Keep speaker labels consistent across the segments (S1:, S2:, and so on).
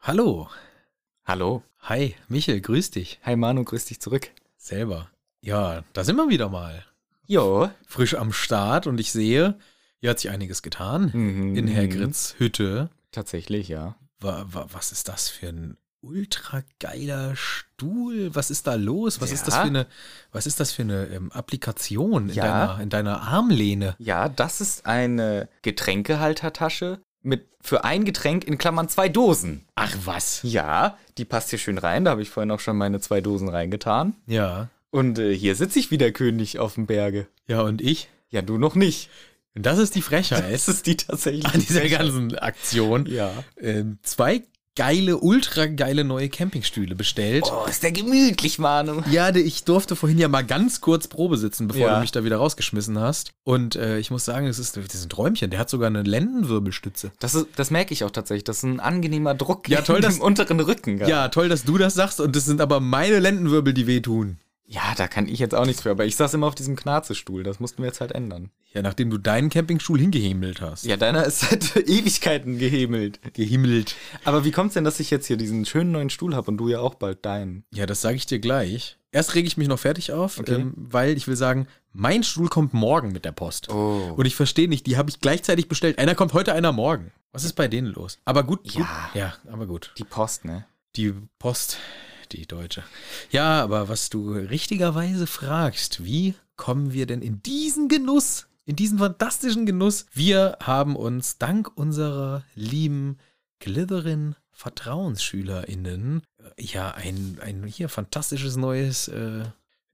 S1: Hallo.
S2: Hallo.
S1: Hi, Michel, grüß dich.
S2: Hi Manu, grüß dich zurück.
S1: Selber. Ja, da sind wir wieder mal.
S2: Jo.
S1: Frisch am Start und ich sehe, hier hat sich einiges getan.
S2: Mhm.
S1: In Hergrits Hütte.
S2: Tatsächlich, ja.
S1: Wa, wa, was ist das für ein ultra geiler Stuhl? Was ist da los? Was ist das
S2: Ja.
S1: für eine, was ist das für eine ähm, Applikation in,
S2: Ja.
S1: deiner, in deiner Armlehne?
S2: Ja, das ist eine Getränkehaltertasche mit für ein Getränk in Klammern zwei Dosen.
S1: Ach was.
S2: Ja, die passt hier schön rein. Da habe ich vorhin auch schon meine zwei Dosen reingetan.
S1: Ja.
S2: Und äh, hier sitze ich wieder König auf dem Berge.
S1: Ja, und ich?
S2: Ja, du noch nicht.
S1: Und das ist die Frechheit
S2: Es ist die tatsächlich.
S1: an dieser ganzen Aktion.
S2: Ja.
S1: Ähm, zwei geile, ultra geile neue Campingstühle bestellt.
S2: Oh, ist der gemütlich, Manu.
S1: Ja, de- ich durfte vorhin ja mal ganz kurz Probe sitzen, bevor
S2: Ja.
S1: du mich da wieder rausgeschmissen hast. Und äh, ich muss sagen, es ist, das ist ein Träumchen. Der hat sogar eine Lendenwirbelstütze.
S2: Das, ist, das merke ich auch tatsächlich. Das ist ein angenehmer Druck
S1: Ja, toll,
S2: im
S1: dass-
S2: unteren Rücken.
S1: Ja. toll, dass du das sagst. Und das sind aber meine Lendenwirbel, die wehtun.
S2: ja, da kann ich jetzt auch nichts für. Aber ich saß immer auf diesem Knarzestuhl. Das mussten wir jetzt halt ändern.
S1: Ja, nachdem du deinen Campingstuhl hingehemelt hast.
S2: Ja, deiner ist seit Ewigkeiten gehemelt.
S1: Gehimmelt.
S2: Aber wie kommt's denn, dass ich jetzt hier diesen schönen neuen Stuhl habe und du ja auch bald deinen?
S1: Ja, das sage ich dir gleich. Erst rege ich mich noch fertig auf,
S2: Okay.
S1: ähm, weil ich will sagen, mein Stuhl kommt morgen mit der Post.
S2: Oh.
S1: Und ich verstehe nicht, die habe ich gleichzeitig bestellt. Einer kommt heute, einer morgen. Was ist bei denen los? Aber gut, gut.
S2: Ja.
S1: ja, aber gut.
S2: Die Post, ne?
S1: Die Post, die Deutsche. Ja, aber was du richtigerweise fragst, wie kommen wir denn in diesen Genuss, in diesen fantastischen Genuss? Wir haben uns dank unserer lieben Glitterin VertrauensschülerInnen äh, ja ein, ein hier fantastisches neues äh,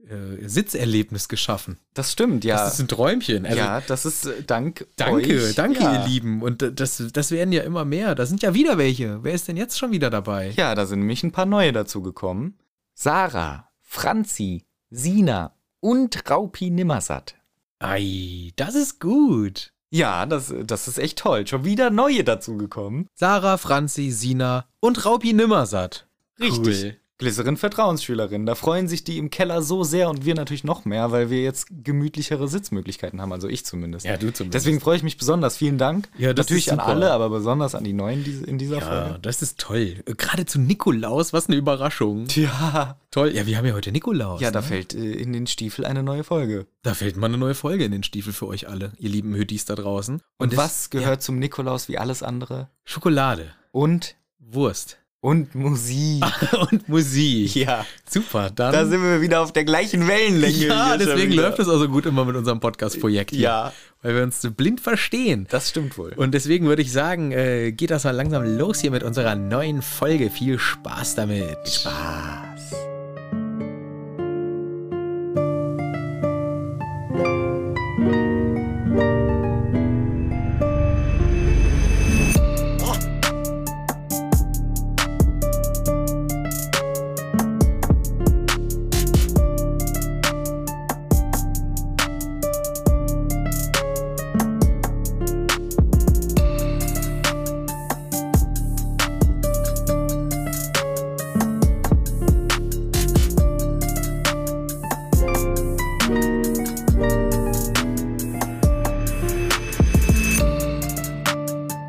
S1: äh, Sitzerlebnis geschaffen.
S2: Das stimmt, ja.
S1: Das ist ein Träumchen. Also,
S2: ja, das ist äh, dank
S1: Danke,
S2: euch.
S1: danke,
S2: ja.
S1: ihr Lieben. Und äh, das, das werden ja immer mehr. Da sind ja wieder welche. Wer ist denn jetzt schon wieder dabei?
S2: Ja, da sind nämlich ein paar neue dazugekommen. Sarah, Franzi, Sina und Raupi Nimmersatt.
S1: Ei, das ist gut.
S2: Ja, das, das ist echt toll. Schon wieder neue dazugekommen.
S1: Sarah, Franzi, Sina und Raupi Nimmersatt.
S2: Richtig.
S1: Cool.
S2: Glisserin Vertrauensschülerin. Da freuen sich die im Keller so sehr und wir natürlich noch mehr, weil wir jetzt gemütlichere Sitzmöglichkeiten haben. Also ich zumindest.
S1: Ja, du zumindest.
S2: Deswegen freue ich mich besonders. Vielen Dank.
S1: Ja, das
S2: natürlich
S1: ist
S2: an
S1: super.
S2: alle, aber besonders an die Neuen diese- in dieser
S1: Ja,
S2: Folge.
S1: das ist toll. Äh, Gerade zu Nikolaus, was eine Überraschung.
S2: Tja.
S1: Toll. Ja, wir haben ja heute Nikolaus.
S2: Ja, da
S1: ne?
S2: fällt äh, in den Stiefel eine neue Folge.
S1: da fällt mal eine neue Folge in den Stiefel für euch alle, ihr lieben Hüttis da draußen.
S2: Und,
S1: es-
S2: was
S1: Ja,
S2: gehört zum Nikolaus wie alles andere?
S1: Schokolade,
S2: Und
S1: Wurst
S2: und Musik.
S1: und Musik.
S2: ja,
S1: Super, dann.
S2: da sind wir wieder auf der gleichen Wellenlänge.
S1: ja,
S2: hier schon
S1: deswegen
S2: wieder.
S1: läuft es auch so gut immer mit unserem Podcast-Projekt hier.
S2: Ja,
S1: Weil wir uns so blind verstehen.
S2: das stimmt wohl.
S1: Und deswegen würde ich sagen, äh, geht das mal langsam los hier mit unserer neuen Folge. Viel Spaß damit.
S2: Spaß.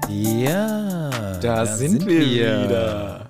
S1: Ja, da,
S2: sind wir wieder.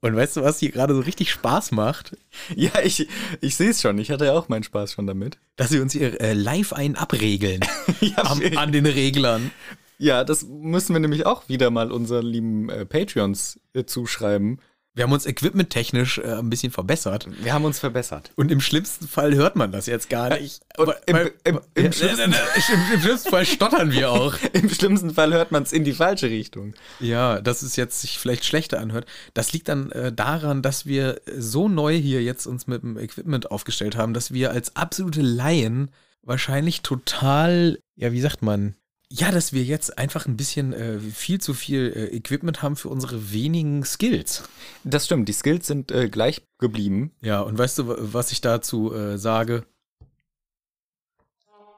S1: Und weißt du, was hier gerade so richtig Spaß macht?
S2: Ja, ich, ich sehe es schon. Ich hatte ja auch meinen Spaß schon damit.
S1: Dass wir uns hier äh, live ein abregeln
S2: Ja,
S1: am, an den Reglern.
S2: ja, das müssen wir nämlich auch wieder mal unseren lieben äh, Patreons äh, zuschreiben.
S1: Wir haben uns equipmenttechnisch äh, ein bisschen verbessert.
S2: Wir haben uns verbessert.
S1: Und im schlimmsten Fall hört man das jetzt gar nicht.
S2: Äh, Und
S1: Aber-
S2: im-
S1: weil-
S2: im- im
S1: Ja,
S2: schlimmsten-
S1: ne, ne, ne, im- im schlimmsten Fall stottern wir auch.
S2: Im schlimmsten Fall hört man es in die falsche Richtung.
S1: Ja, dass es jetzt sich vielleicht schlechter anhört. Das liegt dann äh, daran, dass wir äh, so neu hier jetzt uns mit dem Equipment aufgestellt haben, dass wir als absolute Laien wahrscheinlich total, ja, wie sagt man, ja, dass wir jetzt einfach ein bisschen äh, viel zu viel äh, Equipment haben für unsere wenigen Skills.
S2: Das stimmt, die Skills sind äh, gleich geblieben.
S1: Ja, und weißt du, wa- was ich dazu äh, sage?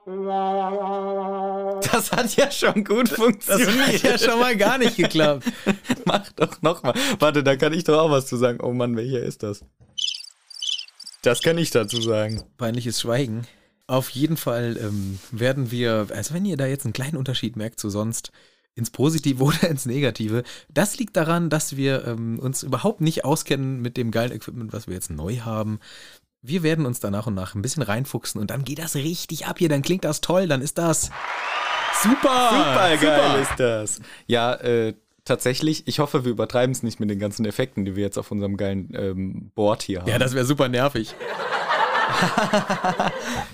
S2: Das hat ja schon gut funktioniert.
S1: schon mal gar nicht geklappt.
S2: Mach doch nochmal. Warte, da kann ich doch auch was zu sagen. Oh Mann, welcher ist das? Das kann ich dazu sagen.
S1: peinliches Schweigen. Auf jeden Fall ähm, werden wir, also wenn ihr da jetzt einen kleinen Unterschied merkt zu sonst, ins Positive oder ins Negative. Das liegt daran, dass wir ähm, uns überhaupt nicht auskennen mit dem geilen Equipment, was wir jetzt neu haben. Wir werden uns da nach und nach ein bisschen reinfuchsen und dann geht das richtig ab hier. Dann klingt das toll, dann ist das super.
S2: Ah, Super geil ist das. Ja, äh, tatsächlich, ich hoffe, wir übertreiben es nicht mit den ganzen Effekten, die wir jetzt auf unserem geilen ähm, Board hier haben.
S1: Ja, das wäre super nervig.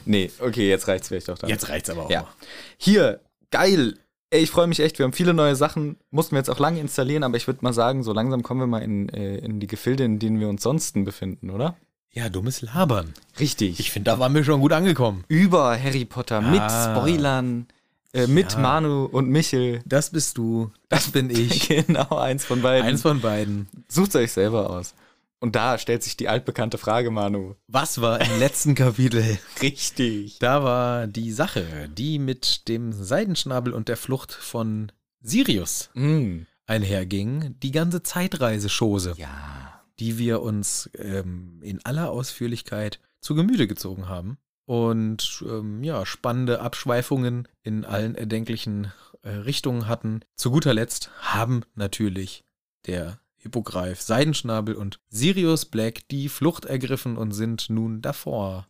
S2: nee, okay, jetzt reicht's vielleicht doch dann.
S1: Jetzt reicht's aber auch.
S2: Ja.
S1: mal.
S2: Hier, geil. Ey, ich freue mich echt. Wir haben viele neue Sachen. Mussten wir jetzt auch lange installieren, aber ich würde mal sagen, so langsam kommen wir mal in, äh, in die Gefilde, in denen wir uns sonsten befinden, oder?
S1: Ja, dummes Labern.
S2: Richtig.
S1: Ich finde, da waren wir schon gut angekommen.
S2: Über Harry Potter, mit
S1: Ah.
S2: Spoilern, äh, mit
S1: Ja.
S2: Manu und Michel.
S1: Das bist du, das bin ich.
S2: genau, eins von beiden.
S1: Eins von beiden.
S2: Sucht euch selber aus. Und da stellt sich die altbekannte Frage, Manu.
S1: Was war im letzten Kapitel?
S2: Richtig.
S1: Da war die Sache, die mit dem Seidenschnabel und der Flucht von Sirius
S2: Mm.
S1: einherging. Die ganze Zeitreise-Schose,
S2: Ja.
S1: die wir uns ähm, in aller Ausführlichkeit zu Gemüte gezogen haben. Und ähm, ja, spannende Abschweifungen in allen erdenklichen äh, Richtungen hatten. Zu guter Letzt haben natürlich der Hippogreif, Seidenschnabel und Sirius Black die Flucht ergriffen und sind nun davor.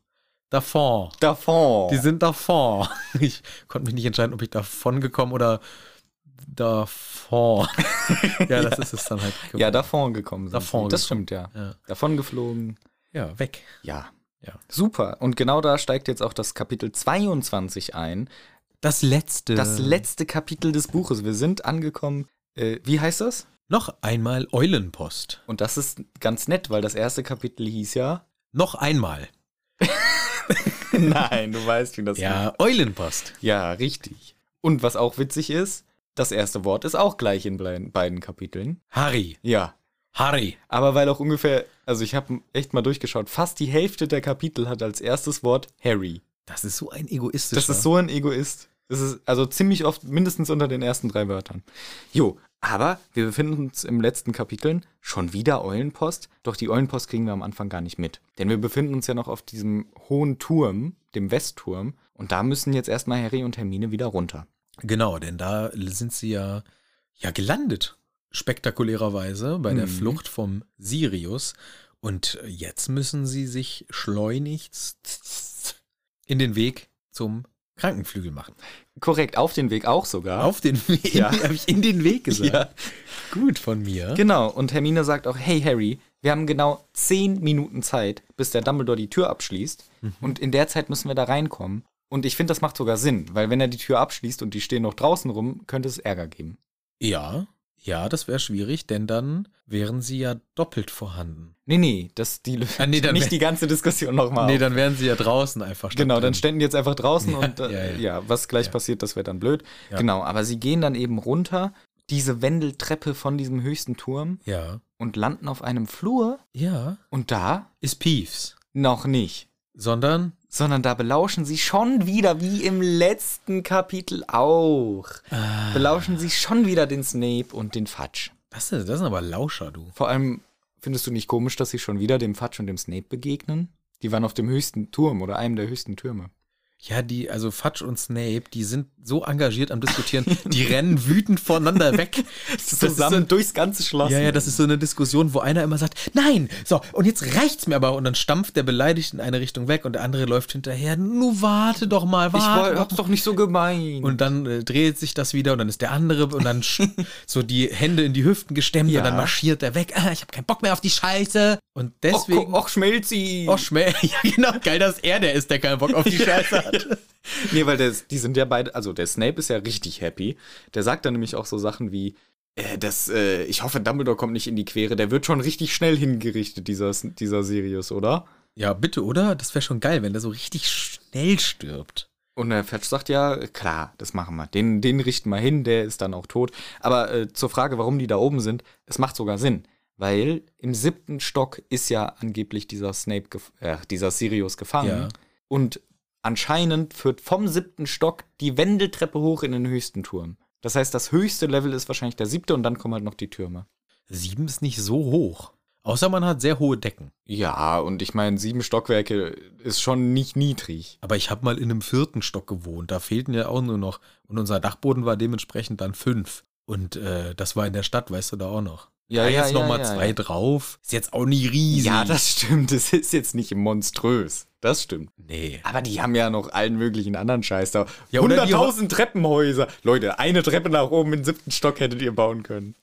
S1: Davor.
S2: Davon.
S1: Die sind davon. Ich konnte mich nicht entscheiden, ob ich davon gekommen oder davon. ja, das ist es dann halt. geworden.
S2: ja, davon gekommen sind.
S1: Davon
S2: das
S1: gekommen.
S2: stimmt, ja.
S1: Ja.
S2: Davon geflogen.
S1: ja, weg.
S2: Ja.
S1: Ja.
S2: Super. Und genau da steigt jetzt auch das Kapitel 22 ein.
S1: Das letzte.
S2: Das letzte Kapitel des Buches. Wir sind angekommen. Äh, wie heißt das?
S1: Noch einmal Eulenpost.
S2: Und das ist ganz nett, weil das erste Kapitel hieß ja.
S1: Noch einmal.
S2: Nein, du weißt, wie das
S1: Ja, Eulenpost.
S2: Ja, richtig. Und was auch witzig ist, das erste Wort ist auch gleich in blein- beiden Kapiteln.
S1: Harry.
S2: Ja.
S1: Harry.
S2: Aber weil auch ungefähr, also ich habe echt mal durchgeschaut, fast die Hälfte der Kapitel hat als erstes Wort Harry.
S1: Das ist so ein egoistischer.
S2: Das ist so ein Egoist. Das ist also ziemlich oft mindestens unter den ersten drei Wörtern. Jo, aber wir befinden uns im letzten Kapitel schon wieder Eulenpost. Doch die Eulenpost kriegen wir am Anfang gar nicht mit. Denn wir befinden uns ja noch auf diesem hohen Turm, dem Westturm. Und da müssen jetzt erstmal Harry und Hermine wieder runter.
S1: Genau, denn da sind sie ja, ja gelandet. Spektakulärerweise bei der
S2: Mhm.
S1: Flucht vom Sirius. Und jetzt müssen sie sich schleunigst in den Weg zum Krankenflügel machen.
S2: Korrekt, auf den Weg auch sogar.
S1: Auf den Weg.
S2: Ja.
S1: Habe ich in den Weg gesagt.
S2: Ja.
S1: Gut von mir.
S2: Genau, und Hermine sagt auch, hey Harry, wir haben genau zehn Minuten Zeit, bis der Dumbledore die Tür abschließt.
S1: Mhm.
S2: Und in der Zeit müssen wir da reinkommen. Und ich finde, das macht sogar Sinn, weil wenn er die Tür abschließt und die stehen noch draußen rum, könnte es Ärger geben.
S1: Ja. Ja, das wäre schwierig, denn dann wären sie ja doppelt vorhanden.
S2: Nee, nee, das die
S1: Ah, nee, dann wär-
S2: nicht die ganze Diskussion nochmal.
S1: Nee,
S2: auf.
S1: dann wären sie ja draußen einfach. statt
S2: Genau,
S1: drin.
S2: dann ständen die jetzt einfach draußen und äh,
S1: ja,
S2: ja,
S1: ja.
S2: was gleich
S1: Ja.
S2: passiert, das wäre dann blöd.
S1: Ja.
S2: Genau, aber sie gehen dann eben runter, diese Wendeltreppe von diesem höchsten Turm
S1: Ja.
S2: und landen auf einem Flur
S1: Ja.
S2: und da
S1: Ist Peeves.
S2: noch nicht.
S1: Sondern.
S2: sondern da belauschen sie schon wieder, wie im letzten Kapitel auch,
S1: Ah.
S2: belauschen sie schon wieder den Snape und den Fudge.
S1: Das, ist, das sind aber Lauscher, du.
S2: Vor allem findest du nicht komisch, dass sie schon wieder dem Fudge und dem Snape begegnen? Die waren auf dem höchsten Turm oder einem der höchsten Türme.
S1: Ja, die, also Fudge und Snape, die sind so engagiert am Diskutieren, die rennen wütend voneinander weg.
S2: Zusammen
S1: Das ist
S2: durchs ganze Schloss.
S1: so, ja, ja, das ist so eine Diskussion, wo einer immer sagt, nein, so, und jetzt reicht's mir aber. Und dann stampft der beleidigt in eine Richtung weg und der andere läuft hinterher, nu warte doch mal,
S2: ich
S1: warte.
S2: woll-
S1: doch
S2: hab's doch nicht so gemein.
S1: Und dann äh, dreht sich das wieder und dann ist der andere und dann sch- so die Hände in die Hüften gestemmt
S2: Ja.
S1: und dann marschiert er weg. Ah, ich habe keinen Bock mehr auf die Scheiße. Und
S2: och,
S1: deswegen.
S2: och, schmelzt sie.
S1: Oh, Schmäh. Ja, genau. Geil, dass er der ist, der keinen Bock auf die Scheiße hat.
S2: Nee, weil der, die sind ja beide, also der Snape ist ja richtig happy. Der sagt dann nämlich auch so Sachen wie, äh, das, äh, ich hoffe, Dumbledore kommt nicht in die Quere. Der wird schon richtig schnell hingerichtet, dieser, S- dieser Sirius, oder?
S1: Ja, bitte, oder? Das wäre schon geil, wenn der so richtig schnell stirbt.
S2: Und der Fetch sagt ja, klar, das machen wir. Den, den richten wir hin, der ist dann auch tot. Aber äh, zur Frage, warum die da oben sind, es macht sogar Sinn. Weil im siebten Stock ist ja angeblich dieser Snape, gef äh, dieser Sirius gefangen.
S1: Ja.
S2: Und anscheinend führt vom siebten Stock die Wendeltreppe hoch in den höchsten Turm. Das heißt, das höchste Level ist wahrscheinlich der siebte und dann kommen halt noch die Türme.
S1: Sieben ist nicht so hoch. Außer man hat sehr hohe Decken.
S2: Ja, und ich meine, sieben Stockwerke ist schon nicht niedrig.
S1: Aber ich habe mal in einem vierten Stock gewohnt. Da fehlten ja auch nur noch. Und unser Dachboden war dementsprechend dann fünf. Und äh, das war in der Stadt, weißt du, da auch noch.
S2: Ja,
S1: da
S2: ja,
S1: jetzt
S2: ja,
S1: nochmal
S2: ja,
S1: zwei
S2: ja.
S1: drauf. Ist jetzt auch nicht riesig.
S2: Ja, das stimmt. Es ist jetzt nicht monströs. Das stimmt.
S1: Nee.
S2: Aber die haben ja noch allen möglichen anderen Scheiß da.
S1: Ja, oder die
S2: 100.000 Treppenhäuser. Leute, eine Treppe nach oben im siebten Stock hättet ihr bauen können.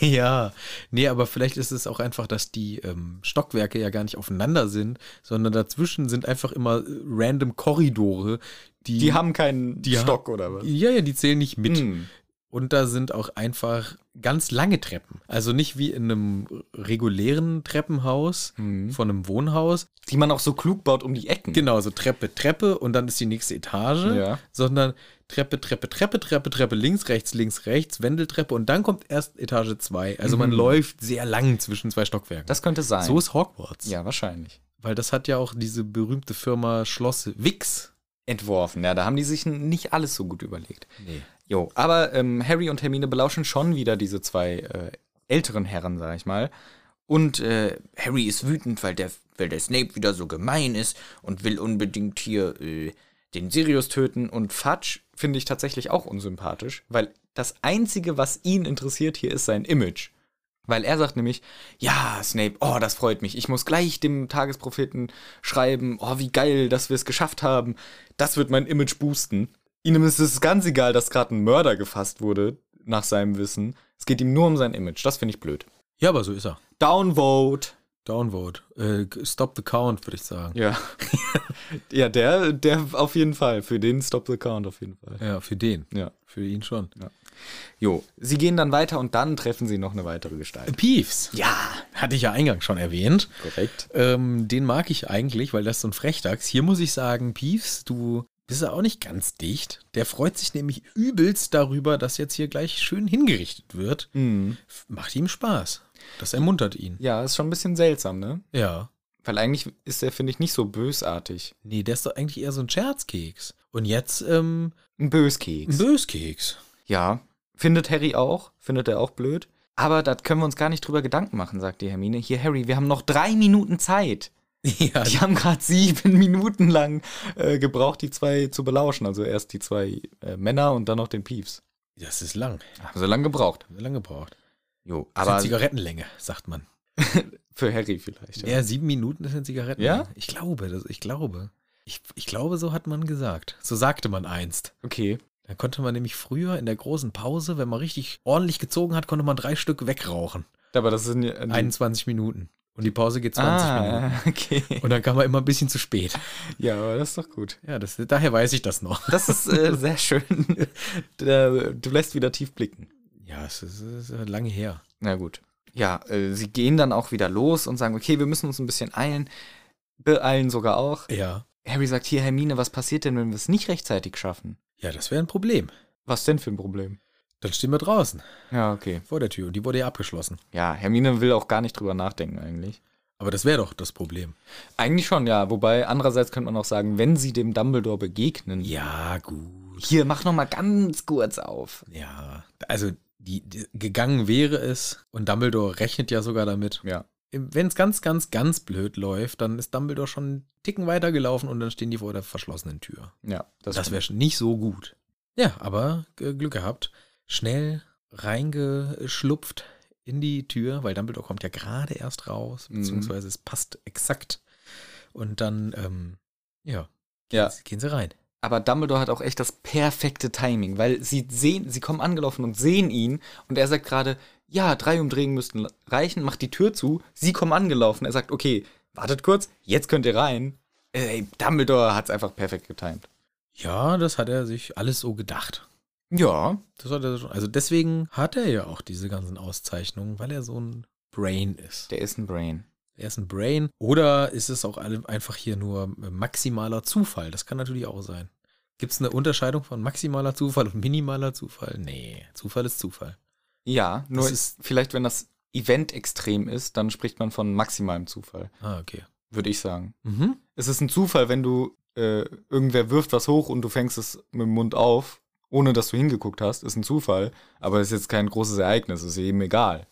S1: ja. Nee, aber vielleicht ist es auch einfach, dass die ähm, Stockwerke ja gar nicht aufeinander sind, sondern dazwischen sind einfach immer äh, random Korridore, die.
S2: Die haben keinen
S1: Die ha-
S2: Stock oder was?
S1: Ja, ja, die zählen nicht mit.
S2: Hm.
S1: Und da sind auch einfach ganz lange Treppen. Also nicht wie in einem regulären Treppenhaus
S2: Mhm.
S1: von einem Wohnhaus.
S2: Die man auch so klug baut um die Ecken.
S1: Genau, so Treppe, Treppe und dann ist die nächste Etage.
S2: Ja.
S1: Sondern Treppe, Treppe, Treppe, Treppe, Treppe, links, rechts, links, rechts, Wendeltreppe und dann kommt erst Etage 2. Also man
S2: Mhm.
S1: läuft sehr lang zwischen zwei Stockwerken.
S2: Das könnte sein.
S1: so ist Hogwarts.
S2: ja, wahrscheinlich.
S1: Weil das hat ja auch diese berühmte Firma Schloss Wix.
S2: Entworfen. Ja, da haben die sich n- nicht alles so gut überlegt.
S1: Nee.
S2: Jo, aber ähm, Harry und Hermine belauschen schon wieder diese zwei äh, älteren Herren, sag ich mal. Und äh, Harry ist wütend, weil der, weil der Snape wieder so gemein ist und will unbedingt hier äh, den Sirius töten. Und Fudge finde ich tatsächlich auch unsympathisch, weil das Einzige, was ihn interessiert hier, ist sein Image. Weil er sagt nämlich, ja, Snape, oh, das freut mich. Ich muss gleich dem Tagespropheten schreiben, oh, wie geil, dass wir es geschafft haben. Das wird mein Image boosten. Ihm ist es ganz egal, dass gerade ein Mörder gefasst wurde, nach seinem Wissen. Es geht ihm nur um sein Image. Das finde ich blöd.
S1: Ja, aber so ist er.
S2: Downvote.
S1: Downvote. Äh, stop the count, würde ich sagen.
S2: Ja. ja, der, der auf jeden Fall. Für den Stop the Count auf jeden Fall.
S1: Ja, für den.
S2: Ja.
S1: Für ihn schon.
S2: Jo. Sie gehen dann weiter und dann treffen sie noch eine weitere Gestalt.
S1: Peeves.
S2: Ja.
S1: Hatte ich ja eingangs schon erwähnt.
S2: Korrekt.
S1: Ähm, den mag ich eigentlich, weil das ist so ein Frechdachs. Hier muss ich sagen, Peeves, du bist ja auch nicht ganz dicht. Der freut sich nämlich übelst darüber, dass jetzt hier gleich schön hingerichtet wird.
S2: Mhm.
S1: F- Macht ihm Spaß. Das ermuntert ihn.
S2: Ja, ist schon ein bisschen seltsam, ne?
S1: Ja.
S2: Weil eigentlich ist der, finde ich, nicht so bösartig.
S1: Nee, der ist doch eigentlich eher so ein Scherzkeks. Und jetzt ähm,
S2: Ein
S1: ein
S2: Böskeks.
S1: Böskeks.
S2: ja. Findet Harry auch. Findet er auch blöd. Aber da können wir uns gar nicht drüber Gedanken machen, sagt die Hermine. Hier, Harry, wir haben noch drei Minuten Zeit.
S1: Ja,
S2: Die haben gerade sieben Minuten lang äh, gebraucht, die zwei zu belauschen. Also erst die zwei äh, Männer und dann noch den Pieps.
S1: das ist lang.
S2: Haben sie lang gebraucht.
S1: Haben wir lang gebraucht.
S2: Jo,
S1: Das
S2: aber
S1: ist eine Zigarettenlänge, sagt man.
S2: für Harry vielleicht. Ja.
S1: Ja, sieben Minuten ist eine Zigarette.
S2: Ja?
S1: Ich glaube, das, ich glaube. Ich, ich glaube, so hat man gesagt. So sagte man einst.
S2: Okay.
S1: Da konnte man nämlich früher in der großen Pause, wenn man richtig ordentlich gezogen hat, konnte man drei Stück wegrauchen.
S2: Aber das sind ja.
S1: Mhm.
S2: äh,
S1: 21 Minuten. Und die Pause geht 20 Minuten.
S2: ah, okay.
S1: Und dann kam man immer ein bisschen zu spät.
S2: Ja, aber das ist doch gut.
S1: Ja, das, daher weiß ich das noch.
S2: Das ist äh, sehr schön. Da- du lässt wieder tief blicken.
S1: Ja, es ist, es ist lange her.
S2: Na gut. Ja, äh, sie gehen dann auch wieder los und sagen, okay, wir müssen uns ein bisschen eilen. Beeilen sogar auch.
S1: Ja.
S2: Harry sagt, hier, Hermine, was passiert denn, wenn wir es nicht rechtzeitig schaffen?
S1: Ja, das wäre ein Problem.
S2: Was denn für ein Problem?
S1: Dann stehen wir draußen,
S2: Ja, okay.
S1: vor der Tür. Und die wurde ja abgeschlossen.
S2: Ja, Hermine will auch gar nicht drüber nachdenken eigentlich.
S1: Aber das wäre doch das Problem.
S2: Eigentlich schon, ja. Wobei, andererseits könnte man auch sagen, wenn sie dem Dumbledore begegnen.
S1: Ja, gut.
S2: Hier, mach noch mal ganz kurz auf.
S1: Ja. Also, die, die, gegangen wäre es. Und Dumbledore rechnet ja sogar damit.
S2: Ja.
S1: Wenn es ganz, ganz, ganz blöd läuft, dann ist Dumbledore schon einen Ticken weitergelaufen und dann stehen die vor der verschlossenen Tür.
S2: Ja,
S1: Das, wäre schon nicht so gut. Ja, aber äh, Glück gehabt. Schnell reingeschlupft in die Tür, weil Dumbledore kommt ja gerade erst raus,
S2: Mhm.
S1: beziehungsweise es passt exakt. Und dann, ähm, ja,
S2: Ja.
S1: gehen sie- gehen sie rein.
S2: Aber Dumbledore hat auch echt das perfekte Timing, weil sie sehen, sie kommen angelaufen und sehen ihn und er sagt gerade, ja, drei Umdrehungen müssten reichen, macht die Tür zu, sie kommen angelaufen. Er sagt, okay, wartet kurz, jetzt könnt ihr rein. Äh, Ey, Dumbledore hat's einfach perfekt getimt.
S1: Ja, das hat er sich alles so gedacht.
S2: Ja,
S1: Das hat er schon, also deswegen hat er ja auch diese ganzen Auszeichnungen, weil er so ein Brain ist.
S2: der ist ein Brain.
S1: Er ist ein Brain. Oder ist es auch alle- einfach hier nur äh, maximaler Zufall? Das kann natürlich auch sein. Gibt es eine Unterscheidung von maximaler Zufall und minimaler Zufall? Nee, Zufall ist Zufall.
S2: Ja, nur
S1: Das
S2: ist vielleicht, wenn das Event extrem ist, dann spricht man von maximalem Zufall,
S1: Ah, okay.
S2: würde ich sagen.
S1: Mhm.
S2: Es ist ein Zufall, wenn du äh, irgendwer wirft was hoch und du fängst es mit dem Mund auf, ohne dass du hingeguckt hast, ist ein Zufall, aber ist jetzt kein großes Ereignis, ist jedem egal.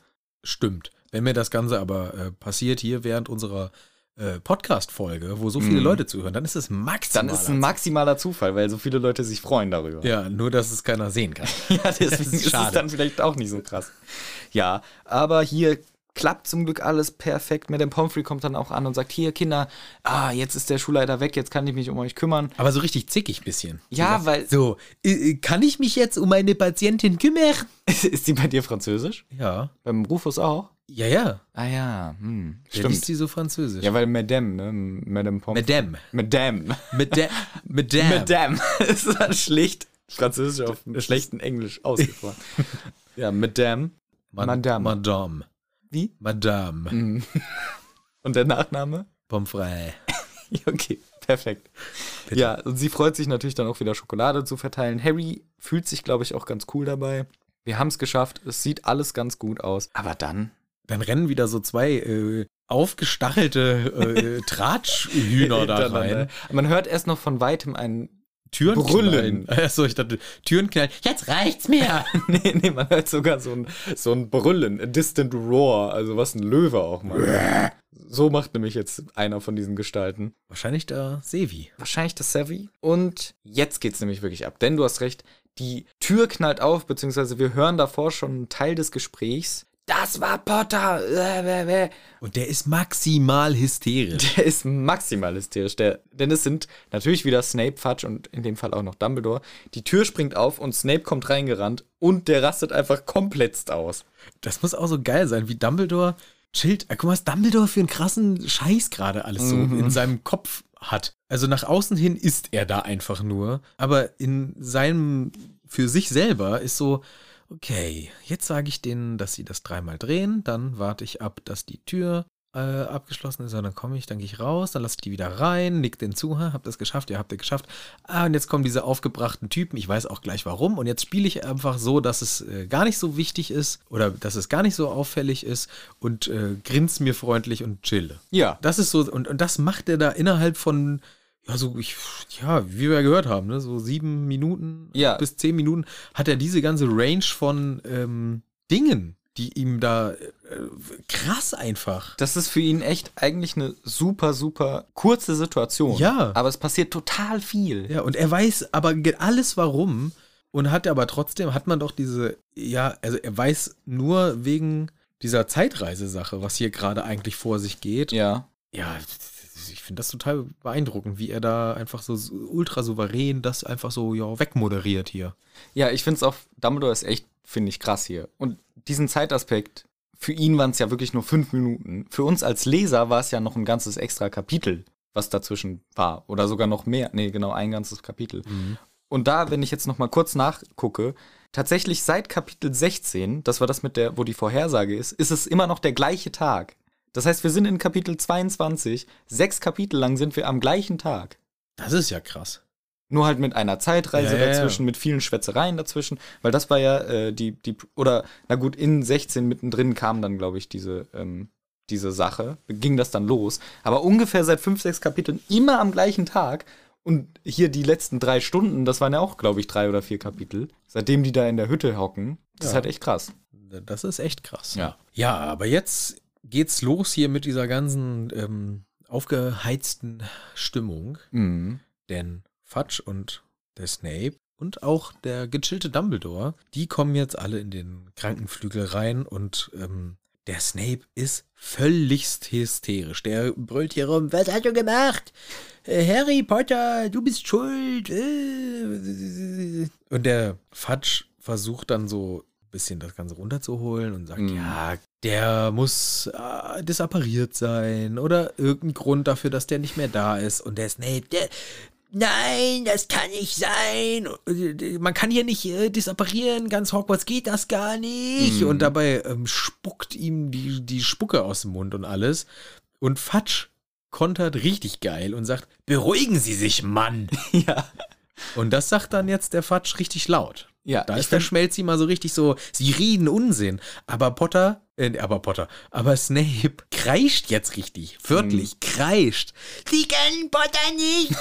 S1: Stimmt. Wenn mir das Ganze aber äh, passiert hier während unserer äh, Podcast-Folge, wo so viele
S2: Mhm.
S1: Leute zuhören, dann ist es maximal.
S2: Dann ist ein maximaler Zufall, weil so viele Leute sich freuen darüber.
S1: ja, nur dass es keiner sehen kann.
S2: Ja, deswegen
S1: Das ist
S2: ist,
S1: schade.
S2: es dann vielleicht auch nicht so krass. Ja, aber hier klappt zum Glück alles perfekt. Madame Pomfrey kommt dann auch an und sagt, hier Kinder, ah, jetzt ist der Schulleiter weg, jetzt kann ich mich um euch kümmern.
S1: Aber so richtig zickig bisschen.
S2: Ja, weil,
S1: So, äh, äh, kann ich mich jetzt um meine Patientin kümmern?
S2: ist die bei dir französisch?
S1: Ja.
S2: Beim Rufus auch?
S1: Ja, ja.
S2: Ah ja, hm,
S1: Stimmt. Ist
S2: stimmt.
S1: sie so französisch?
S2: Ja, weil Madame, ne? Madame Pomfrey.
S1: Madame.
S2: Madame.
S1: Madame. Madame.
S2: Madame. ist dann schlicht französisch auf einem schlechten Englisch ausgesprochen. ja, Madame.
S1: Ma-
S2: Madame.
S1: Madame.
S2: Wie?
S1: Madame.
S2: Mhm. Und der Nachname?
S1: Pomfrey.
S2: Ja, Okay, perfekt. Ja, und sie freut sich natürlich dann auch wieder Schokolade zu verteilen. Harry fühlt sich, glaube ich, auch ganz cool dabei. Wir haben es geschafft. Es sieht alles ganz gut aus. Aber dann
S1: Dann rennen wieder so zwei äh, aufgestachelte äh, Tratschhühner da
S2: hintereinander.
S1: rein.
S2: Man hört erst noch von weitem einen.
S1: Türen
S2: Brüllen.
S1: knallen. Achso, ich dachte, Türen knallen. Jetzt reicht's mir.
S2: nee, nee, man hört sogar so ein, so ein Brüllen, a distant roar, also was ein Löwe auch mal. so macht nämlich jetzt einer von diesen Gestalten.
S1: Wahrscheinlich der Sevi.
S2: wahrscheinlich das Savvy. Und jetzt geht's nämlich wirklich ab, denn du hast recht, die Tür knallt auf, beziehungsweise wir hören davor schon einen Teil des Gesprächs. Das war Potter! Äh, äh, äh.
S1: Und der ist maximal hysterisch.
S2: Der ist maximal hysterisch, der, denn es sind natürlich wieder Snape, Fudge und in dem Fall auch noch Dumbledore. Die Tür springt auf und Snape kommt reingerannt und der rastet einfach komplett aus.
S1: Das muss auch so geil sein, wie Dumbledore chillt. Äh, Guck mal, was Dumbledore für einen krassen Scheiß gerade alles so in seinem Kopf hat. Also nach außen hin ist er da einfach nur, aber in seinem, für sich selber ist so, okay, jetzt sage ich denen, dass sie das dreimal drehen, dann warte ich ab, dass die Tür äh, abgeschlossen ist, und dann komme ich, dann gehe ich raus, dann lasse ich die wieder rein, nick den zu, ha, hab das geschafft, ja, habt ihr geschafft. Ah, und jetzt kommen diese aufgebrachten Typen, ich weiß auch gleich warum, und jetzt spiele ich einfach so, dass es äh, gar nicht so wichtig ist oder dass es gar nicht so auffällig ist und äh, grins mir freundlich und chille.
S2: Ja.
S1: Das ist so, und, und das macht er da innerhalb von, ja, so, ich, ja, wie wir gehört haben, ne, so sieben Minuten
S2: Ja.
S1: bis zehn Minuten hat er diese ganze Range von ähm, Dingen, die ihm da äh, krass einfach.
S2: Das ist für ihn echt eigentlich eine super, super kurze Situation.
S1: Ja.
S2: Aber es passiert total viel.
S1: Ja, und er weiß aber ge- alles warum und hat aber trotzdem, hat man doch diese, ja, also er weiß nur wegen dieser Zeitreisesache, was hier gerade eigentlich vor sich geht.
S2: ja.
S1: Ja, ich finde das total beeindruckend, wie er da einfach so s- ultra souverän das einfach so ja, wegmoderiert hier.
S2: Ja, ich finde es auch, Dumbledore ist echt, finde ich, krass hier. Und diesen Zeitaspekt, für ihn waren es ja wirklich nur fünf Minuten. Für uns als Leser war es ja noch ein ganzes extra Kapitel, was dazwischen war. Oder sogar noch mehr. Nee, genau, ein ganzes Kapitel. Und da, wenn ich jetzt noch mal kurz nachgucke, tatsächlich seit Kapitel 16, das war das mit der, wo die Vorhersage ist, ist es immer noch der gleiche Tag. Das heißt, wir sind in Kapitel 22, sechs Kapitel lang sind wir am gleichen Tag.
S1: Das ist ja krass.
S2: Nur halt mit einer Zeitreise
S1: Ja, ja, ja.
S2: dazwischen, mit vielen Schwätzereien dazwischen, weil das war ja äh, die, die, oder na gut, in 16 mittendrin kam dann, glaube ich, diese, ähm, diese Sache, ging das dann los. Aber ungefähr seit fünf, sechs Kapiteln immer am gleichen Tag und hier die letzten drei Stunden, das waren ja auch, glaube ich, drei oder vier Kapitel, seitdem die da in der Hütte hocken, das ist halt echt krass.
S1: Das ist echt krass.
S2: Ja.
S1: Ja, aber jetzt geht's los hier mit dieser ganzen ähm, aufgeheizten Stimmung.
S2: Mhm.
S1: Denn Fudge und der Snape und auch der gechillte Dumbledore, die kommen jetzt alle in den Krankenflügel rein und ähm, der Snape ist völligst hysterisch. Der brüllt hier rum, was hast du gemacht? Äh, Harry Potter, du bist schuld. äh." Und der Fudge versucht dann so ein bisschen das Ganze runterzuholen und sagt,
S2: Mhm.
S1: ja, der muss äh, disappariert sein oder irgendein Grund dafür, dass der nicht mehr da ist. Und der Snape, der, Nein, das kann nicht sein. Man kann hier nicht äh, disapparieren. Ganz Hogwarts geht das gar nicht.
S2: Mhm.
S1: Und dabei ähm, spuckt ihm die, die Spucke aus dem Mund und alles. Und Fatsch kontert richtig geil und sagt: Beruhigen Sie sich, Mann.
S2: Ja.
S1: und das sagt dann jetzt der Fatsch richtig laut.
S2: Ja,
S1: Da
S2: ich
S1: ist der
S2: find-
S1: Schmelzi mal so richtig so, sie reden Unsinn. Aber Potter, äh, aber Potter, aber Snape kreischt jetzt richtig, wörtlich,
S2: Mhm.
S1: kreischt. Sie kennen Potter nicht.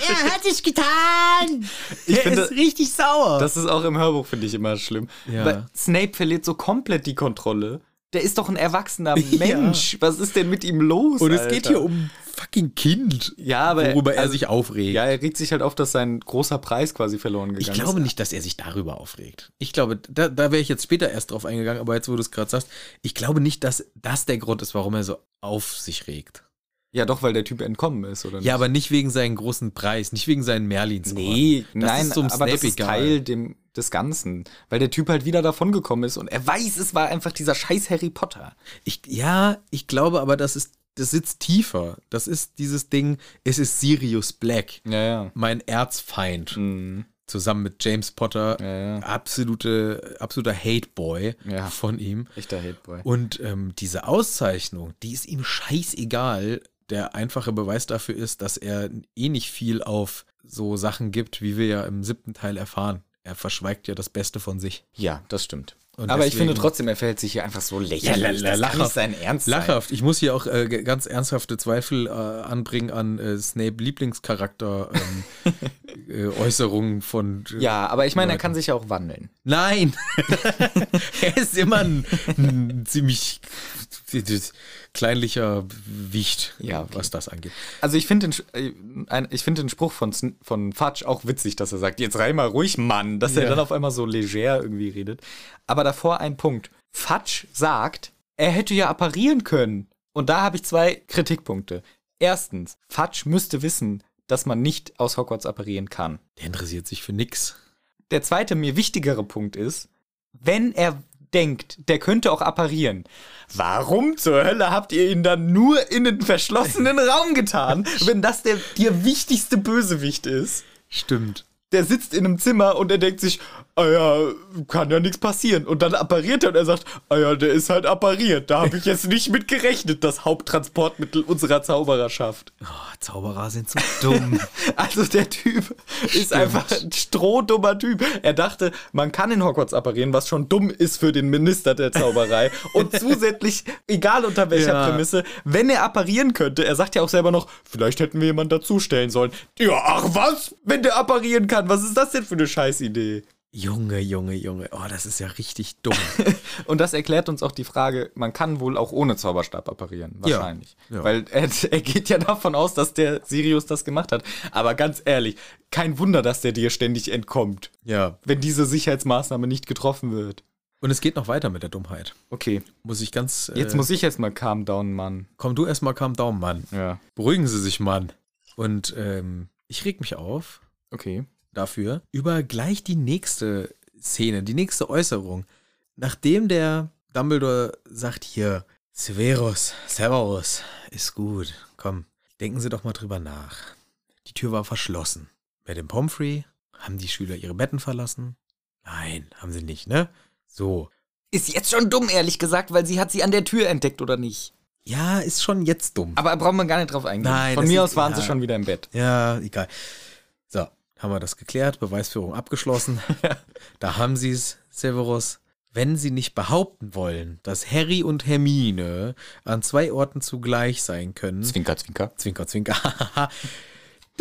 S1: er hat es getan. er
S2: finde-
S1: ist richtig sauer.
S2: Das ist auch im Hörbuch, finde ich, immer schlimm.
S1: Ja.
S2: Weil Snape verliert so komplett die Kontrolle. Der ist doch ein erwachsener
S1: Ja.
S2: Mensch. Was ist denn mit ihm los?
S1: Und es geht
S2: Alter?
S1: hier um fucking Kind,
S2: Ja, aber.
S1: worüber er
S2: also-
S1: sich aufregt.
S2: Ja, er regt sich halt auf, dass sein großer Preis quasi verloren gegangen
S1: Ich
S2: ist.
S1: glaube nicht, dass er sich darüber aufregt. Ich glaube, da, da wäre ich jetzt später erst drauf eingegangen, aber jetzt, wo du es gerade sagst, ich glaube nicht, dass das der Grund ist, warum er so auf sich regt.
S2: Ja, doch, weil der Typ entkommen ist, oder
S1: Ja, aber nicht wegen seinen großen Preis, nicht wegen seinen merlins
S2: Nee,
S1: Das
S2: nein,
S1: ist so ein
S2: aber das
S1: Snape
S2: ist
S1: egal.
S2: Teil dem, des Ganzen. Weil der Typ halt wieder davongekommen ist und er weiß, es war einfach dieser scheiß Harry Potter.
S1: Ich, ja, ich glaube aber, das ist, das sitzt tiefer. Das ist dieses Ding, es ist Sirius Black,
S2: Ja, ja.
S1: mein Erzfeind,
S2: Mhm.
S1: zusammen mit James Potter,
S2: Ja, ja.
S1: absolute, absoluter Hateboy
S2: Ja.
S1: von ihm.
S2: Echter Hateboy.
S1: Und ähm, diese Auszeichnung, die ist ihm scheißegal. Der einfache Beweis dafür ist, dass er eh nicht viel auf so Sachen gibt, wie wir ja im siebten Teil erfahren. Er verschweigt ja das Beste von sich.
S2: Ja, das stimmt.
S1: Und
S2: aber ich
S1: deswegen-
S2: finde trotzdem, er verhält sich hier einfach so lächerlich.
S1: la- la-
S2: das kann nicht
S1: lachhaft.
S2: sein Ernst sein.
S1: Lachhaft. Ich muss hier auch äh, g- ganz ernsthafte Zweifel äh, anbringen an äh, Snape Lieblingscharakter ähm, äh, Äußerungen von. äh,
S2: Ja, aber ich meine, er kann sich ja auch wandeln.
S1: Nein! er ist immer ein, ein ziemlich kleinlicher Wicht,
S2: Ja, okay.
S1: was das angeht.
S2: Also ich finde den, Sch- äh, ein- ich find den Spruch von, Sn- von Fudge auch witzig, dass er sagt, jetzt reih mal ruhig, Mann, dass er
S1: Ja.
S2: dann auf einmal so leger irgendwie redet. Aber davor ein Punkt. Fudge sagt, er hätte ja apparieren können. Und da habe ich zwei Kritikpunkte. Erstens, Fudge müsste wissen, dass man nicht aus Hogwarts apparieren kann.
S1: Der interessiert sich für nix.
S2: Der zweite, mir wichtigere Punkt ist, wenn er denkt, der könnte auch apparieren. Warum zur Hölle habt ihr ihn dann nur in den verschlossenen Raum getan, wenn das der dir wichtigste Bösewicht ist?
S1: Stimmt.
S2: Der sitzt in einem Zimmer und er denkt sich, ah ja, kann ja nichts passieren. Und dann appariert er und er sagt, ah ja, der ist halt appariert. Da habe ich jetzt nicht mit gerechnet, das Haupttransportmittel unserer Zaubererschaft.
S1: Oh, Zauberer sind so dumm.
S2: Also der Typ ist einfach ein strohdummer Typ. Er dachte, man kann in Hogwarts apparieren, was schon dumm ist für den Minister der Zauberei. Und zusätzlich, egal unter welcher
S1: Ja.
S2: Prämisse, wenn er apparieren könnte, er sagt ja auch selber noch, vielleicht hätten wir jemanden dazustellen sollen. Ja, ach was, wenn der apparieren kann, was ist das denn für eine Scheißidee?
S1: Junge, Junge, Junge. Oh, das ist ja richtig dumm.
S2: Und das erklärt uns auch die Frage, man kann wohl auch ohne Zauberstab apparieren, wahrscheinlich.
S1: Ja.
S2: Weil er, er geht ja davon aus, dass der Sirius das gemacht hat. Aber ganz ehrlich, kein Wunder, dass der dir ständig entkommt,
S1: ja.
S2: wenn diese Sicherheitsmaßnahme nicht getroffen wird.
S1: Und es geht noch weiter mit der Dummheit.
S2: Okay,
S1: Muss ich ganz. Äh,
S2: jetzt muss ich jetzt mal calm down, Mann.
S1: Komm du erstmal calm down, Mann.
S2: Ja.
S1: Beruhigen Sie sich, Mann. Und ähm, ich reg mich auf
S2: Okay.
S1: dafür über gleich die nächste Szene, die nächste Äußerung. Nachdem der Dumbledore sagt hier, Severus, Severus, ist gut, komm, denken Sie doch mal drüber nach. Die Tür war verschlossen. Madame Pomfrey, haben die Schüler ihre Betten verlassen? Nein, haben sie nicht, ne? So.
S2: Ist jetzt schon dumm, ehrlich gesagt, weil sie hat sie an der Tür entdeckt, oder nicht?
S1: Ja, ist schon jetzt dumm.
S2: Aber brauchen wir gar nicht drauf eingehen.
S1: Nein,
S2: Von
S1: das
S2: mir
S1: ist-
S2: aus waren sie
S1: ja.
S2: schon wieder im Bett.
S1: Ja, egal. So, haben wir das geklärt, Beweisführung abgeschlossen. da haben sie es, Severus. Wenn sie nicht behaupten wollen, dass Harry und Hermine an zwei Orten zugleich sein können.
S2: Zwinker, zwinker.
S1: Zwinker, zwinker.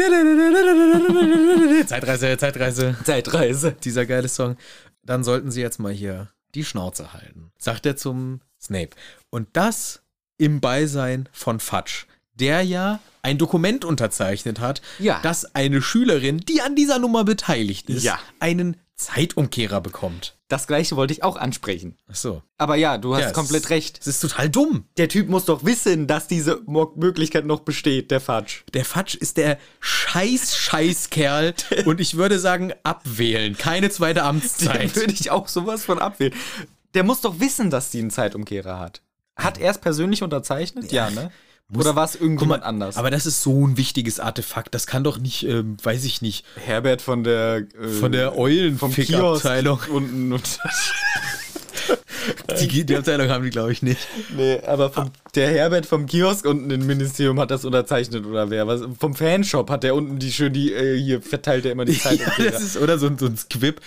S1: Zeitreise, Zeitreise.
S2: Zeitreise.
S1: Dieser geile Song. Dann sollten sie jetzt mal hier die Schnauze halten, sagt er zum Snape. Und das im Beisein von Fudge, der ja ein Dokument unterzeichnet hat,
S2: Ja.
S1: dass eine Schülerin, die an dieser Nummer beteiligt ist,
S2: Ja.
S1: einen Zeitumkehrer bekommt.
S2: Das gleiche wollte ich auch ansprechen.
S1: Ach so.
S2: Aber ja, du hast
S1: Ja, es-
S2: komplett recht.
S1: Es ist total dumm.
S2: Der Typ muss doch wissen, dass diese Mo Möglichkeit noch besteht, der Fudge.
S1: Der Fudge ist der scheiß Scheißkerl und ich würde sagen, abwählen. Keine zweite
S2: Da
S1: Amtszeit.
S2: würde ich auch sowas von abwählen. Der muss doch wissen, dass die einen Zeitumkehrer hat. Hat er es persönlich unterzeichnet? Ja, ne? Oder war es irgendjemand anders?
S1: Aber das ist so ein wichtiges Artefakt. Das kann doch nicht, ähm, weiß ich nicht,
S2: Herbert von der äh,
S1: Von der Eulenfick-Abteilung.
S2: Kiosk unten und
S1: Die, die Abteilung haben die, glaube ich, nicht.
S2: nee, aber vom Der Herbert vom Kiosk unten im Ministerium hat das unterzeichnet oder wer? Was, vom Fanshop hat der unten die schön, die äh, hier verteilt er immer die Zeit.
S1: Ja, das ist, oder so, ein- so ein Squib.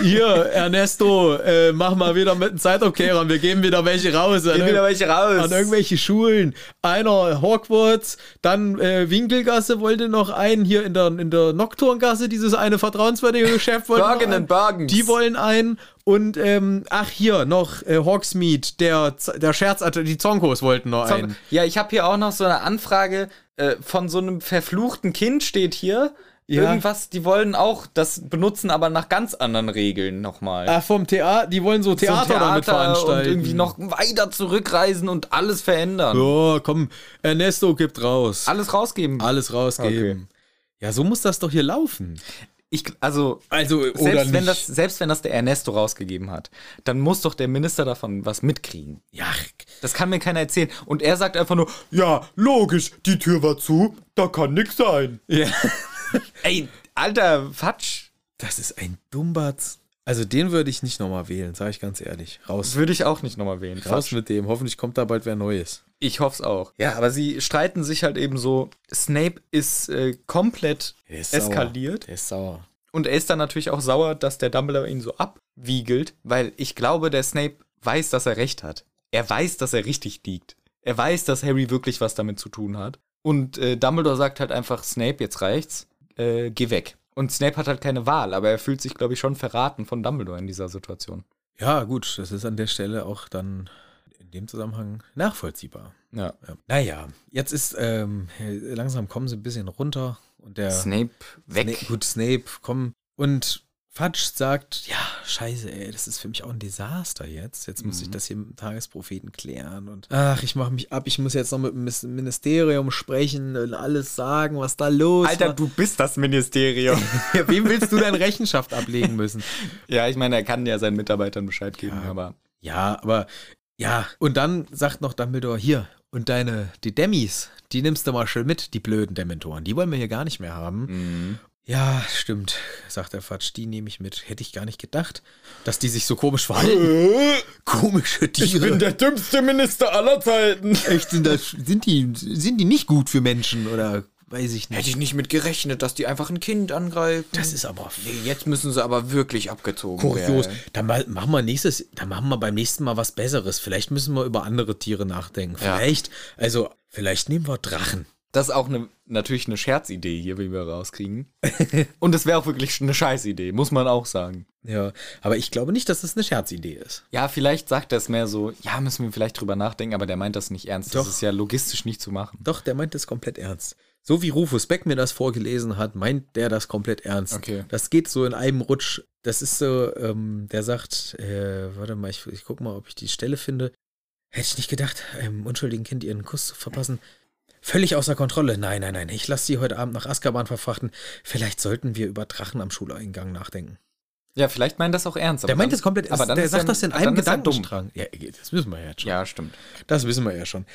S1: Hier, Ernesto, äh, mach mal wieder mit den Zeitumkehrern. Wir geben wieder welche raus. An,
S2: Gehen wieder welche raus.
S1: an irgendwelche Schulen. Einer Hogwarts, dann äh, Winkelgasse wollte noch einen. Hier in der, in der Nocturngasse, dieses eine vertrauenswürdige Geschäft wollte noch
S2: Bergen
S1: einen.
S2: and Bergens.
S1: Die wollen einen. Und, ähm, ach hier, noch äh, Hawksmeade, der, Z- der Scherz, also die Zonkos wollten noch
S2: Komm,
S1: einen.
S2: Ja, ich habe hier auch noch so eine Anfrage äh, von so einem verfluchten Kind steht hier.
S1: Ja.
S2: Irgendwas, die wollen auch das benutzen, aber nach ganz anderen Regeln nochmal.
S1: Ach, vom Theater, die wollen so
S2: So ein
S1: Äh, Theater, damit veranstalten.
S2: und irgendwie noch weiter zurückreisen und alles verändern.
S1: Ja, komm, Ernesto gibt raus.
S2: Alles rausgeben.
S1: Alles rausgeben. Ja, so muss das doch hier laufen.
S2: Ich, also,
S1: Also,
S2: selbst wenn, das, selbst wenn das der Ernesto rausgegeben hat, dann muss doch der Minister davon was mitkriegen.
S1: ja,
S2: Das kann mir keiner erzählen. Und er sagt einfach nur,
S3: Ja, logisch, die Tür war zu, da kann nix sein.
S1: ja.
S2: ey, alter Fatsch,
S1: Das ist ein Dummbatz. Also, den würde ich nicht nochmal wählen, sage ich ganz ehrlich.
S2: das
S1: Raus.
S2: würde ich auch nicht nochmal wählen.
S1: Raus mit dem. Hoffentlich kommt da bald wer Neues.
S2: Ich hoffe es auch. Ja, aber sie streiten sich halt eben so. Snape ist äh, komplett
S1: Der ist
S2: eskaliert.
S1: Der ist sauer.
S2: Und er ist dann natürlich auch sauer, dass der Dumbledore ihn so abwiegelt, weil ich glaube, der Snape weiß, dass er recht hat. Er weiß, dass er richtig liegt. Er weiß, dass Harry wirklich was damit zu tun hat. Und äh, Dumbledore sagt halt einfach, Snape, jetzt reicht's, äh, geh weg. Und Snape hat halt keine Wahl, aber er fühlt sich, glaube ich, schon verraten von Dumbledore in dieser Situation.
S1: Ja, gut, das ist an der Stelle auch dann in dem Zusammenhang nachvollziehbar.
S2: Ja.
S1: Ja. Naja, jetzt ist ähm, langsam kommen sie ein bisschen runter und der.
S2: Snape weg.
S1: Sna- gut, Snape, komm. Und Fudge sagt, ja, scheiße, ey, das ist für mich auch ein Desaster jetzt. Jetzt muss ich das hier mit dem Tagespropheten klären. Und Mhm. ach, ich mache mich ab, ich muss jetzt noch mit dem Mis- Ministerium sprechen und alles sagen, was da los
S2: Alter,
S1: war.
S2: du bist das Ministerium.
S1: Ja, wem willst du deine Rechenschaft ablegen müssen?
S2: ja, ich meine, er kann ja seinen Mitarbeitern Bescheid geben,
S1: Ja.
S2: aber
S1: Ja, aber ja. Und dann sagt noch Dumbledore, hier, und deine, die Demis, die nimmst du mal schön mit, die blöden Dementoren. Die wollen wir hier gar nicht mehr haben. Ja, stimmt, sagt der Fatsch, die nehme ich mit. Hätte ich gar nicht gedacht, dass die sich so komisch verhalten. Komische Tiere.
S3: der dümmste Minister aller Zeiten.
S1: Echt, sind, das, sind, die, sind die nicht gut für Menschen oder weiß ich nicht.
S2: hätte ich nicht mit gerechnet, dass die einfach ein Kind angreifen.
S1: Das ist aber
S2: Jetzt müssen sie aber wirklich abgezogen
S1: kurios.
S2: werden.
S1: Dann mal, machen wir nächstes, dann machen wir beim nächsten Mal was Besseres. Vielleicht müssen wir über andere Tiere nachdenken.
S2: Ja.
S1: Vielleicht, also, vielleicht nehmen wir Drachen.
S2: Das ist auch eine, natürlich eine Scherzidee hier, wie wir rauskriegen. Und es wäre auch wirklich eine Scheißidee, muss man auch sagen.
S1: Ja, aber ich glaube nicht, dass das eine Scherzidee ist.
S2: Ja, vielleicht sagt er es mehr so, ja, müssen wir vielleicht drüber nachdenken, aber der meint das nicht ernst.
S1: Doch.
S2: Das ist ja logistisch nicht zu machen.
S1: Doch, der meint das komplett ernst. So wie Rufus Beck mir das vorgelesen hat, meint der das komplett ernst.
S2: Okay.
S1: Das geht so in einem Rutsch. Das ist so, ähm, der sagt, äh, warte mal, ich, ich guck mal, ob ich die Stelle finde. Hätte ich nicht gedacht, einem unschuldigen Kind ihren Kuss zu verpassen. Völlig außer Kontrolle. Nein, nein, nein. Ich lasse sie heute Abend nach Azkaban verfrachten. Vielleicht sollten wir über Drachen am Schuleingang nachdenken.
S2: Ja, vielleicht meint das auch ernst.
S1: der meint
S2: dann-
S1: das komplett
S2: aber
S1: ernst.
S2: dann
S1: Der
S2: ist
S1: sagt
S2: er-
S1: das in
S2: dann
S1: einem
S2: ist er dumm.
S1: Gedankenstrang. Ja, das müssen wir jetzt schon.
S2: Ja, stimmt.
S1: Das wissen wir ja schon.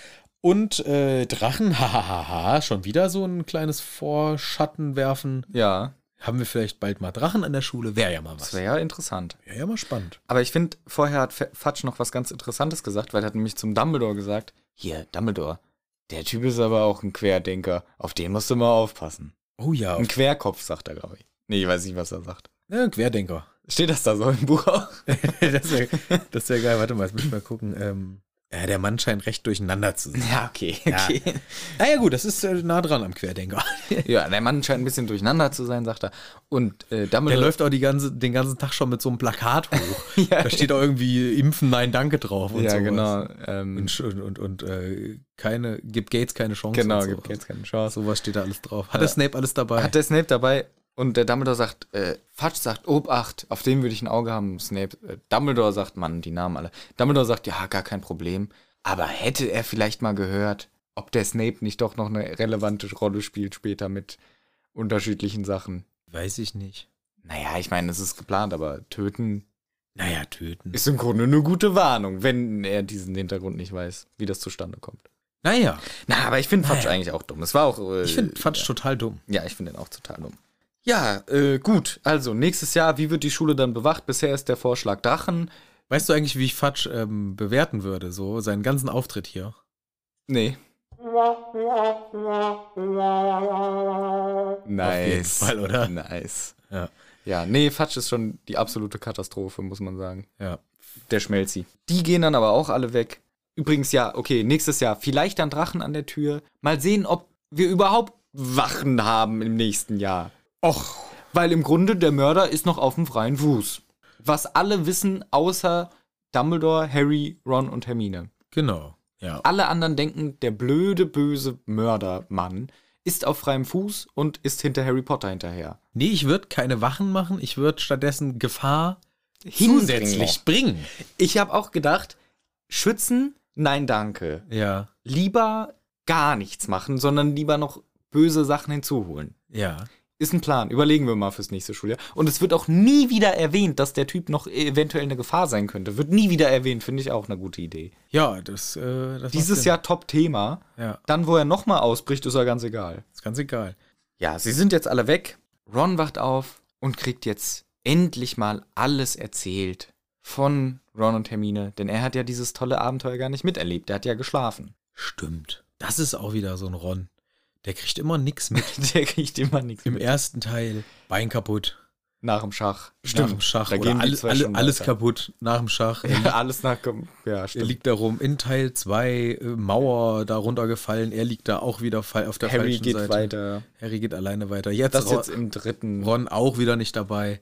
S1: Und äh, Drachen, hahaha, schon wieder so ein kleines Vorschattenwerfen.
S2: Ja,
S1: Haben wir vielleicht bald mal Drachen an der Schule? Wäre ja mal
S2: das
S1: was.
S2: wäre ja interessant.
S1: Wäre ja mal spannend.
S2: Aber ich finde, vorher hat F- Fatsch noch was ganz Interessantes gesagt, weil er hat nämlich zum Dumbledore gesagt, hier, Dumbledore, der Typ ist aber auch ein Querdenker, auf den musst du mal aufpassen.
S1: Oh ja,
S2: Ein Querkopf, sagt er, glaube ich. Nee, ich weiß nicht, was er sagt.
S1: ja Querdenker.
S2: Steht das da so im Buch auch?
S1: das wäre das wär geil. Warte mal, jetzt müssen wir gucken. Ähm, ja, der Mann scheint recht durcheinander zu sein.
S2: Ja, okay.
S1: Ja. Naja gut, das ist äh, nah dran am Querdenker.
S2: Ja. der Mann scheint ein bisschen durcheinander zu sein, sagt er. Und äh,
S1: Der
S2: Dumbledore,
S1: läuft auch die ganze, den ganzen Tag schon mit so einem Plakat hoch.
S2: Ja.
S1: Da steht auch irgendwie Impfen, Nein, Danke drauf und
S2: ja,
S1: sowas.
S2: genau, ähm,
S1: Und, und, und, und äh, keine, gibt Gates keine Chance.
S2: genau,
S1: und
S2: gibt
S1: sowas.
S2: jetzt keine Chance.
S1: Sowas steht da alles drauf. Äh, Hat der Snape alles dabei?
S2: Hat der Snape dabei und der Dumbledore sagt, äh, Fatsch sagt, Obacht, auf den würde ich ein Auge haben. Snape, äh, Dumbledore sagt, Mann, die Namen alle. Dumbledore sagt, ja, gar kein Problem. Aber hätte er vielleicht mal gehört, ob der Snape nicht doch noch eine relevante Rolle spielt später mit unterschiedlichen Sachen.
S1: Weiß ich nicht.
S2: Naja, ich meine, es ist geplant, aber töten
S1: Naja, töten.
S2: ist im Grunde eine gute Warnung, wenn er diesen Hintergrund nicht weiß, wie das zustande kommt.
S1: Naja,
S2: Na, aber ich finde Fatsch
S1: Naja.
S2: eigentlich auch dumm. Es war auch. Äh,
S1: ich finde Fatsch total dumm.
S2: Ja, ich finde den auch total dumm. Ja, äh, gut. Also, nächstes Jahr, wie wird die Schule dann bewacht? Bisher ist der Vorschlag Drachen.
S1: Weißt du eigentlich, wie ich Fatsch ähm, bewerten würde, so seinen ganzen Auftritt hier?
S2: Nee. Nice.
S1: jeden Fall, oder?
S2: Nice.
S1: Ja.
S2: Ja, nee, Fatsch ist schon die absolute Katastrophe, muss man sagen.
S1: Ja.
S2: Der Schmelzi. Die gehen dann aber auch alle weg. Übrigens, ja, okay, nächstes Jahr vielleicht dann Drachen an der Tür. Mal sehen, ob wir überhaupt Wachen haben im nächsten Jahr. Och. Weil im Grunde der Mörder ist noch auf dem freien Fuß. Was alle wissen, außer Dumbledore, Harry, Ron und Hermine.
S1: Genau. Ja.
S2: Alle anderen denken, der blöde, böse Mördermann ist auf freiem Fuß und ist hinter Harry Potter hinterher.
S1: Nee, ich würde keine Wachen machen. Ich würde stattdessen Gefahr zusätzlich bringen.
S2: Ich habe auch gedacht, schützen? Nein, danke.
S1: Ja.
S2: Lieber gar nichts machen, sondern lieber noch böse Sachen hinzuholen.
S1: Ja.
S2: Ist ein Plan. Überlegen wir mal fürs nächste Schuljahr. Und es wird auch nie wieder erwähnt, dass der Typ noch eventuell eine Gefahr sein könnte. Wird nie wieder erwähnt, finde ich auch eine gute Idee.
S1: Ja, das, äh, das
S2: Dieses
S1: macht Sinn.
S2: Jahr Top-Thema.
S1: Ja,
S2: Dann, wo er nochmal ausbricht, ist er ganz egal.
S1: ist ganz egal.
S2: Ja, sie sind jetzt alle weg. Ron wacht auf und kriegt jetzt endlich mal alles erzählt von Ron und Hermine, denn er hat ja dieses tolle Abenteuer gar nicht miterlebt. Er hat ja geschlafen.
S1: Stimmt. Das ist auch wieder so ein Ron. Der kriegt immer nix mit.
S2: Der kriegt immer nichts
S1: Im
S2: mit.
S1: ersten Teil Bein kaputt,
S2: Nach dem Schach.
S1: nach dem Schach
S2: da
S1: oder
S2: gehen
S1: alles,
S2: alle,
S1: alle, alles
S2: kaputt.
S1: kaputt nach dem Schach. Er
S2: Ja, alles nach. Ja,
S1: Er
S2: stimmt.
S1: liegt da rum. In Teil 2, Mauer da runtergefallen. Er liegt da auch wieder fall- auf der
S2: Harry
S1: falschen
S2: geht
S1: Seite.
S2: weiter.
S1: Harry geht alleine weiter. Jetzt,
S2: Das
S1: Ron,
S2: jetzt im dritten.
S1: Ron auch wieder nicht dabei.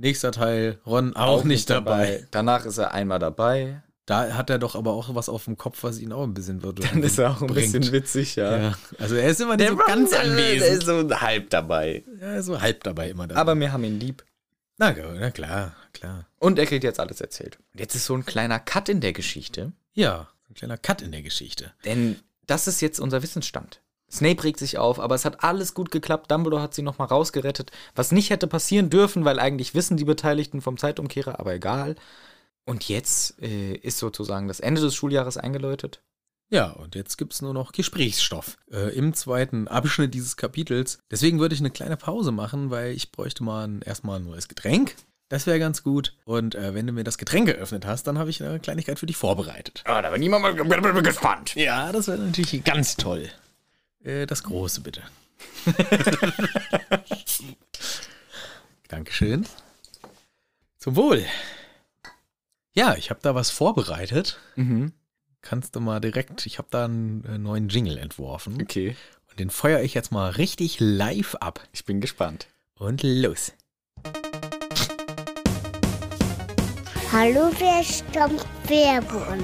S1: Nächster Teil, Ron auch, nicht dabei.
S2: Danach ist er einmal dabei.
S1: Da hat er doch aber auch was auf dem Kopf, was ihn auch ein bisschen wird.
S2: Dann ist er auch ein
S1: bringt.
S2: bisschen witzig, ja.
S1: Ja. Also er ist immer nicht so ganz
S2: Der
S1: anwesend.
S2: ist so halb dabei.
S1: Er ist so halb dabei immer. dabei.
S2: Aber wir haben ihn lieb.
S1: na, ja, na klar, klar.
S2: Und er kriegt jetzt alles erzählt. Und jetzt ist so ein kleiner Cut in der Geschichte,
S1: Ja, ein kleiner Cut in der Geschichte.
S2: denn das ist jetzt unser Wissensstand. Snape regt sich auf, aber es hat alles gut geklappt. Dumbledore hat sie nochmal rausgerettet, was nicht hätte passieren dürfen, weil eigentlich wissen die Beteiligten vom Zeitumkehrer, aber egal. Und jetzt äh, ist sozusagen das Ende des Schuljahres eingeläutet.
S1: Ja, und jetzt gibt's nur noch Gesprächsstoff äh, im zweiten Abschnitt dieses Kapitels. Deswegen würde ich eine kleine Pause machen, weil ich bräuchte mal ein, erstmal ein neues Getränk. Das wäre ganz gut. Und äh, wenn du mir das Getränk eröffnet hast, dann habe ich eine Kleinigkeit für dich vorbereitet.
S2: Ah, da bin ich mal gespannt.
S1: Ja, das wäre natürlich ganz toll. Äh, das Große bitte. Dankeschön. Zum Wohl. Ja, ich habe da was vorbereitet.
S2: Mhm.
S1: Kannst du mal direkt, ich habe da einen äh, neuen Jingle entworfen.
S2: Okay,
S1: Und den feuere ich jetzt mal richtig live ab.
S2: ich bin gespannt.
S1: Und los.
S4: Hallo, wer stammt Werbun?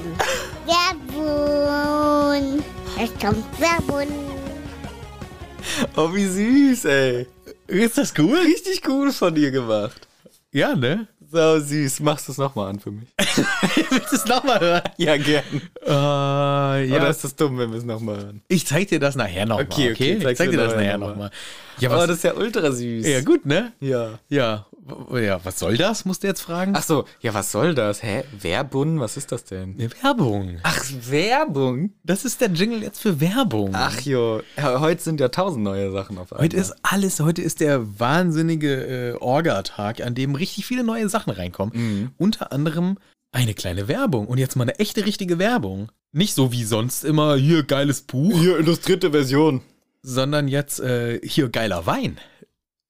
S4: Werbun! Es kommt Werbun!
S2: Oh, wie süß, ey.
S1: Ist das cool?
S2: Richtig cool von dir gemacht.
S1: Ja, ne?
S2: So süß. Machst du es nochmal an für mich?
S1: Willst du es nochmal hören?
S2: ja, gern.
S1: Äh, ja,
S2: Oder ist das dumm, wenn wir es nochmal hören?
S1: ich zeig dir das nachher nochmal.
S2: Okay, okay,
S1: Ich
S2: zeig's
S1: zeig dir
S2: mir
S1: das
S2: nachher
S1: nachher
S2: noch
S1: nochmal.
S2: mal.
S1: Ja,
S2: Aber
S1: was,
S2: Oh, das ist ja ultra süß.
S1: ja, gut, ne?
S2: Ja.
S1: Ja, w- ja, was soll das, musst du jetzt fragen?
S2: Ach so, ja, was soll das? Hä? Werbun? Was ist das denn?
S1: eine Werbung.
S2: Ach, Werbung?
S1: Das ist der Jingle jetzt für Werbung.
S2: Ach jo, ja, heute sind ja tausend neue Sachen auf einmal.
S1: Heute ist alles, heute ist der wahnsinnige äh, Orga-Tag, an dem richtig viele neue Sachen reinkommen. Unter anderem eine kleine Werbung. Und jetzt mal eine echte, richtige Werbung. Nicht so wie sonst immer, hier geiles Buch,
S2: hier illustrierte Version.
S1: sondern jetzt äh, hier geiler Wein.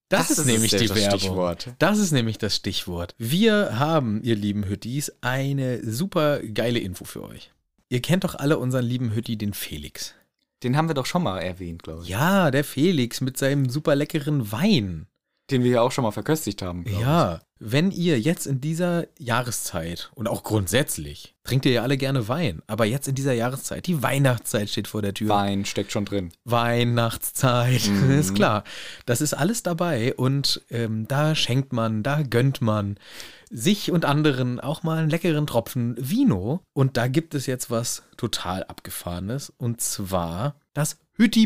S1: Das, ist, nämlich
S2: das
S1: die Werbung.
S2: Stichwort.
S1: Das ist nämlich das Stichwort. Wir haben, ihr lieben Hüttis, eine super geile Info für euch. Ihr kennt doch alle unseren lieben Hütti, den Felix.
S2: Den haben wir doch schon mal erwähnt, glaube ich.
S1: Ja, der Felix mit seinem super leckeren Wein.
S2: Den wir ja auch schon mal verköstigt haben. glaub
S1: Ja, wenn ihr jetzt in dieser Jahreszeit und auch grundsätzlich trinkt ihr ja alle gerne Wein, aber jetzt in dieser Jahreszeit, die Weihnachtszeit steht vor der
S2: ich.
S1: Tür.
S2: Wein steckt schon drin.
S1: Weihnachtszeit, ist klar. Das ist alles dabei und ähm, da schenkt man, da gönnt man sich und anderen auch mal einen leckeren Tropfen Vino. Und da gibt es jetzt was total Abgefahrenes und zwar das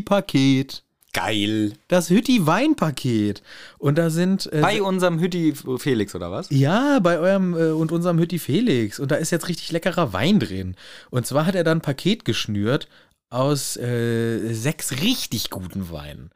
S1: Hütti-Paket.
S2: Geil.
S1: Das Hütti-Weinpaket. Und da sind. äh,
S2: Bei unserem Hütti Felix, oder was?
S1: ja, bei eurem äh, und unserem Hütti Felix. Und da ist jetzt richtig leckerer Wein drin. Und zwar hat er dann ein Paket geschnürt aus äh, sechs richtig guten Weinen.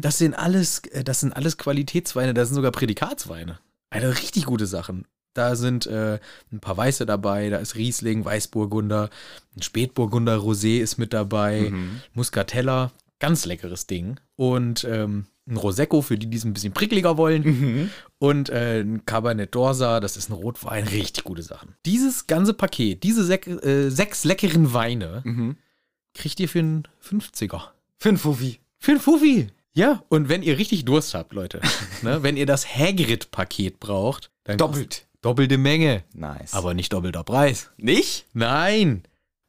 S1: Das sind alles, äh, das sind alles Qualitätsweine, das sind sogar Prädikatsweine. Eine richtig gute Sachen. Da sind äh, ein paar Weiße dabei, da ist Riesling, Weißburgunder, ein Spätburgunder Rosé ist mit dabei, Muscatella, ganz leckeres Ding. Und ähm, ein Prosecco, für die, die es ein bisschen prickeliger wollen. Und äh, ein Cabernet d'Orsa, das ist ein Rotwein, richtig gute Sachen. Dieses ganze Paket, diese sek äh, sechs leckeren Weine, kriegt ihr für einen 50er.
S2: Für einen Fuffi.
S1: Für einen Fuffi. Ja, und wenn ihr richtig Durst habt, Leute, ne, wenn ihr das Hagrid-Paket braucht, dann
S2: Doppelt.
S1: doppelte Menge,
S2: Nice.
S1: aber nicht doppelter Preis.
S2: nicht?
S1: Nein,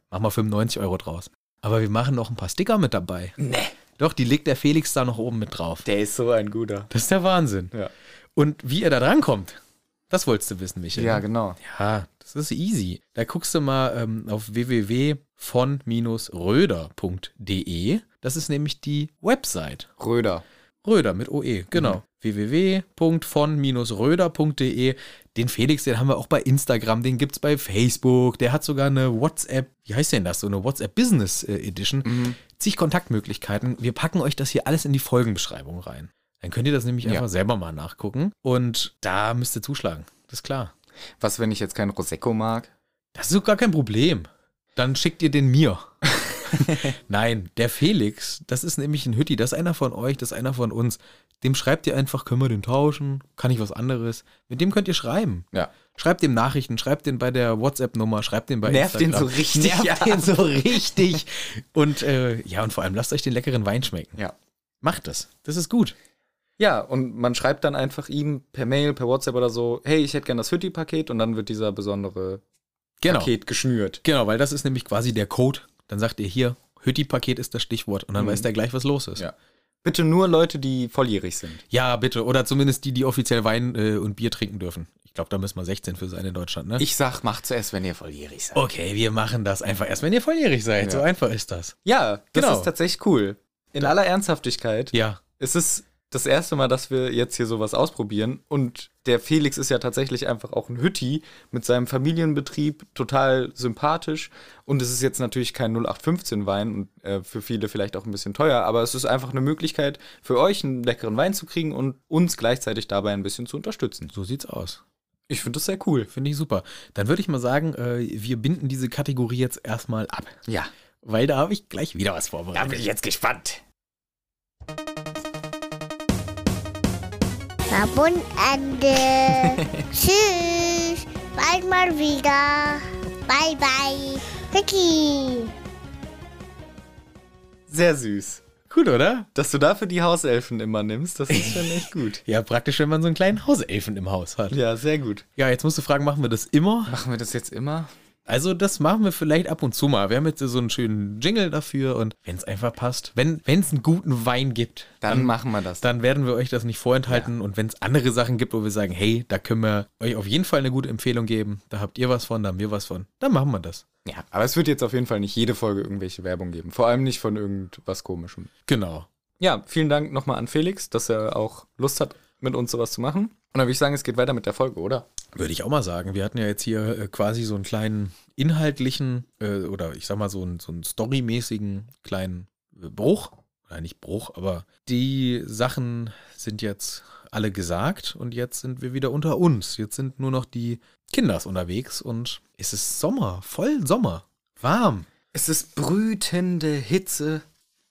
S1: mach mal 95 Euro draus. Aber wir machen noch ein paar Sticker mit dabei.
S2: Nee.
S1: Doch, die legt der Felix da noch oben mit drauf.
S2: Der ist so ein guter.
S1: Das ist der Wahnsinn.
S2: Ja.
S1: Und wie ihr da drankommt, das wolltest du wissen, Michael.
S2: Ja,
S1: ne?
S2: genau.
S1: Ja, das ist easy. Da guckst du mal ähm, auf www.von-röder.de. Das ist nämlich die Website.
S2: Röder.
S1: Röder mit OE, genau. www.von-röder.de. Den Felix, den haben wir auch bei Instagram, den gibt's bei Facebook. Der hat sogar eine WhatsApp, wie heißt denn das? So eine WhatsApp Business äh, Edition. Zig Kontaktmöglichkeiten. Wir packen euch das hier alles in die Folgenbeschreibung rein. Dann könnt ihr das nämlich
S2: Ja.
S1: einfach selber mal nachgucken. Und da müsst ihr zuschlagen. Das ist klar.
S2: Was, wenn ich jetzt keinen Prosecco mag?
S1: Das ist doch gar kein Problem. Dann schickt ihr den mir. Nein, der Felix, das ist nämlich ein Hütti, das ist einer von euch, das ist einer von uns. Dem schreibt ihr einfach, können wir den tauschen? Kann ich was anderes? Mit dem könnt ihr schreiben.
S2: Ja.
S1: Schreibt dem Nachrichten, schreibt den bei der WhatsApp-Nummer, schreibt den bei
S2: Nervt den so richtig,
S1: Nervt
S2: ja.
S1: den so richtig. Und äh, ja, und vor allem lasst euch den leckeren Wein schmecken.
S2: Ja.
S1: Macht das. Das ist gut.
S2: Ja, und man schreibt dann einfach ihm per Mail, per WhatsApp oder so, hey, ich hätte gern das Hütti-Paket und dann wird dieser besondere
S1: Genau.
S2: Paket geschnürt.
S1: Genau, weil das ist nämlich quasi der Code. Dann sagt ihr hier, Hütti-Paket ist das Stichwort und dann
S2: Mhm.
S1: weiß der gleich, was los ist.
S2: Ja. Bitte nur Leute, die volljährig sind.
S1: Ja, bitte. Oder zumindest die, die offiziell Wein äh, und Bier trinken dürfen. Ich glaube, da müssen wir 16 für sein in Deutschland, ne?
S2: Ich sag, macht zuerst, wenn ihr volljährig seid.
S1: okay, wir machen das einfach erst, wenn ihr volljährig seid.
S2: Ja.
S1: So einfach ist das.
S2: Ja, das
S1: Genau.
S2: ist tatsächlich cool. In aller Ernsthaftigkeit,
S1: Ja.
S2: es ist das erste Mal, dass wir jetzt hier sowas ausprobieren und der Felix ist ja tatsächlich einfach auch ein Hütti mit seinem Familienbetrieb, total sympathisch und es ist jetzt natürlich kein 0815 Wein und äh, für viele vielleicht auch ein bisschen teuer, aber es ist einfach eine Möglichkeit für euch einen leckeren Wein zu kriegen und uns gleichzeitig dabei ein bisschen zu unterstützen.
S1: So sieht's aus.
S2: Ich finde das sehr cool.
S1: Finde ich super. Dann würde ich mal sagen, äh, wir binden diese Kategorie jetzt erstmal ab.
S2: Ja,
S1: Weil da habe ich gleich wieder was vorbereitet.
S2: jetzt gespannt.
S4: Verbundende. Tschüss. Bald mal wieder. Bye, bye. Vicky.
S2: Sehr süß.
S1: Gut, oder?
S2: Dass du dafür die Hauselfen immer nimmst, das ist schon echt gut.
S1: Ja, praktisch, wenn man so einen kleinen Hauselfen im Haus hat.
S2: Ja, sehr gut.
S1: Ja, jetzt musst du fragen, machen wir das immer?
S2: Machen wir das jetzt immer?
S1: Also das machen wir vielleicht ab und zu mal. Wir haben jetzt so einen schönen Jingle dafür und wenn es einfach passt, wenn es einen guten Wein gibt,
S2: Dann machen wir das.
S1: dann werden wir euch das nicht vorenthalten. Und wenn es andere Sachen gibt, wo wir sagen, hey, da können wir euch auf jeden Fall eine gute Empfehlung geben, da habt ihr was von, da haben wir was von, dann machen wir das.
S2: Ja, aber es wird jetzt auf jeden Fall nicht jede Folge irgendwelche Werbung geben. Vor allem nicht von irgendwas Komischem.
S1: Genau.
S2: Ja, vielen Dank nochmal an Felix, dass er auch Lust hat, mit uns sowas zu machen. Und dann würde ich sagen, es geht weiter mit der Folge, oder?
S1: Würde ich auch mal sagen. Wir hatten ja jetzt hier äh, quasi so einen kleinen inhaltlichen äh, oder ich sag mal so einen, so einen storymäßigen kleinen äh, Bruch. Nein, nicht Bruch, aber die Sachen sind jetzt alle gesagt und jetzt sind wir wieder unter uns. Jetzt sind nur noch die Kinders unterwegs und es ist Sommer, voll Sommer. Warm.
S2: Es ist brütende Hitze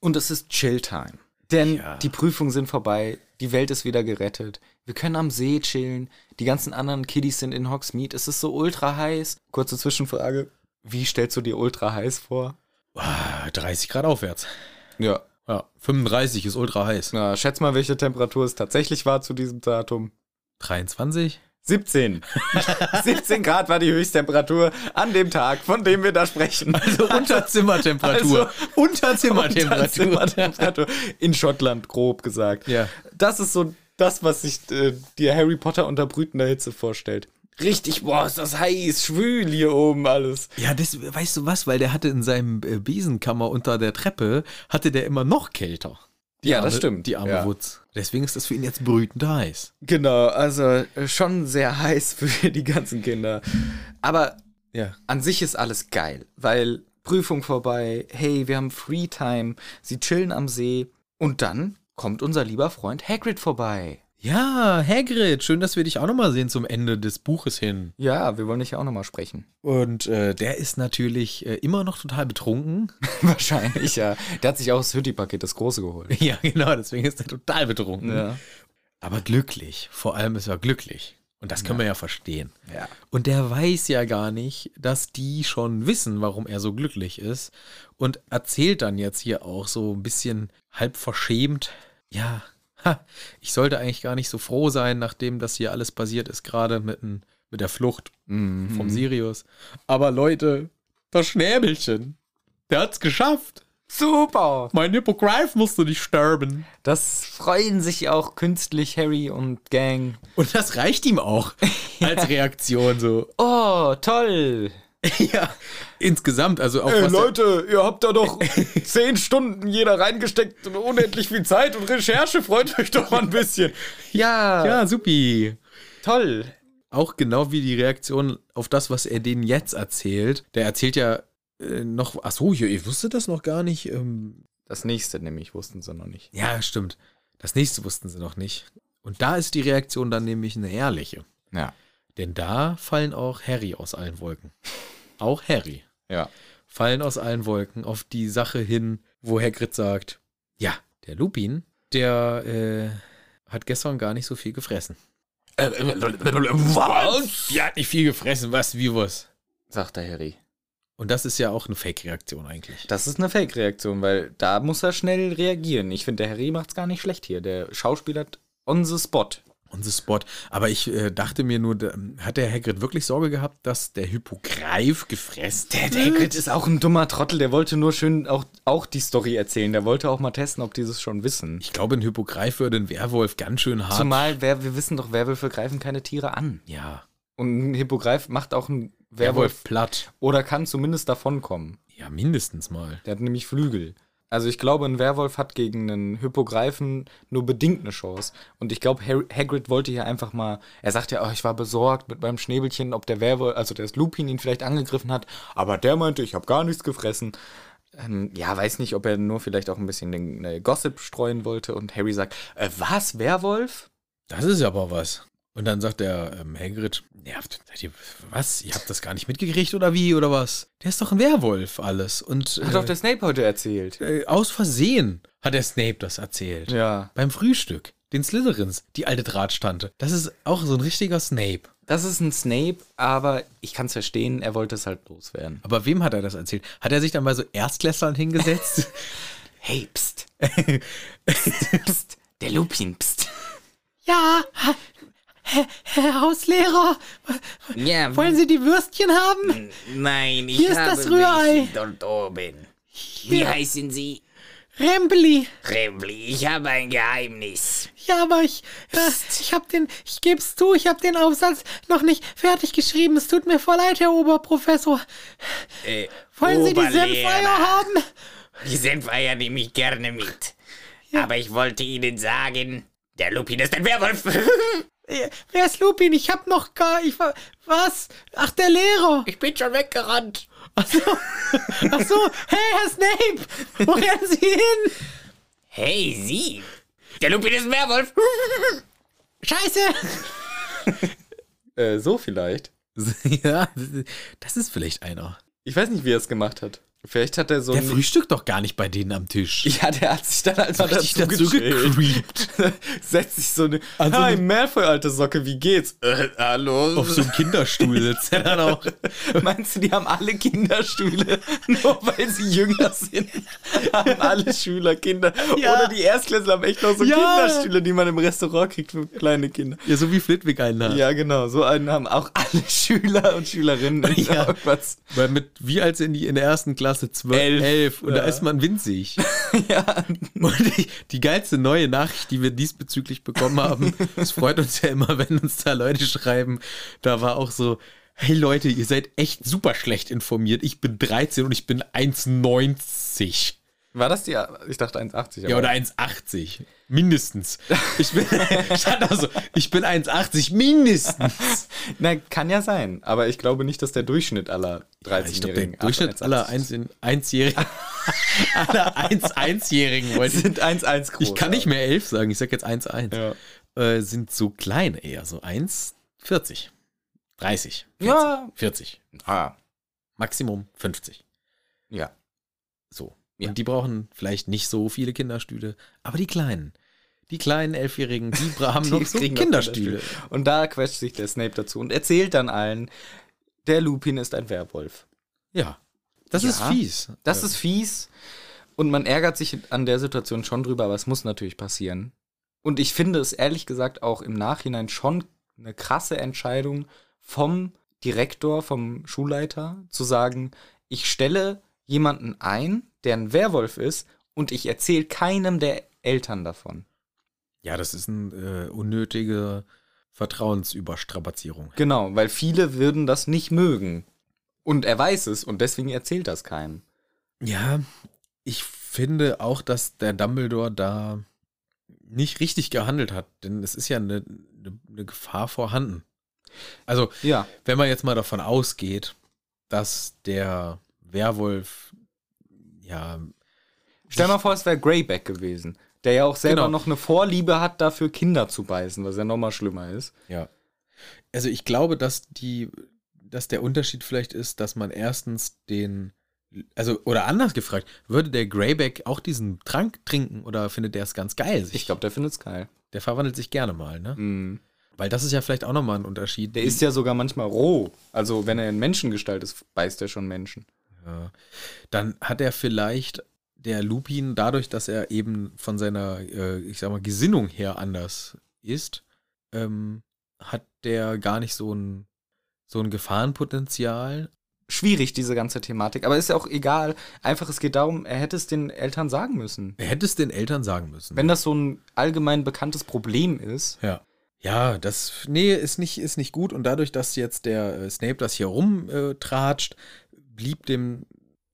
S2: und es ist Chilltime. Denn
S1: Ja.
S2: die Prüfungen sind vorbei, die Welt ist wieder gerettet, wir können am See chillen, die ganzen anderen Kiddies sind in Hogsmeade, es ist so ultra heiß. Kurze Zwischenfrage, wie stellst du dir ultra heiß vor?
S1: Ah, 30 Grad aufwärts.
S2: Ja,
S1: Ja, 35 ist ultra heiß.
S2: na, schätz mal, welche Temperatur es tatsächlich war zu diesem Datum.
S1: 23?
S2: 17. 17 Grad war die Höchsttemperatur an dem Tag, von dem wir da sprechen.
S1: Also Unterzimmertemperatur.
S2: Also,
S1: Unterzimmertemperatur.
S2: Temperatur. In Schottland, grob gesagt.
S1: Ja.
S2: Das ist so das, was sich äh, dir Harry Potter unter brütender Hitze vorstellt. Richtig, boah, ist das heiß, schwül hier oben alles.
S1: Ja, das weißt du was, weil der hatte in seinem äh, Besenkammer unter der Treppe, hatte der immer noch kälter.
S2: ja,
S1: Arme-
S2: das stimmt.
S1: Die arme
S2: ja.
S1: Wutz. Deswegen ist das für ihn jetzt brütend heiß.
S2: Genau, also äh, schon sehr heiß für die ganzen Kinder. Aber
S1: Ja.
S2: an sich ist alles geil, weil Prüfung vorbei, hey, wir haben Free Time, sie chillen am See und dann kommt unser lieber Freund Hagrid vorbei.
S1: Ja, Hagrid, schön, dass wir dich auch nochmal sehen zum Ende des Buches hin.
S2: Ja, wir wollen dich ja auch nochmal sprechen.
S1: Und äh, der ist natürlich äh, immer noch total betrunken.
S2: Wahrscheinlich, ja. Der hat sich auch das Hütti-Paket, das große, geholt.
S1: ja, genau, deswegen ist er total betrunken.
S2: Ja.
S1: Aber glücklich. Vor allem ist er glücklich. Und das können wir ja verstehen.
S2: Ja.
S1: Und der weiß ja gar nicht, dass die schon wissen, warum er so glücklich ist. Und erzählt dann jetzt hier auch so ein bisschen halb verschämt. Ja, ha, ich sollte eigentlich gar nicht so froh sein, nachdem das hier alles passiert ist, gerade mit, n- mit der Flucht
S2: Mhm.
S1: vom Sirius. Aber Leute, das Schnäbelchen, der hat's geschafft.
S2: Super!
S1: Mein Hippogreif musste nicht sterben.
S2: Das freuen sich auch künstlich Harry und Gang.
S1: Und das reicht ihm auch als Reaktion so.
S2: Oh, toll!
S1: Ja, insgesamt, also auch
S2: Ey,
S1: was der-
S2: Leute, ihr habt da doch zehn Stunden jeder reingesteckt und unendlich viel Zeit und Recherche. Freut euch doch mal ein bisschen. Ja,
S1: Ja, supi.
S2: toll.
S1: Auch genau wie die Reaktion auf das, was er denen jetzt erzählt. Der erzählt ja äh, noch, ach so, ja, ihr wusstet das noch gar nicht. Ähm,
S2: Das nächste nämlich wussten sie noch nicht.
S1: ja, stimmt. Das nächste wussten sie noch nicht. Und da ist die Reaktion dann nämlich eine ehrliche.
S2: Ja,
S1: Denn da fallen auch Harry aus allen Wolken. Auch Harry.
S2: ja.
S1: fallen aus allen Wolken auf die Sache hin, wo Hagrid sagt, ja, der Lupin, der äh, hat gestern gar nicht so viel gefressen. Was? Ja, hat nicht viel gefressen, was, wie was?
S2: Sagt der Harry.
S1: Und das ist ja auch eine Fake-Reaktion eigentlich.
S2: Das ist eine Fake-Reaktion, weil da muss er schnell reagieren. Ich finde, der Harry macht's gar nicht schlecht hier. Der Schauspieler hat on the spot.
S1: Unser Spot. Aber ich äh, dachte mir nur, da, hat der Hagrid wirklich Sorge gehabt, dass der Hypogreif gefressen
S2: Der
S1: hätte?
S2: Hagrid ist auch ein dummer Trottel. Der wollte nur schön auch, auch die Story erzählen. Der wollte auch mal testen, ob die das schon wissen.
S1: Ich glaube, ein Hypogreif würde einen Werwolf ganz schön hart.
S2: Zumal, wer, wir wissen doch, Werwölfe greifen keine Tiere an.
S1: ja,
S2: Und ein Hippogreif macht auch einen Werwolf
S1: Werwolf platt.
S2: oder kann zumindest davonkommen.
S1: Ja, mindestens mal.
S2: Der hat nämlich Flügel. Also ich glaube, ein Werwolf hat gegen einen Hippogreifen nur bedingt eine Chance. Und ich glaube, Har- Hagrid wollte hier einfach mal, er sagt ja, oh, ich war besorgt mit meinem Schnäbelchen, ob der Werwolf, also der Lupin ihn vielleicht angegriffen hat, aber der meinte, ich habe gar nichts gefressen. Ähm, ja, weiß nicht, ob er nur vielleicht auch ein bisschen den, äh, Gossip streuen wollte. Und Harry sagt, äh, was, Werwolf?
S1: Das ist aber was. Und dann sagt der ähm, Hagrid, nervt, seid ihr, was? Ihr habt das gar nicht mitgekriegt oder wie oder was? Der ist doch ein Werwolf alles. Und
S2: Hat doch der Snape heute erzählt.
S1: äh, äh, aus Versehen hat der Snape das erzählt.
S2: Ja.
S1: Beim Frühstück, den Slytherins, die alte Drahtstante. Das ist auch so ein richtiger Snape.
S2: Das ist ein Snape, aber ich kann es verstehen, er wollte es halt loswerden.
S1: Aber wem hat er das erzählt? Hat er sich dann bei so Erstklässlern hingesetzt?
S2: Hey, pst. pst. Der Lupin, pst.
S1: ja, Herr Hauslehrer,
S5: Ja,
S1: Ah, Sie die Würstchen
S5: Hm,
S1: haben?
S5: nein, ich
S1: Hier ist
S5: habe
S1: das Rührei.
S5: welche dort oben. Wie heißen Sie?
S1: Rempeli.
S5: Rembli, ich habe ein Geheimnis.
S1: Ja, aber ich, äh, ich habe den, ich geb's zu, ich habe den Aufsatz noch nicht fertig geschrieben. Es tut mir voll leid, Herr Oberprofessor.
S5: Äh,
S1: Wollen Sie die
S5: Oberlehrer.
S1: Senfeier haben?
S5: Die Senfeier nehme ich gerne mit. Aber ich wollte Ihnen sagen, der Lupin ist ein Werwolf.
S1: Äh, Wer ist Lupin? Ich hab noch gar, ich war, was? Ach, der Lehrer.
S5: ich bin schon weggerannt.
S1: Ach so, ach so. hey, Herr Snape, wo rennen Sie hin?
S5: Hey, Sie. Der Lupin ist ein Werwolf.
S1: Scheiße.
S2: Äh, so vielleicht.
S1: Ja, das ist vielleicht einer.
S2: Ich weiß nicht, wie er es gemacht hat. Vielleicht hat er so
S1: Der
S2: ein-
S1: frühstückt doch gar nicht bei denen am Tisch.
S2: Ja, der hat sich dann einfach dazu, dazu
S1: gecreept.
S2: Setzt sich so eine.
S1: An so
S2: Hi,
S1: eine-
S2: Malfoy, alte Socke, wie geht's? Äh, hallo?
S1: Auf so einem Kinderstuhl sitzt er dann auch.
S2: Meinst du, die haben alle Kinderstühle, nur weil sie jünger sind? haben alle Schüler Kinder.
S1: Ja.
S2: Oder die Erstklässler haben echt noch so
S1: Ja.
S2: Kinderstühle, die man im Restaurant kriegt für kleine Kinder.
S1: Ja, so wie Flitwick einen hat.
S2: Ja, genau. So einen haben auch alle Schüler und Schülerinnen in
S1: Ja.
S2: Hogwarts.
S1: Weil mit wie als in, die, in der ersten Klasse zwölf, elf,
S2: Elf.
S1: und da
S2: Ja.
S1: ist man winzig.
S2: Ja.
S1: Und die, die geilste neue Nachricht, die wir diesbezüglich bekommen haben, es freut uns ja immer, wenn uns da Leute schreiben, da war auch so, hey Leute, ihr seid echt super schlecht informiert. Ich bin 13 und ich bin 1,90.
S2: War das die? Ich dachte 1,80.
S1: Ja,
S2: aber-
S1: oder 1,80. Mindestens. Ich bin, stand da so, ich bin 1,80 mindestens.
S2: Na, kann ja sein. Aber ich glaube nicht, dass der Durchschnitt aller
S1: Ich glaube, der
S2: 13-Jährigen.
S1: Durchschnitt aller
S2: 1,80
S1: 1, Einjährigen, aller 1, Einjährigen wollte ich
S2: sind 1,1 groß.
S1: Ich kann nicht mehr elf sagen, ich sag jetzt 1-1.
S2: Ja.
S1: äh, sind so klein eher, so 1,40, 30, 40,
S2: Ja.
S1: 40,
S2: Ah,
S1: Maximum 50.
S2: ja.
S1: So.
S2: Ja.
S1: Und die brauchen vielleicht nicht so viele Kinderstühle, aber die kleinen. Die kleinen Elfjährigen, die bra- haben
S2: Die
S1: noch so
S2: kriegen noch
S1: Kinderstühle.
S2: Und da quetscht sich der Snape dazu und erzählt dann allen, der Lupin ist ein Werwolf.
S1: Ja. Das ist
S2: Ja.
S1: fies.
S2: Das
S1: Ähm,
S2: ist fies und man ärgert sich an der Situation schon drüber, aber es muss natürlich passieren. Und ich finde es ehrlich gesagt auch im Nachhinein schon eine krasse Entscheidung vom Direktor, vom Schulleiter zu sagen, ich stelle jemanden ein, der ein Werwolf ist und ich erzähle keinem der Eltern davon.
S1: Ja, das ist eine äh, unnötige Vertrauensüberstrapazierung.
S2: Genau, weil viele würden das nicht mögen. Und er weiß es und deswegen erzählt das keinem.
S1: Ja, ich finde auch, dass der Dumbledore da nicht richtig gehandelt hat, denn es ist ja eine, eine, eine Gefahr vorhanden. Also,
S2: Ja.
S1: wenn man jetzt mal davon ausgeht, dass der Werwolf ja
S2: Stell mal vor, es wäre Greyback gewesen, der ja auch selber
S1: Genau.
S2: noch eine Vorliebe hat, dafür Kinder zu beißen, was ja nochmal schlimmer ist.
S1: Ja. Also ich glaube, dass die, dass der Unterschied vielleicht ist, dass man erstens den, also oder anders gefragt, würde der Greyback auch diesen Trank trinken oder findet der es ganz geil?
S2: Ich glaube, der findet's geil.
S1: der verwandelt sich gerne mal, ne?
S2: Mhm.
S1: Weil das ist ja vielleicht auch nochmal ein Unterschied.
S2: Der isst ja sogar manchmal roh. Also, wenn er in Menschengestalt ist, beißt er schon Menschen.
S1: Ja. Dann hat er vielleicht der Lupin dadurch, dass er eben von seiner, äh, ich sag mal, Gesinnung her anders ist, ähm, hat der gar nicht so ein, so ein Gefahrenpotenzial,
S2: Schwierig, diese ganze Thematik. Aber ist ja auch egal. Einfach, es geht darum, er hätte es den Eltern sagen müssen.
S1: Er hätte es den Eltern sagen müssen.
S2: Wenn das so ein allgemein bekanntes Problem ist.
S1: ja. Ja, das, nee, ist nicht, ist nicht gut. Und dadurch, dass jetzt der äh, Snape das hier rumtratscht, blieb dem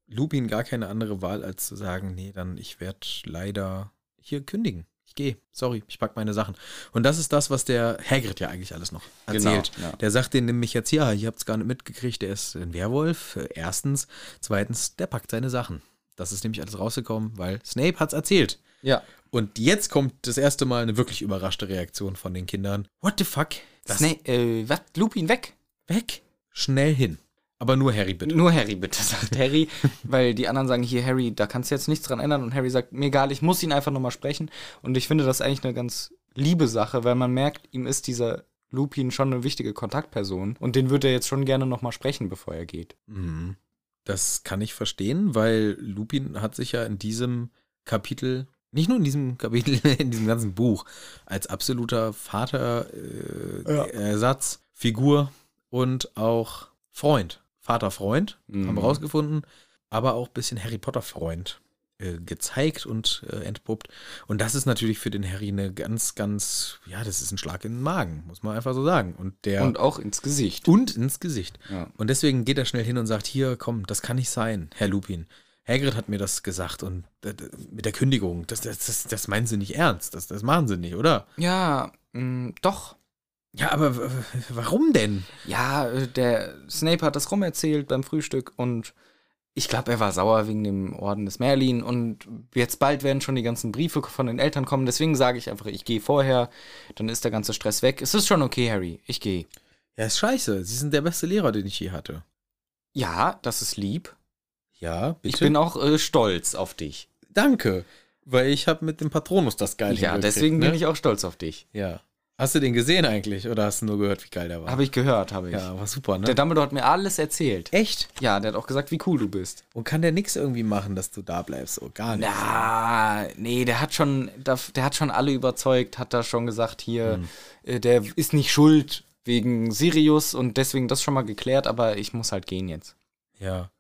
S1: Lupin gar keine andere Wahl, als zu sagen, nee, dann ich werde leider hier kündigen. Ich gehe. Sorry, ich pack meine Sachen. Und das ist das, was der Hagrid ja eigentlich alles noch erzählt.
S2: Genau, ja.
S1: Der sagt denen nämlich jetzt, ja, ihr habt es gar nicht mitgekriegt, der ist ein Werwolf. äh, Erstens. Zweitens, der packt seine Sachen. Das ist nämlich alles rausgekommen, weil Snape hat's erzählt.
S2: Ja.
S1: Und jetzt kommt das erste Mal eine wirklich überraschte Reaktion von den Kindern. What the fuck? Das
S2: Snape, äh, was? Lupin weg?
S1: weg? Schnell hin. Aber nur Harry bitte.
S2: Nur Harry, bitte, sagt Harry, weil die anderen sagen, hier, Harry, da kannst du jetzt nichts dran ändern. Und Harry sagt, mir egal, ich muss ihn einfach nochmal sprechen. Und ich finde das eigentlich eine ganz liebe Sache, weil man merkt, ihm ist dieser Lupin schon eine wichtige Kontaktperson. Und den würde er jetzt schon gerne nochmal sprechen, bevor er geht.
S1: Mhm. Das kann ich verstehen, weil Lupin hat sich ja in diesem Kapitel, nicht nur in diesem Kapitel, in diesem ganzen Buch, als absoluter Vaterersatz, äh,
S3: Ja.
S1: Ersatz, Figur und auch Freund, Vater-Freund, haben
S2: Mhm.
S1: wir rausgefunden, aber auch ein bisschen Harry Potter-Freund äh, gezeigt und äh, entpuppt. Und das ist natürlich für den Harry eine ganz, ganz, ja, das ist ein Schlag in den Magen, muss man einfach so sagen. Und der
S2: Und auch ins Gesicht.
S1: und ins Gesicht.
S2: Ja.
S1: Und deswegen geht er schnell hin und sagt, hier, komm, das kann nicht sein, Herr Lupin. Hagrid hat mir das gesagt und äh, mit der Kündigung, das, das, das, das meinen Sie nicht ernst, das, das machen Sie nicht, oder?
S2: Ja, mh, doch.
S1: Ja, aber w- w- warum denn?
S2: Ja, äh, der Snape hat das rumerzählt beim Frühstück und ich glaube, er war sauer wegen dem Orden des Merlin und jetzt bald werden schon die ganzen Briefe von den Eltern kommen. Deswegen sage ich einfach, ich gehe vorher, dann ist der ganze Stress weg. Es ist schon okay, Harry, ich gehe.
S1: Ja, ist scheiße, Sie sind der beste Lehrer, den ich je hatte.
S2: Ja, das ist lieb.
S1: Ja, bitte.
S2: Ich bin auch äh, stolz auf dich.
S1: Danke, weil ich habe mit dem Patronus das geil
S2: Ja,
S1: hingekriegt,
S2: deswegen
S1: ne?
S2: bin ich auch stolz auf dich.
S1: Ja. Hast du den gesehen eigentlich oder hast du nur gehört, wie geil der war?
S2: Habe ich gehört, habe ich.
S1: ja, war super, ne?
S2: Der Dumbledore hat mir alles erzählt.
S1: Echt?
S2: Ja, der hat auch gesagt, wie cool du bist.
S1: Und kann der nichts irgendwie machen, dass du da bleibst? Oh, gar nicht.
S2: Na, nee, der hat schon, der, der hat schon alle überzeugt, hat da schon gesagt, hier, äh, der ist nicht schuld wegen Sirius und deswegen das schon mal geklärt, aber ich muss halt gehen jetzt.
S1: Ja.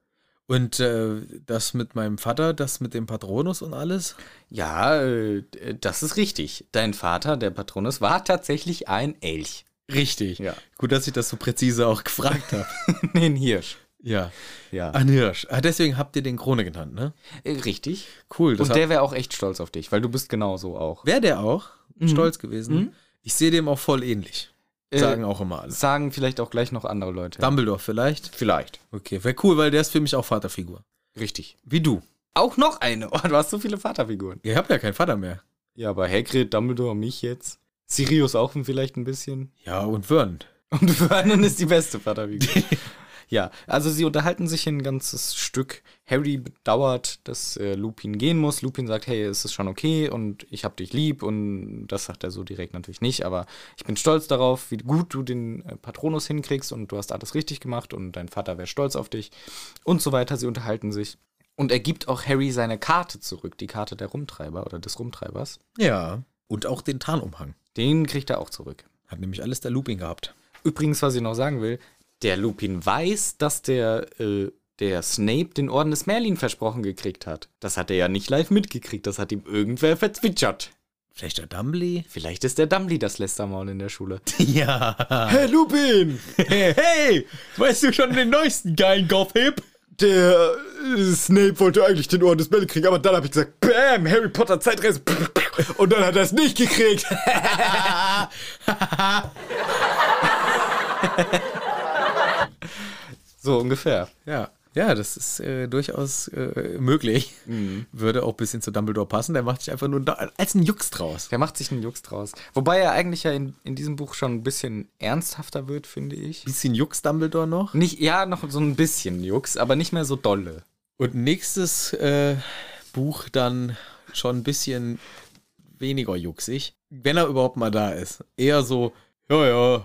S1: Und äh, das mit meinem Vater, das mit dem Patronus und alles?
S2: Ja, äh, d- das ist richtig. Dein Vater, der Patronus, war tatsächlich ein Elch.
S1: Richtig.
S2: Ja.
S1: Gut, dass ich das so präzise auch gefragt habe.
S2: ein Hirsch.
S1: ja.
S2: Ja.
S1: Ein Hirsch. Ah, deswegen habt ihr den Krone genannt, ne?
S2: Äh, richtig.
S1: Cool. Das
S2: Und der wäre auch echt stolz auf dich, weil du bist genauso auch.
S1: wäre der auch stolz gewesen. Ich sehe dem auch voll ähnlich.
S2: Äh,
S1: Sagen auch immer alle.
S2: Sagen vielleicht auch gleich noch andere Leute.
S1: Dumbledore vielleicht?
S2: vielleicht.
S1: Okay, wäre cool, weil der ist für mich auch Vaterfigur.
S2: Richtig.
S1: Wie du.
S2: Auch noch eine. Oh, du hast so viele Vaterfiguren.
S1: Ihr habt ja keinen Vater mehr.
S2: Ja, aber Hagrid, Dumbledore, mich jetzt. Sirius auch vielleicht ein bisschen.
S1: Ja, und Wörn.
S2: Und Vernon ist die beste Vaterfigur. ja, also sie unterhalten sich ein ganzes Stück. Harry bedauert, dass äh, Lupin gehen muss. Lupin sagt, hey, es ist schon okay und ich hab dich lieb. Und das sagt er so direkt natürlich nicht, aber ich bin stolz darauf, wie gut du den äh, Patronus hinkriegst und du hast alles richtig gemacht und dein Vater wäre stolz auf dich und so weiter. Sie unterhalten sich. Und er gibt auch Harry seine Karte zurück, die Karte der Rumtreiber oder des Rumtreibers.
S1: Ja. Und auch den Tarnumhang.
S2: Den kriegt er auch zurück.
S1: Hat nämlich alles der Looping gehabt.
S2: Übrigens, was ich noch sagen will, der Lupin weiß, dass der, äh, der Snape den Orden des Merlin versprochen gekriegt hat. Das hat er ja nicht live mitgekriegt, das hat ihm irgendwer verzwitschert.
S1: Vielleicht der Dumbly?
S2: Vielleicht ist der Dumbly das letzte Mal in der Schule.
S1: ja.
S2: Hey Lupin!
S1: Hey, hey, weißt du schon den neuesten geilen Goth-Hip?
S3: Der äh, Snape wollte eigentlich den Ohren des Bälle kriegen, aber dann habe ich gesagt, Bam, Harry Potter Zeitreise. Und dann hat er es nicht gekriegt.
S2: So ungefähr.
S1: Ja. Ja, das ist äh, durchaus äh, möglich. Würde auch ein bisschen zu Dumbledore passen. Der macht sich einfach nur da, als ein Jux draus.
S2: Der macht sich einen Jux draus. Wobei er eigentlich ja in, in diesem Buch schon ein bisschen ernsthafter wird, finde ich.
S1: Bisschen Jux Dumbledore noch.
S2: Nicht, ja, noch so ein bisschen Jux, aber nicht mehr so dolle.
S1: Und nächstes äh, Buch dann schon ein bisschen weniger juxig. Wenn er überhaupt mal da ist. Eher so, ja, ja,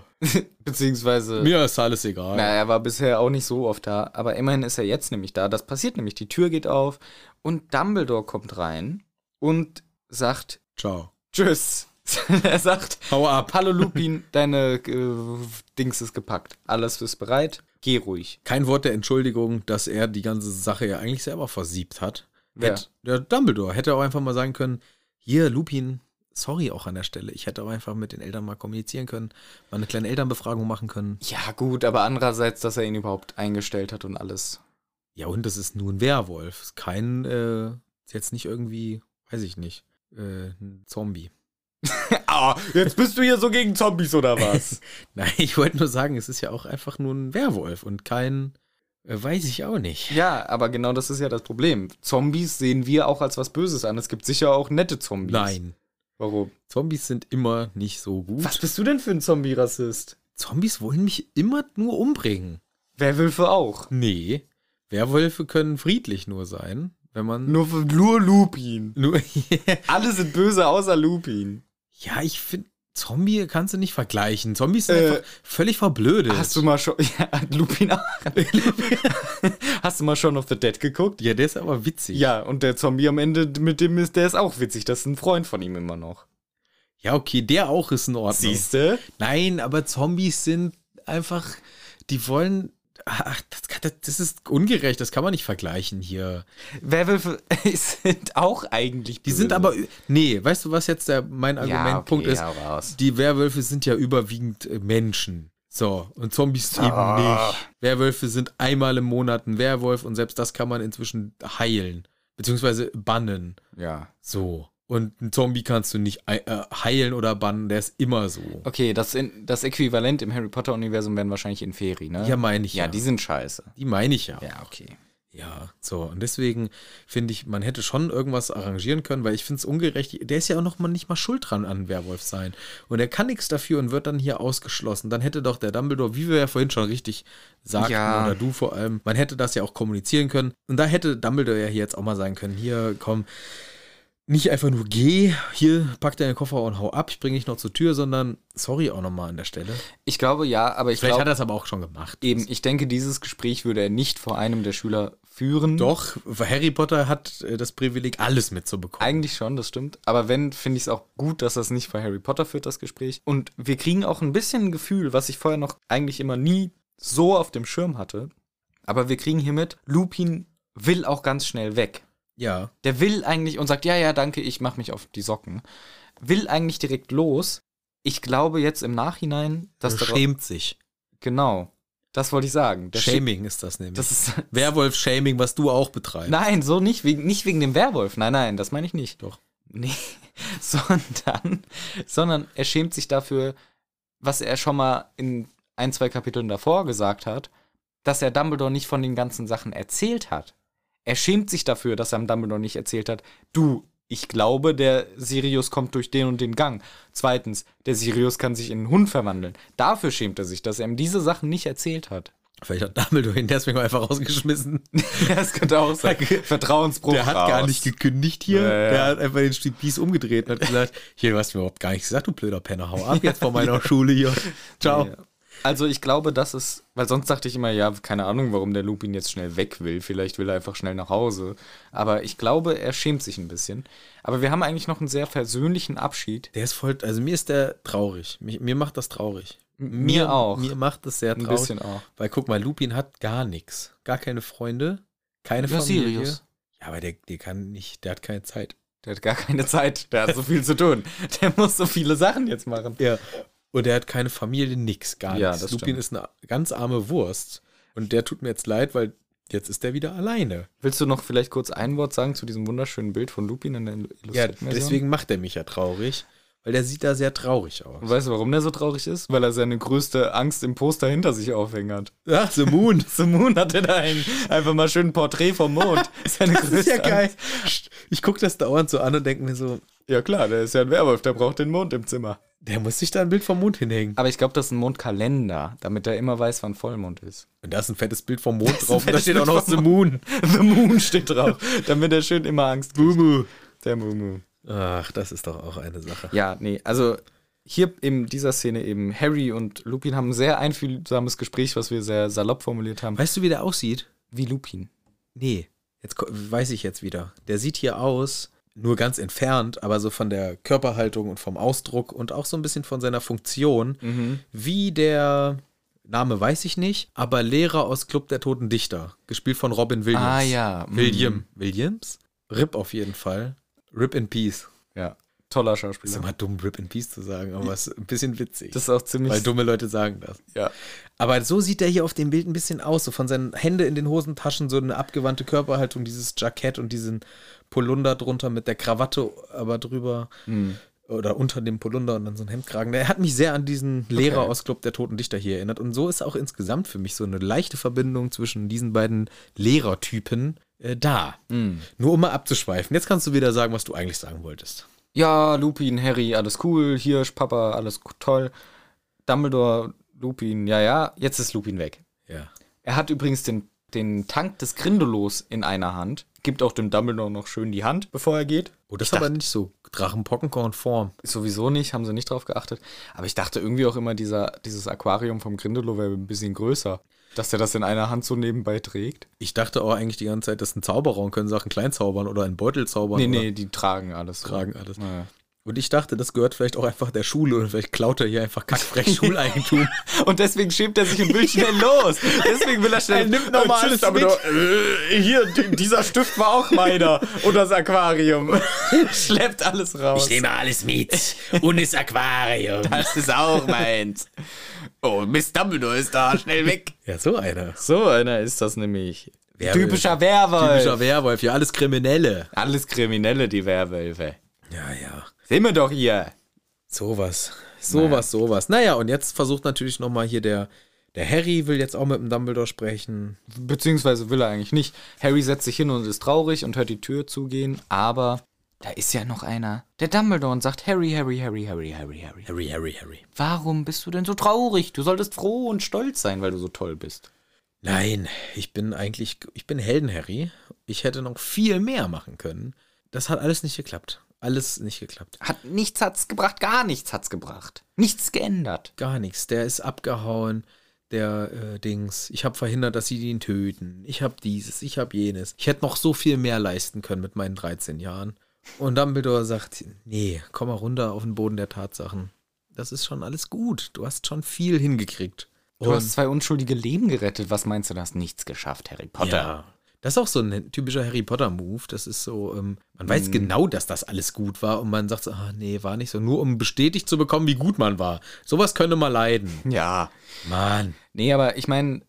S2: Beziehungsweise.
S1: mir ist alles egal.
S2: Na, er war bisher auch nicht so oft da, aber immerhin ist er jetzt nämlich da. Das passiert nämlich, die Tür geht auf und Dumbledore kommt rein und sagt
S1: Ciao.
S2: Tschüss. er sagt,
S1: Hau ab.
S2: Hallo Lupin, deine äh, Dings ist gepackt. Alles ist bereit, geh ruhig.
S1: Kein Wort der Entschuldigung, dass er die ganze Sache ja eigentlich selber versiebt hat.
S2: Wer?
S1: Hätte- Der Dumbledore hätte auch einfach mal sagen können, hier, Lupin, sorry auch an der Stelle. Ich hätte auch einfach mit den Eltern mal kommunizieren können, mal eine kleine Elternbefragung machen können.
S2: Ja gut, aber andererseits, dass er ihn überhaupt eingestellt hat und alles.
S1: Ja, und das ist nur ein Werwolf. Ist Kein, äh, ist jetzt nicht irgendwie, weiß ich nicht, äh, ein Zombie.
S3: ah, jetzt bist du hier so gegen Zombies oder was?
S1: Nein, ich wollte nur sagen, es ist ja auch einfach nur ein Werwolf und kein, äh, weiß ich auch nicht.
S2: Ja, aber genau das ist ja das Problem. Zombies sehen wir auch als was Böses an. Es gibt sicher auch nette Zombies.
S1: Nein,
S2: Warum?
S1: Zombies sind immer nicht so gut.
S2: Was bist du denn für ein Zombie-Rassist?
S1: Zombies wollen mich immer nur umbringen.
S2: Werwölfe auch.
S1: Nee, Werwölfe können friedlich nur sein, wenn man
S2: Nur, nur Lupin.
S1: nur
S2: Alle sind böse außer Lupin.
S1: Ja, ich finde Zombie kannst du nicht vergleichen. Zombies sind
S2: Äh,
S1: einfach völlig verblödet.
S2: Hast du mal schon. Ja, Lupin auch. Hast du mal schon of the Dead geguckt?
S1: ja, der ist aber witzig.
S2: Ja, und der Zombie am Ende mit dem ist, der ist auch witzig. Das ist ein Freund von ihm immer noch.
S1: Ja, okay, der auch ist in Ordnung.
S2: Siehste?
S1: Nein, aber Zombies sind einfach, die wollen ach, das, kann- das- das ist ungerecht, das kann man nicht vergleichen hier.
S2: Werwölfe sind auch eigentlich
S1: Die sind aber ü- nee, weißt du, was jetzt der mein
S2: Ja,
S1: Argumentpunkt
S2: okay,
S1: ist?
S2: hau raus.
S1: Die Werwölfe sind ja überwiegend äh, Menschen. So, und Zombies eben nicht. Werwölfe sind einmal im Monat ein Werwolf und selbst das kann man inzwischen heilen. Beziehungsweise bannen.
S2: Ja.
S1: So. Und einen Zombie kannst du nicht ei- äh, heilen oder bannen, der ist immer so.
S2: Okay, das, in, das Äquivalent im Harry Potter-Universum wären wahrscheinlich Inferi, ne?
S1: Ja, meine ich ja.
S2: Ja, die sind scheiße.
S1: Die meine ich ja.
S2: Ja, okay.
S1: Ja, so. Und deswegen finde ich, man hätte schon irgendwas arrangieren können, weil ich finde es ungerecht. Der ist ja auch noch mal nicht mal schuld dran an Werwolf sein. Und er kann nichts dafür und wird dann hier ausgeschlossen. Dann hätte doch der Dumbledore, wie wir ja vorhin schon richtig sagten,
S2: Ja.
S1: oder du vor allem, man hätte das ja auch kommunizieren können. Und da hätte Dumbledore ja hier jetzt auch mal sagen können, hier, komm, nicht einfach nur geh, hier, pack deinen Koffer und hau ab, ich bringe dich noch zur Tür, sondern sorry auch nochmal an der Stelle.
S2: Ich glaube ja, aber ich
S1: Vielleicht
S2: glaube.
S1: hat er es aber auch schon gemacht.
S2: Eben, ich denke, dieses Gespräch würde er nicht vor einem der Schüler führen.
S1: Doch, Harry Potter hat äh, das Privileg, alles mitzubekommen.
S2: Eigentlich schon, das stimmt. Aber wenn, finde ich es auch gut, dass das nicht vor Harry Potter führt, das Gespräch. Und wir kriegen auch ein bisschen ein Gefühl, was ich vorher noch eigentlich immer nie so auf dem Schirm hatte. Aber wir kriegen hiermit, Lupin will auch ganz schnell weg.
S1: Ja.
S2: Der will eigentlich und sagt, ja, ja, danke, ich mache mich auf die Socken. Will eigentlich direkt los. Ich glaube jetzt im Nachhinein, dass darauf-
S1: schämt sich.
S2: Genau. Das wollte ich sagen. Der schämt-
S1: Shaming ist das nämlich.
S2: Das ist,
S1: Werwolf-Shaming, was du auch betreibst.
S2: Nein, so nicht wegen, nicht wegen dem Werwolf. Nein, nein, das meine ich nicht.
S1: Doch.
S2: Nee, sondern, sondern er schämt sich dafür, was er schon mal in ein, zwei Kapiteln davor gesagt hat, dass er Dumbledore nicht von den ganzen Sachen erzählt hat. Er schämt sich dafür, dass er dem Dumbledore nicht erzählt hat, du, ich glaube, der Sirius kommt durch den und den Gang. Zweitens, der Sirius kann sich in einen Hund verwandeln. Dafür schämt er sich, dass er ihm diese Sachen nicht erzählt hat.
S1: Vielleicht hat Dumbledore ihn deswegen einfach rausgeschmissen.
S2: Ja, das könnte auch sein. Vertrauensbruch.
S1: Der hat gar
S2: raus.
S1: nicht gekündigt hier.
S2: Ja, ja.
S1: Der hat einfach den Stipis umgedreht und hat gesagt, hier, du hast mir überhaupt gar nichts gesagt, du blöder Penner, hau ab jetzt von meiner Schule hier. Ciao.
S2: Ja. Also ich glaube, das ist, weil sonst dachte ich immer, ja, keine Ahnung, warum der Lupin jetzt schnell weg will. Vielleicht will er einfach schnell nach Hause. Aber ich glaube, er schämt sich ein bisschen. Aber wir haben eigentlich noch einen sehr versöhnlichen Abschied.
S1: Der ist voll, also mir ist der traurig. Mich, mir macht das traurig.
S2: mir auch.
S1: Mir macht das sehr
S2: Ein
S1: traurig.
S2: bisschen oh, auch.
S1: Weil guck mal, Lupin hat gar nichts. Gar keine Freunde, keine
S2: Ja,
S1: Familie.
S2: Sirius.
S1: Ja, aber der, der kann nicht, der hat keine Zeit.
S2: Der hat gar keine Zeit. Der hat so viel zu tun. Der muss so viele Sachen jetzt machen.
S1: Ja. Und er hat keine Familie, nix, gar
S2: Ja,
S1: nichts.
S2: das
S1: Lupin ist eine ganz arme Wurst. Und der tut mir jetzt leid, weil jetzt ist er wieder alleine.
S2: Willst du noch vielleicht kurz ein Wort sagen zu diesem wunderschönen Bild von Lupin in der illustrierten
S1: Ja,
S2: Version?
S1: deswegen macht er mich ja traurig, weil der sieht da sehr traurig
S2: Und
S1: aus.
S2: weißt du, warum der so traurig ist? Weil er seine größte Angst im Poster hinter sich aufhängen hat.
S1: Ach, The Moon.
S2: The Moon hatte da hängen. Einfach mal schön ein Porträt vom Mond. Seine
S1: Das ist ja
S2: größte
S1: geil. Ich gucke das dauernd so an und denke mir so,
S2: Ja klar, der ist ja ein Werwolf, der braucht den Mond im Zimmer.
S1: der muss sich da ein Bild vom Mond hinhängen.
S2: Aber ich glaube, das ist ein Mondkalender, damit er immer weiß, wann Vollmond ist.
S1: Und da ist ein fettes Bild vom Mond
S2: ist ein
S1: drauf. Und da
S2: fettes
S1: steht auch noch
S2: Bild
S1: The
S2: vom
S1: Moon.
S2: The Moon steht drauf, damit er schön immer Angst kriegt. Mumu. Der Mumu.
S1: Ach, das ist doch auch eine Sache.
S2: Ja, nee, also hier in dieser Szene eben, Harry und Lupin haben ein sehr einfühlsames Gespräch, was wir sehr salopp formuliert haben.
S1: Weißt du, wie der aussieht?
S2: Wie Lupin.
S1: Nee, jetzt ko- weiß ich jetzt wieder. Der sieht hier aus, nur ganz entfernt, aber so von der Körperhaltung und vom Ausdruck und auch so ein bisschen von seiner Funktion,
S2: Mhm.
S1: wie der Name weiß ich nicht, aber Lehrer aus Club der Toten Dichter, gespielt von Robin Williams.
S2: Ah, ja, mhm.
S1: William. Williams? Rip auf jeden Fall. Rip in Peace.
S2: Ja, toller
S1: Ist
S2: Schauspieler.
S1: immer dumm, Rip in Peace zu sagen, aber es ist ein bisschen witzig.
S2: Das ist auch ziemlich...
S1: weil dumme Leute sagen das.
S2: ja.
S1: Aber so sieht er hier auf dem Bild ein bisschen aus, so von seinen Hände in den Hosentaschen, so eine abgewandte Körperhaltung, dieses Jackett und diesen Polunder drunter mit der Krawatte aber drüber oder unter dem Polunder und dann so ein Hemdkragen. Er hat mich sehr an diesen Lehrer aus Club der Toten Dichter hier erinnert und so ist auch insgesamt für mich so eine leichte Verbindung zwischen diesen beiden Lehrertypen äh, da. Nur um mal abzuschweifen. Jetzt kannst du wieder sagen, was du eigentlich sagen wolltest.
S2: ja, Lupin, Harry, alles cool, Hirsch, Papa, alles toll. Dumbledore, Lupin, ja, ja, jetzt ist Lupin weg.
S1: Ja.
S2: Er hat übrigens den, den Tank des Grindelos in einer Hand, gibt auch dem Dumbledore noch schön die Hand, bevor er geht.
S1: Oh, das ist aber nicht so Drachenpockenkonform.
S2: Sowieso nicht, haben sie nicht drauf geachtet. Aber ich dachte irgendwie auch immer, dieser, dieses Aquarium vom Grindelow wäre ein bisschen größer. Dass er das in einer Hand so nebenbei trägt.
S1: Ich dachte auch eigentlich die ganze Zeit, das sind Zauberer und können Sachen klein zaubern oder einen Beutel zaubern.
S2: Nee,
S1: oder
S2: nee, die tragen alles. so.
S1: Tragen alles.
S2: Ja.
S1: Und ich dachte, das gehört vielleicht auch einfach der Schule oder vielleicht klaut er hier einfach kackfrech Schuleigentum.
S2: Und deswegen schiebt er sich und will schnell los. Deswegen will er schnell.
S1: Er nimmt noch mal
S2: Tschüss,
S1: alles
S2: Dumbledore. Äh, hier, d- dieser Stift war auch meiner. Und das Aquarium. Schleppt alles raus.
S5: Ich nehme alles mit. Und das Aquarium.
S2: Das ist auch meins. Oh, Miss Dumbledore ist da, schnell weg.
S1: ja, so einer.
S2: So einer ist das nämlich.
S1: Werwolf.
S2: Typischer Werwolf.
S1: Typischer Werwolf, ja, alles Kriminelle.
S2: Alles Kriminelle, die Werwölfe.
S1: Ja, ja.
S2: Sehen wir doch hier.
S1: Sowas. Sowas, sowas. Naja, und jetzt versucht natürlich nochmal hier der, der Harry will jetzt auch mit dem Dumbledore sprechen.
S2: Beziehungsweise will er eigentlich nicht. Harry setzt sich hin und ist traurig und hört die Tür zugehen, aber da ist ja noch einer. Der Dumbledore und sagt, Harry, Harry, Harry, Harry, Harry, Harry.
S1: Harry, Harry, Harry.
S2: Warum bist du denn so traurig? Du solltest froh und stolz sein, weil du so toll bist.
S1: Nein, ich bin eigentlich, ich bin Helden-Harry. Ich hätte noch viel mehr machen können. Das hat alles nicht geklappt. Alles nicht geklappt.
S2: Hat nichts hat's gebracht, gar nichts hat's gebracht. Nichts geändert.
S1: Gar nichts. Der ist abgehauen. Der äh, Dings. Ich habe verhindert, dass sie ihn töten. Ich habe dieses, ich habe jenes. Ich hätte noch so viel mehr leisten können mit meinen 13 Jahren. Und Dumbledore sagt, nee, komm mal runter auf den Boden der Tatsachen. Das ist schon alles gut. Du hast schon viel hingekriegt.
S2: Du hast zwei unschuldige Leben gerettet. Was meinst du, du hast nichts geschafft, Harry Potter?
S1: Ja. Das ist auch so ein typischer Harry Potter-Move. Das ist so, ähm, man
S2: Mhm.
S1: weiß genau, dass das alles gut war und man sagt so, ah, nee, war nicht so. Nur um bestätigt zu bekommen, wie gut man war. Sowas könnte man leiden.
S2: Ja.
S1: Mann.
S2: Nee, aber ich meine,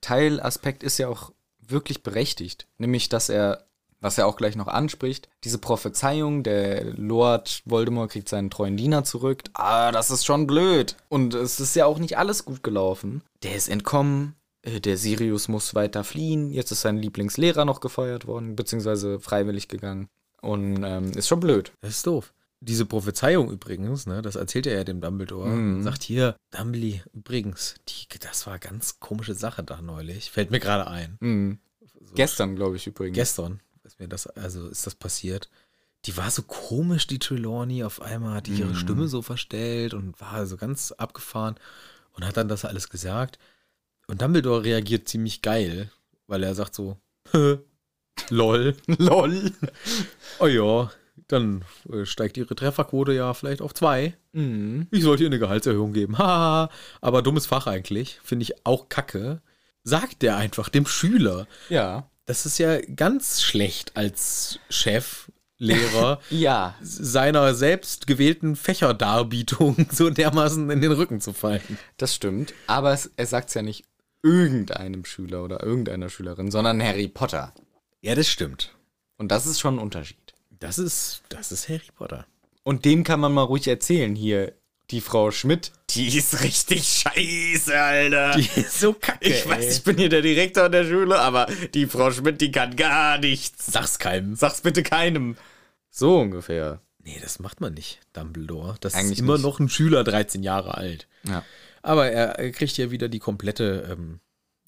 S2: Teilaspekt ist ja auch wirklich berechtigt. Nämlich, dass er, was er auch gleich noch anspricht, diese Prophezeiung, der Lord Voldemort kriegt seinen treuen Diener zurück. Ah, das ist schon blöd. Und es ist ja auch nicht alles gut gelaufen. Der ist entkommen. äh, Der Sirius muss weiter fliehen. Jetzt ist sein Lieblingslehrer noch gefeuert worden, beziehungsweise freiwillig gegangen. Und ähm, ist schon blöd.
S1: Das ist doof. Diese Prophezeiung übrigens, ne, das erzählt er ja dem Dumbledore.
S2: Mhm.
S1: Sagt hier, Dumbly, übrigens, die, das war ganz komische Sache da neulich. Fällt mir gerade ein.
S2: Mhm.
S1: So,
S2: Gestern, glaube ich, übrigens.
S1: Gestern ist mir das, also ist das passiert. Die war so komisch, die Trelawney. Auf einmal hat die ihre
S2: Mhm.
S1: Stimme so verstellt und war so ganz abgefahren und hat dann das alles gesagt. Und Dumbledore reagiert ziemlich geil, weil er sagt so, lol.
S2: Lol.
S1: Oh ja, dann äh, steigt ihre Trefferquote ja vielleicht auf zwei.
S2: Mhm.
S1: Ich sollte ihr eine Gehaltserhöhung geben. Haha, aber dummes Fach eigentlich. Finde ich auch kacke. Sagt der einfach dem Schüler.
S2: Ja.
S1: Das ist ja ganz schlecht als Chef, Lehrer,
S2: Ja.
S1: seiner selbst gewählten Fächerdarbietung so dermaßen in den Rücken zu fallen.
S2: Das stimmt, aber es, er sagt es ja nicht irgendeinem Schüler oder irgendeiner Schülerin, sondern Harry Potter.
S1: Ja, das stimmt.
S2: Und das ist schon ein Unterschied.
S1: Das ist, das ist Harry Potter.
S2: Und dem kann man mal ruhig erzählen, hier, die Frau Schmidt, die ist richtig scheiße, Alter.
S1: Die ist so kacke.
S2: ich weiß, ich bin hier der Direktor der Schule, aber die Frau Schmidt, die kann gar nichts.
S1: Sag's keinem.
S2: Sag's bitte keinem. So ungefähr.
S1: Nee, das macht man nicht, Dumbledore. Das ist
S2: Eigentlich
S1: immer
S2: nicht.
S1: noch ein Schüler, 13 Jahre alt.
S2: Ja.
S1: Aber er äh, kriegt ja wieder die komplette, ähm,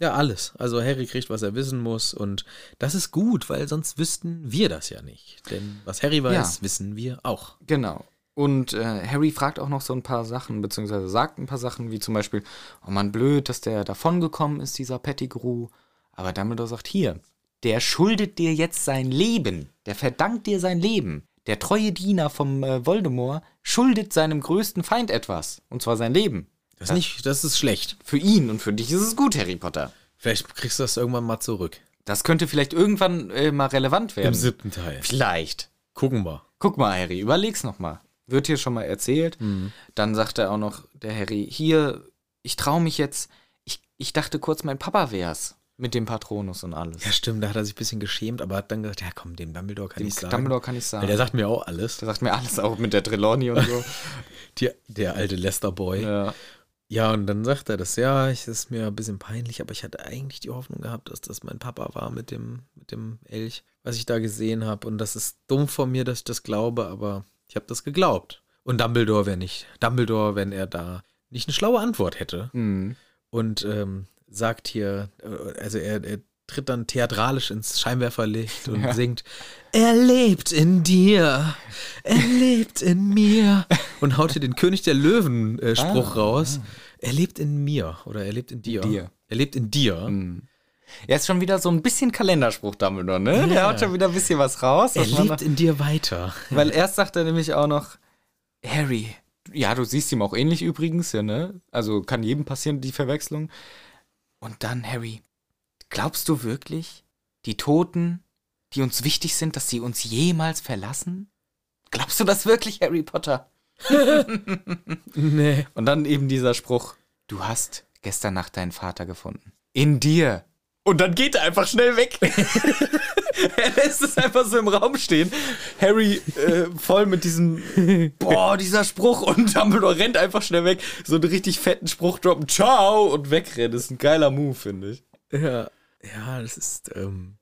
S1: ja, alles. Also Harry kriegt, was er wissen muss. Und das ist gut, weil sonst wüssten wir das ja nicht. Denn was Harry weiß,
S2: Ja.
S1: wissen wir auch.
S2: Genau. Und äh, Harry fragt auch noch so ein paar Sachen, beziehungsweise sagt ein paar Sachen, wie zum Beispiel, oh Mann, blöd, dass der davongekommen ist, dieser Pettigrew. Aber Dumbledore sagt, hier, der schuldet dir jetzt sein Leben. Der verdankt dir sein Leben. Der treue Diener vom äh, Voldemort schuldet seinem größten Feind etwas. Und zwar sein Leben.
S1: Das, ist Nicht, das ist schlecht.
S2: Für ihn und für dich ist es gut, Harry Potter.
S1: Vielleicht kriegst du das irgendwann mal zurück.
S2: Das könnte vielleicht irgendwann äh, mal relevant werden.
S1: Im siebten Teil.
S2: vielleicht.
S1: Gucken wir.
S2: Guck mal, Harry, überleg's noch mal. Wird hier schon mal erzählt.
S1: Mhm.
S2: Dann sagt er auch noch, der Harry, hier, ich trau mich jetzt. Ich, ich dachte kurz, mein Papa wär's. Mit dem Patronus und alles.
S1: Ja, stimmt, da hat er sich ein bisschen geschämt, aber hat dann gesagt, ja komm, dem Dumbledore kann
S2: Dem
S1: ich sagen.
S2: Dumbledore kann ich sagen.
S1: Weil der sagt mir auch alles.
S2: Der sagt mir alles auch mit der Trelawney und so.
S1: Der, der alte Lester-Boy.
S2: ja.
S1: Ja, und dann sagt er das, ja, ich ist mir ein bisschen peinlich, aber ich hatte eigentlich die Hoffnung gehabt, dass das mein Papa war mit dem, mit dem Elch, was ich da gesehen habe. Und das ist dumm von mir, dass ich das glaube, aber ich habe das geglaubt. Und Dumbledore, wenn nicht. Dumbledore, wenn er da nicht eine schlaue Antwort hätte.
S2: Mhm.
S1: Und ähm, sagt hier, äh, also er, er tritt dann theatralisch ins Scheinwerferlicht und singt, er lebt in dir, er lebt in mir. Und haut hier den König der
S2: Ah,
S1: Löwen-Spruch raus. Er lebt in mir oder er lebt in dir.
S2: dir. Mhm.
S1: Er lebt in dir.
S2: Er ist schon wieder so ein bisschen Kalenderspruch Dumbledore, ne? Der haut schon wieder ein bisschen was raus.
S1: Er
S2: dass man
S1: lebt in dir weiter.
S2: Weil erst sagt er nämlich auch noch, Harry, ja, du siehst ihm auch ähnlich übrigens, ja, ne? Also kann jedem passieren, die Verwechslung. Und dann, Harry, glaubst du wirklich, die Toten, die uns wichtig sind, dass sie uns jemals verlassen? Glaubst du das wirklich, Harry Potter?
S1: Nee.
S2: Und dann eben dieser Spruch, du hast gestern Nacht deinen Vater gefunden. In dir. Und dann geht er einfach schnell weg. er lässt es einfach so im Raum stehen. Harry äh, voll mit diesem, boah, dieser Spruch. Und Dumbledore rennt einfach schnell weg. So einen richtig fetten Spruch droppen. Ciao. Und wegrennen. Das ist ein geiler Move, finde ich.
S1: Ja, ja, das ist. Ähm,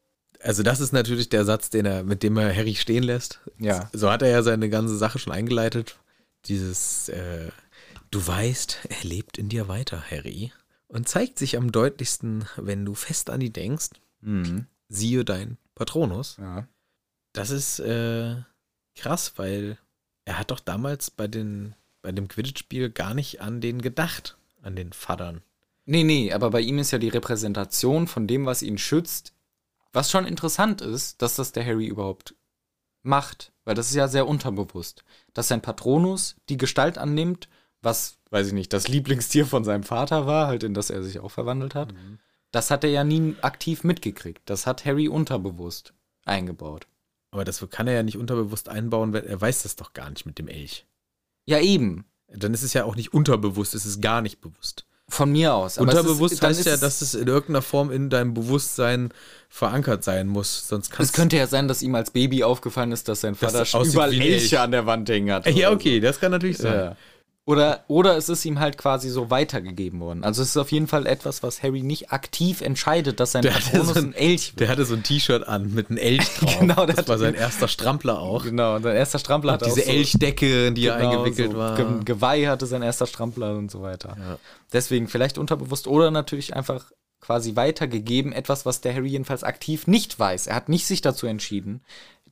S1: also, das ist natürlich der Satz, den er, mit dem er Harry stehen lässt.
S2: Ja.
S1: So hat er ja seine ganze Sache schon eingeleitet. Dieses, äh, du weißt, er lebt in dir weiter, Harry. Und zeigt sich am deutlichsten, wenn du fest an die denkst, siehe dein Patronus.
S2: Ja.
S1: Das ist äh, krass, weil er hat doch damals bei, den, bei dem Quidditch-Spiel gar nicht an den gedacht, an den Vatern.
S2: Nee, nee, aber bei ihm ist ja die Repräsentation von dem, was ihn schützt, was schon interessant ist, dass das der Harry überhaupt macht, weil das ist ja sehr unterbewusst, dass sein Patronus die Gestalt annimmt, was, weiß ich nicht, das Lieblingstier von seinem Vater war, halt in das er sich auch verwandelt hat.
S1: Mhm.
S2: Das hat er ja nie aktiv mitgekriegt. Das hat Harry unterbewusst eingebaut.
S1: Aber das kann er ja nicht unterbewusst einbauen, weil er weiß das doch gar nicht mit dem Elch.
S2: Ja, eben.
S1: Dann ist es ja auch nicht unterbewusst, es ist gar nicht bewusst.
S2: Von mir aus. Aber es ist-
S1: Unterbewusst
S2: dann
S1: heißt
S2: ist
S1: ja,
S2: es-
S1: dass es in irgendeiner Form in deinem Bewusstsein verankert sein muss, sonst kannst
S2: Es könnte ja sein, dass ihm als Baby aufgefallen ist, dass sein Vater
S1: er aussieht
S2: überall
S1: wie ein
S2: Elche
S1: Elch.
S2: an der Wand hängen hat.
S1: Ja,
S2: oder
S1: okay, das kann natürlich
S2: So.
S1: sein.
S2: Ja. Oder, oder es ist ihm halt quasi so weitergegeben worden. Also es ist auf jeden Fall etwas, was Harry nicht aktiv entscheidet, dass sein
S1: Der hatte
S2: Patronus
S1: so ein-
S2: ein Elch
S1: Der
S2: wird.
S1: hatte so ein T-Shirt an mit einem Elch drauf.
S2: Genau, der
S1: das war
S2: hatte-
S1: sein erster Strampler auch.
S2: Genau, und sein erster Strampler hat
S1: Diese
S2: auch so,
S1: Elchdecke, in die er
S2: genau,
S1: eingewickelt
S2: so
S1: war.
S2: Ge Geweih hatte sein erster Strampler und so weiter. Deswegen vielleicht unterbewusst oder natürlich einfach quasi weitergegeben, etwas, was der Harry jedenfalls aktiv nicht weiß. Er hat nicht sich dazu entschieden,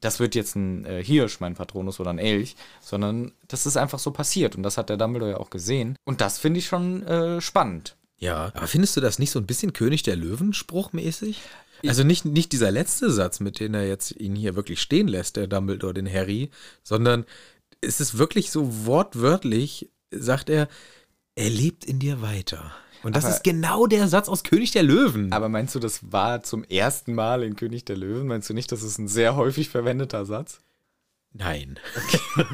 S2: das wird jetzt ein äh, Hirsch, mein Patronus oder ein Elch, sondern das ist einfach so passiert und das hat der Dumbledore ja auch gesehen. Und das finde ich schon äh, spannend.
S1: Ja, aber findest du das nicht so ein bisschen König der Löwen spruchmäßig? Also nicht, nicht dieser letzte Satz, mit dem er jetzt ihn hier wirklich stehen lässt, der Dumbledore, den Harry, sondern es ist wirklich so wortwörtlich, sagt er, er lebt in dir weiter. Und das
S2: Aber-
S1: ist genau der Satz aus König der Löwen.
S2: Aber meinst du, das war zum ersten Mal in König der Löwen? Meinst du nicht, das ist ein sehr häufig verwendeter Satz?
S1: Nein.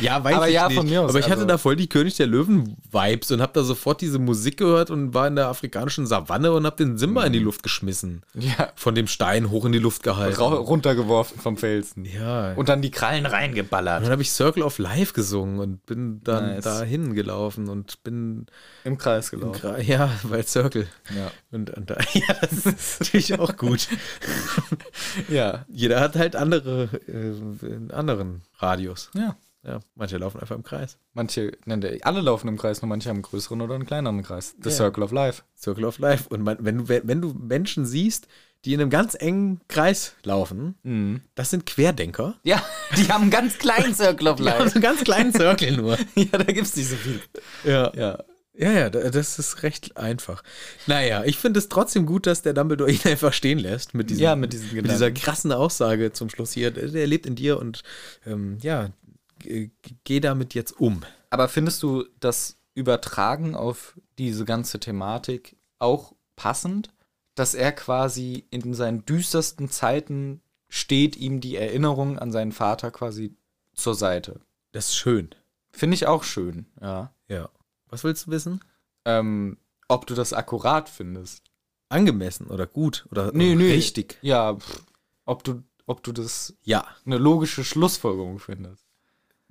S1: ja, weiß
S2: Aber
S1: ich
S2: ja,
S1: nicht.
S2: von mir aus,
S1: Aber ich hatte
S2: also-
S1: da voll die König der Löwen-Vibes und habe da sofort diese Musik gehört und war in der afrikanischen Savanne und habe den Simba in die Luft geschmissen.
S2: Mhm. Ja.
S1: Von dem Stein hoch in die Luft gehalten.
S2: Ra runtergeworfen vom Felsen.
S1: ja. Und
S2: Und dann die Krallen reingeballert.
S1: dann habe ich Circle of Life gesungen und bin dann
S2: Nice.
S1: dahin gelaufen und bin
S2: Im Kreis
S1: im
S2: gelaufen.
S1: Gra- ja, weil Circle.
S2: Ja.
S1: Und, und da, ja, das ist natürlich auch gut.
S2: Ja.
S1: Jeder hat halt andere, äh, einen anderen Radius.
S2: Ja.
S1: Ja, manche laufen einfach im Kreis.
S2: Manche, nein, der- alle laufen im Kreis, nur manche haben einen größeren oder einen kleineren Kreis. The
S1: Ja.
S2: Circle of Life.
S1: Circle of Life. Und man, wenn, du, wenn du Menschen siehst, die in einem ganz engen Kreis laufen,
S2: Mhm.
S1: das sind Querdenker.
S2: Ja, die haben einen ganz kleinen Circle of
S1: Die haben so einen ganz kleinen Circle nur.
S2: ja, da gibt's nicht so viel.
S1: Ja. ja.
S2: Ja.
S1: Ja, da- das ist recht einfach. Naja, ich finde es trotzdem gut, dass der Dumbledore ihn einfach stehen lässt mit, diesem,
S2: Ja, mit diesen
S1: mit dieser
S2: Gedanken.
S1: krassen Aussage zum Schluss hier. Der, der lebt in dir und ähm, ja, g- g- geh damit jetzt um.
S2: Aber findest du das Übertragen auf diese ganze Thematik auch passend, dass er quasi in seinen düstersten Zeiten steht ihm die Erinnerung an seinen Vater quasi zur Seite?
S1: Das ist schön.
S2: Finde ich auch schön, ja.
S1: Ja. Was willst du wissen?
S2: Ähm, ob du das akkurat findest.
S1: Angemessen oder gut oder
S2: Nee,
S1: oder
S2: nee.
S1: richtig?
S2: Ja, pff, ob du, ob du das
S1: Ja.
S2: eine logische Schlussfolgerung findest.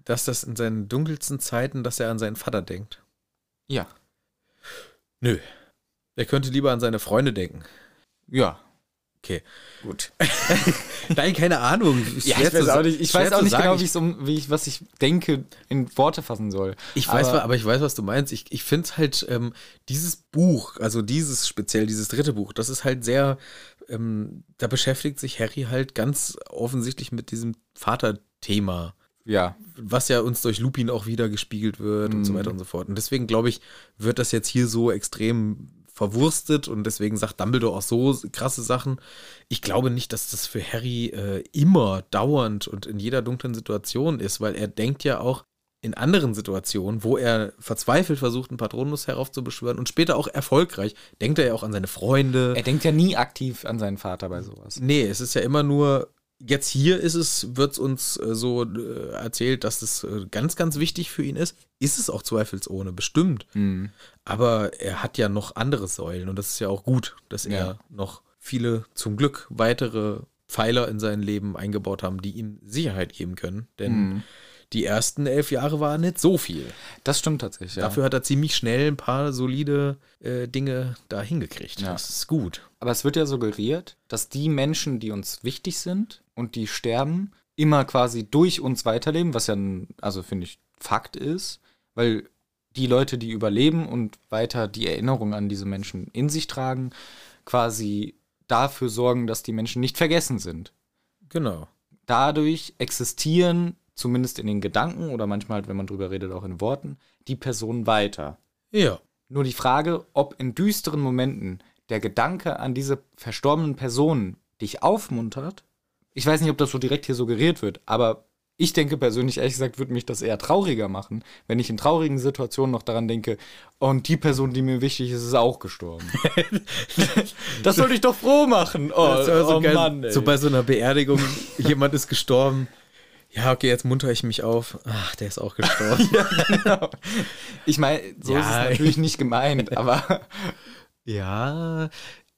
S1: dass das in seinen dunkelsten Zeiten, dass er an seinen Vater denkt.
S2: Ja.
S1: Nö. Er könnte lieber an seine Freunde denken.
S2: Ja.
S1: Okay.
S2: Gut.
S1: Nein, keine Ahnung.
S2: Ja,
S1: Schwer
S2: ich weiß
S1: zu
S2: auch
S1: sa-
S2: nicht, ich
S1: schwer
S2: weiß auch
S1: zu
S2: nicht
S1: sagen.
S2: genau, wie ich's um, wie ich, was ich denke, in Worte fassen soll.
S1: Ich weiß, aber,
S2: aber,
S1: aber ich weiß, was du meinst. Ich, ich finde halt, ähm, dieses Buch, also dieses speziell, dieses dritte Buch, das ist halt sehr, ähm, da beschäftigt sich Harry halt ganz offensichtlich mit diesem Vaterthema,
S2: ja.
S1: was ja uns durch Lupin auch wieder gespiegelt wird und so weiter und so fort. Und deswegen glaube ich, wird das jetzt hier so extrem verwurstet und deswegen sagt Dumbledore auch so krasse Sachen. Ich glaube nicht, dass das für Harry äh, immer dauernd und in jeder dunklen Situation ist, weil er denkt ja auch in anderen Situationen, wo er verzweifelt versucht, einen Patronus heraufzubeschwören und später auch erfolgreich, denkt er ja auch an seine Freunde.
S2: Er denkt ja nie aktiv an seinen Vater bei sowas.
S1: Nee, es ist ja immer nur, jetzt hier ist es, wird es uns äh, so äh, erzählt, dass es äh, ganz, ganz wichtig für ihn ist. Ist es auch zweifelsohne, bestimmt. Aber er hat ja noch andere Säulen und das ist ja auch gut, dass er
S2: Ja.
S1: noch viele, zum Glück, weitere Pfeiler in sein Leben eingebaut haben, die ihm Sicherheit geben können. Denn
S2: Mhm.
S1: die ersten elf Jahre waren nicht so viel.
S2: Das stimmt tatsächlich, ja.
S1: Dafür hat er ziemlich schnell ein paar solide äh, Dinge da hingekriegt.
S2: Ja.
S1: Das ist gut.
S2: Aber es wird ja suggeriert, dass die Menschen, die uns wichtig sind und die sterben, immer quasi durch uns weiterleben, was ja, ein, also finde ich, Fakt ist, weil die Leute, die überleben und weiter die Erinnerung an diese Menschen in sich tragen, quasi dafür sorgen, dass die Menschen nicht vergessen sind.
S1: Genau.
S2: Dadurch existieren, zumindest in den Gedanken oder manchmal halt, wenn man drüber redet, auch in Worten, die Personen weiter.
S1: Ja.
S2: Nur die Frage, ob in düsteren Momenten der Gedanke an diese verstorbenen Personen dich aufmuntert, ich weiß nicht, ob das so direkt hier suggeriert wird, aber ich denke persönlich, ehrlich gesagt, würde mich das eher trauriger machen, wenn ich in traurigen Situationen noch daran denke, oh, und die Person, die mir wichtig ist, ist auch gestorben. das sollte ich doch froh machen. Oh,
S1: Das ist aber so
S2: oh
S1: geil.
S2: Mann, ey.
S1: so bei so einer Beerdigung, jemand ist gestorben. Ja, okay, jetzt munter ich mich auf. Ach, der ist auch gestorben.
S2: ich meine, so ist
S1: Ja.
S2: es natürlich nicht gemeint, aber
S1: ja,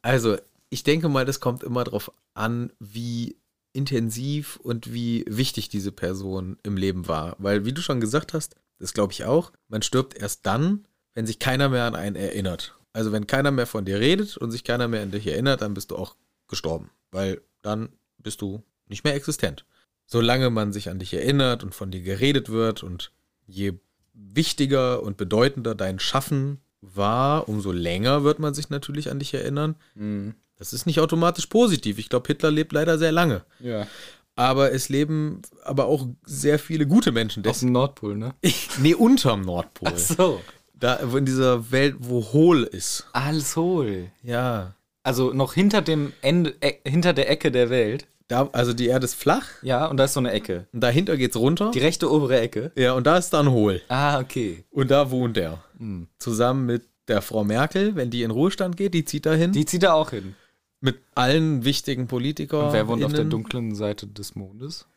S1: also ich denke mal, das kommt immer darauf an, wie intensiv und wie wichtig diese Person im Leben war. Weil, wie du schon gesagt hast, Das glaube ich auch. Man stirbt erst dann, wenn sich keiner mehr an einen erinnert. Also wenn keiner mehr von dir redet und sich keiner mehr an dich erinnert, dann bist du auch gestorben. Weil dann bist du nicht mehr existent. Solange man sich an dich erinnert und von dir geredet wird und je wichtiger und bedeutender dein Schaffen war, umso länger wird man sich natürlich an dich erinnern. Das ist nicht automatisch positiv. Ich glaube, Hitler lebt leider sehr lange.
S2: Ja.
S1: Aber es leben aber auch sehr viele gute Menschen.
S2: Aus dem Nordpol, ne?
S1: nee, unterm Nordpol.
S2: so.
S1: Da, wo in dieser Welt, wo hohl ist.
S2: Alles hohl.
S1: Ja.
S2: Also noch hinter dem Ende, e hinter der Ecke der Welt.
S1: Da, also die Erde ist flach
S2: Ja, und da ist so eine Ecke.
S1: und dahinter geht's runter.
S2: Die rechte obere Ecke.
S1: ja, und da ist dann hohl.
S2: Ah, okay.
S1: Und da wohnt er.
S2: Hm.
S1: Zusammen mit der Frau Merkel, wenn die in Ruhestand geht, die zieht dahin.
S2: Die zieht da auch hin.
S1: mit allen wichtigen Politikern.
S2: Wer wohnt auf der dunklen Seite des Mondes?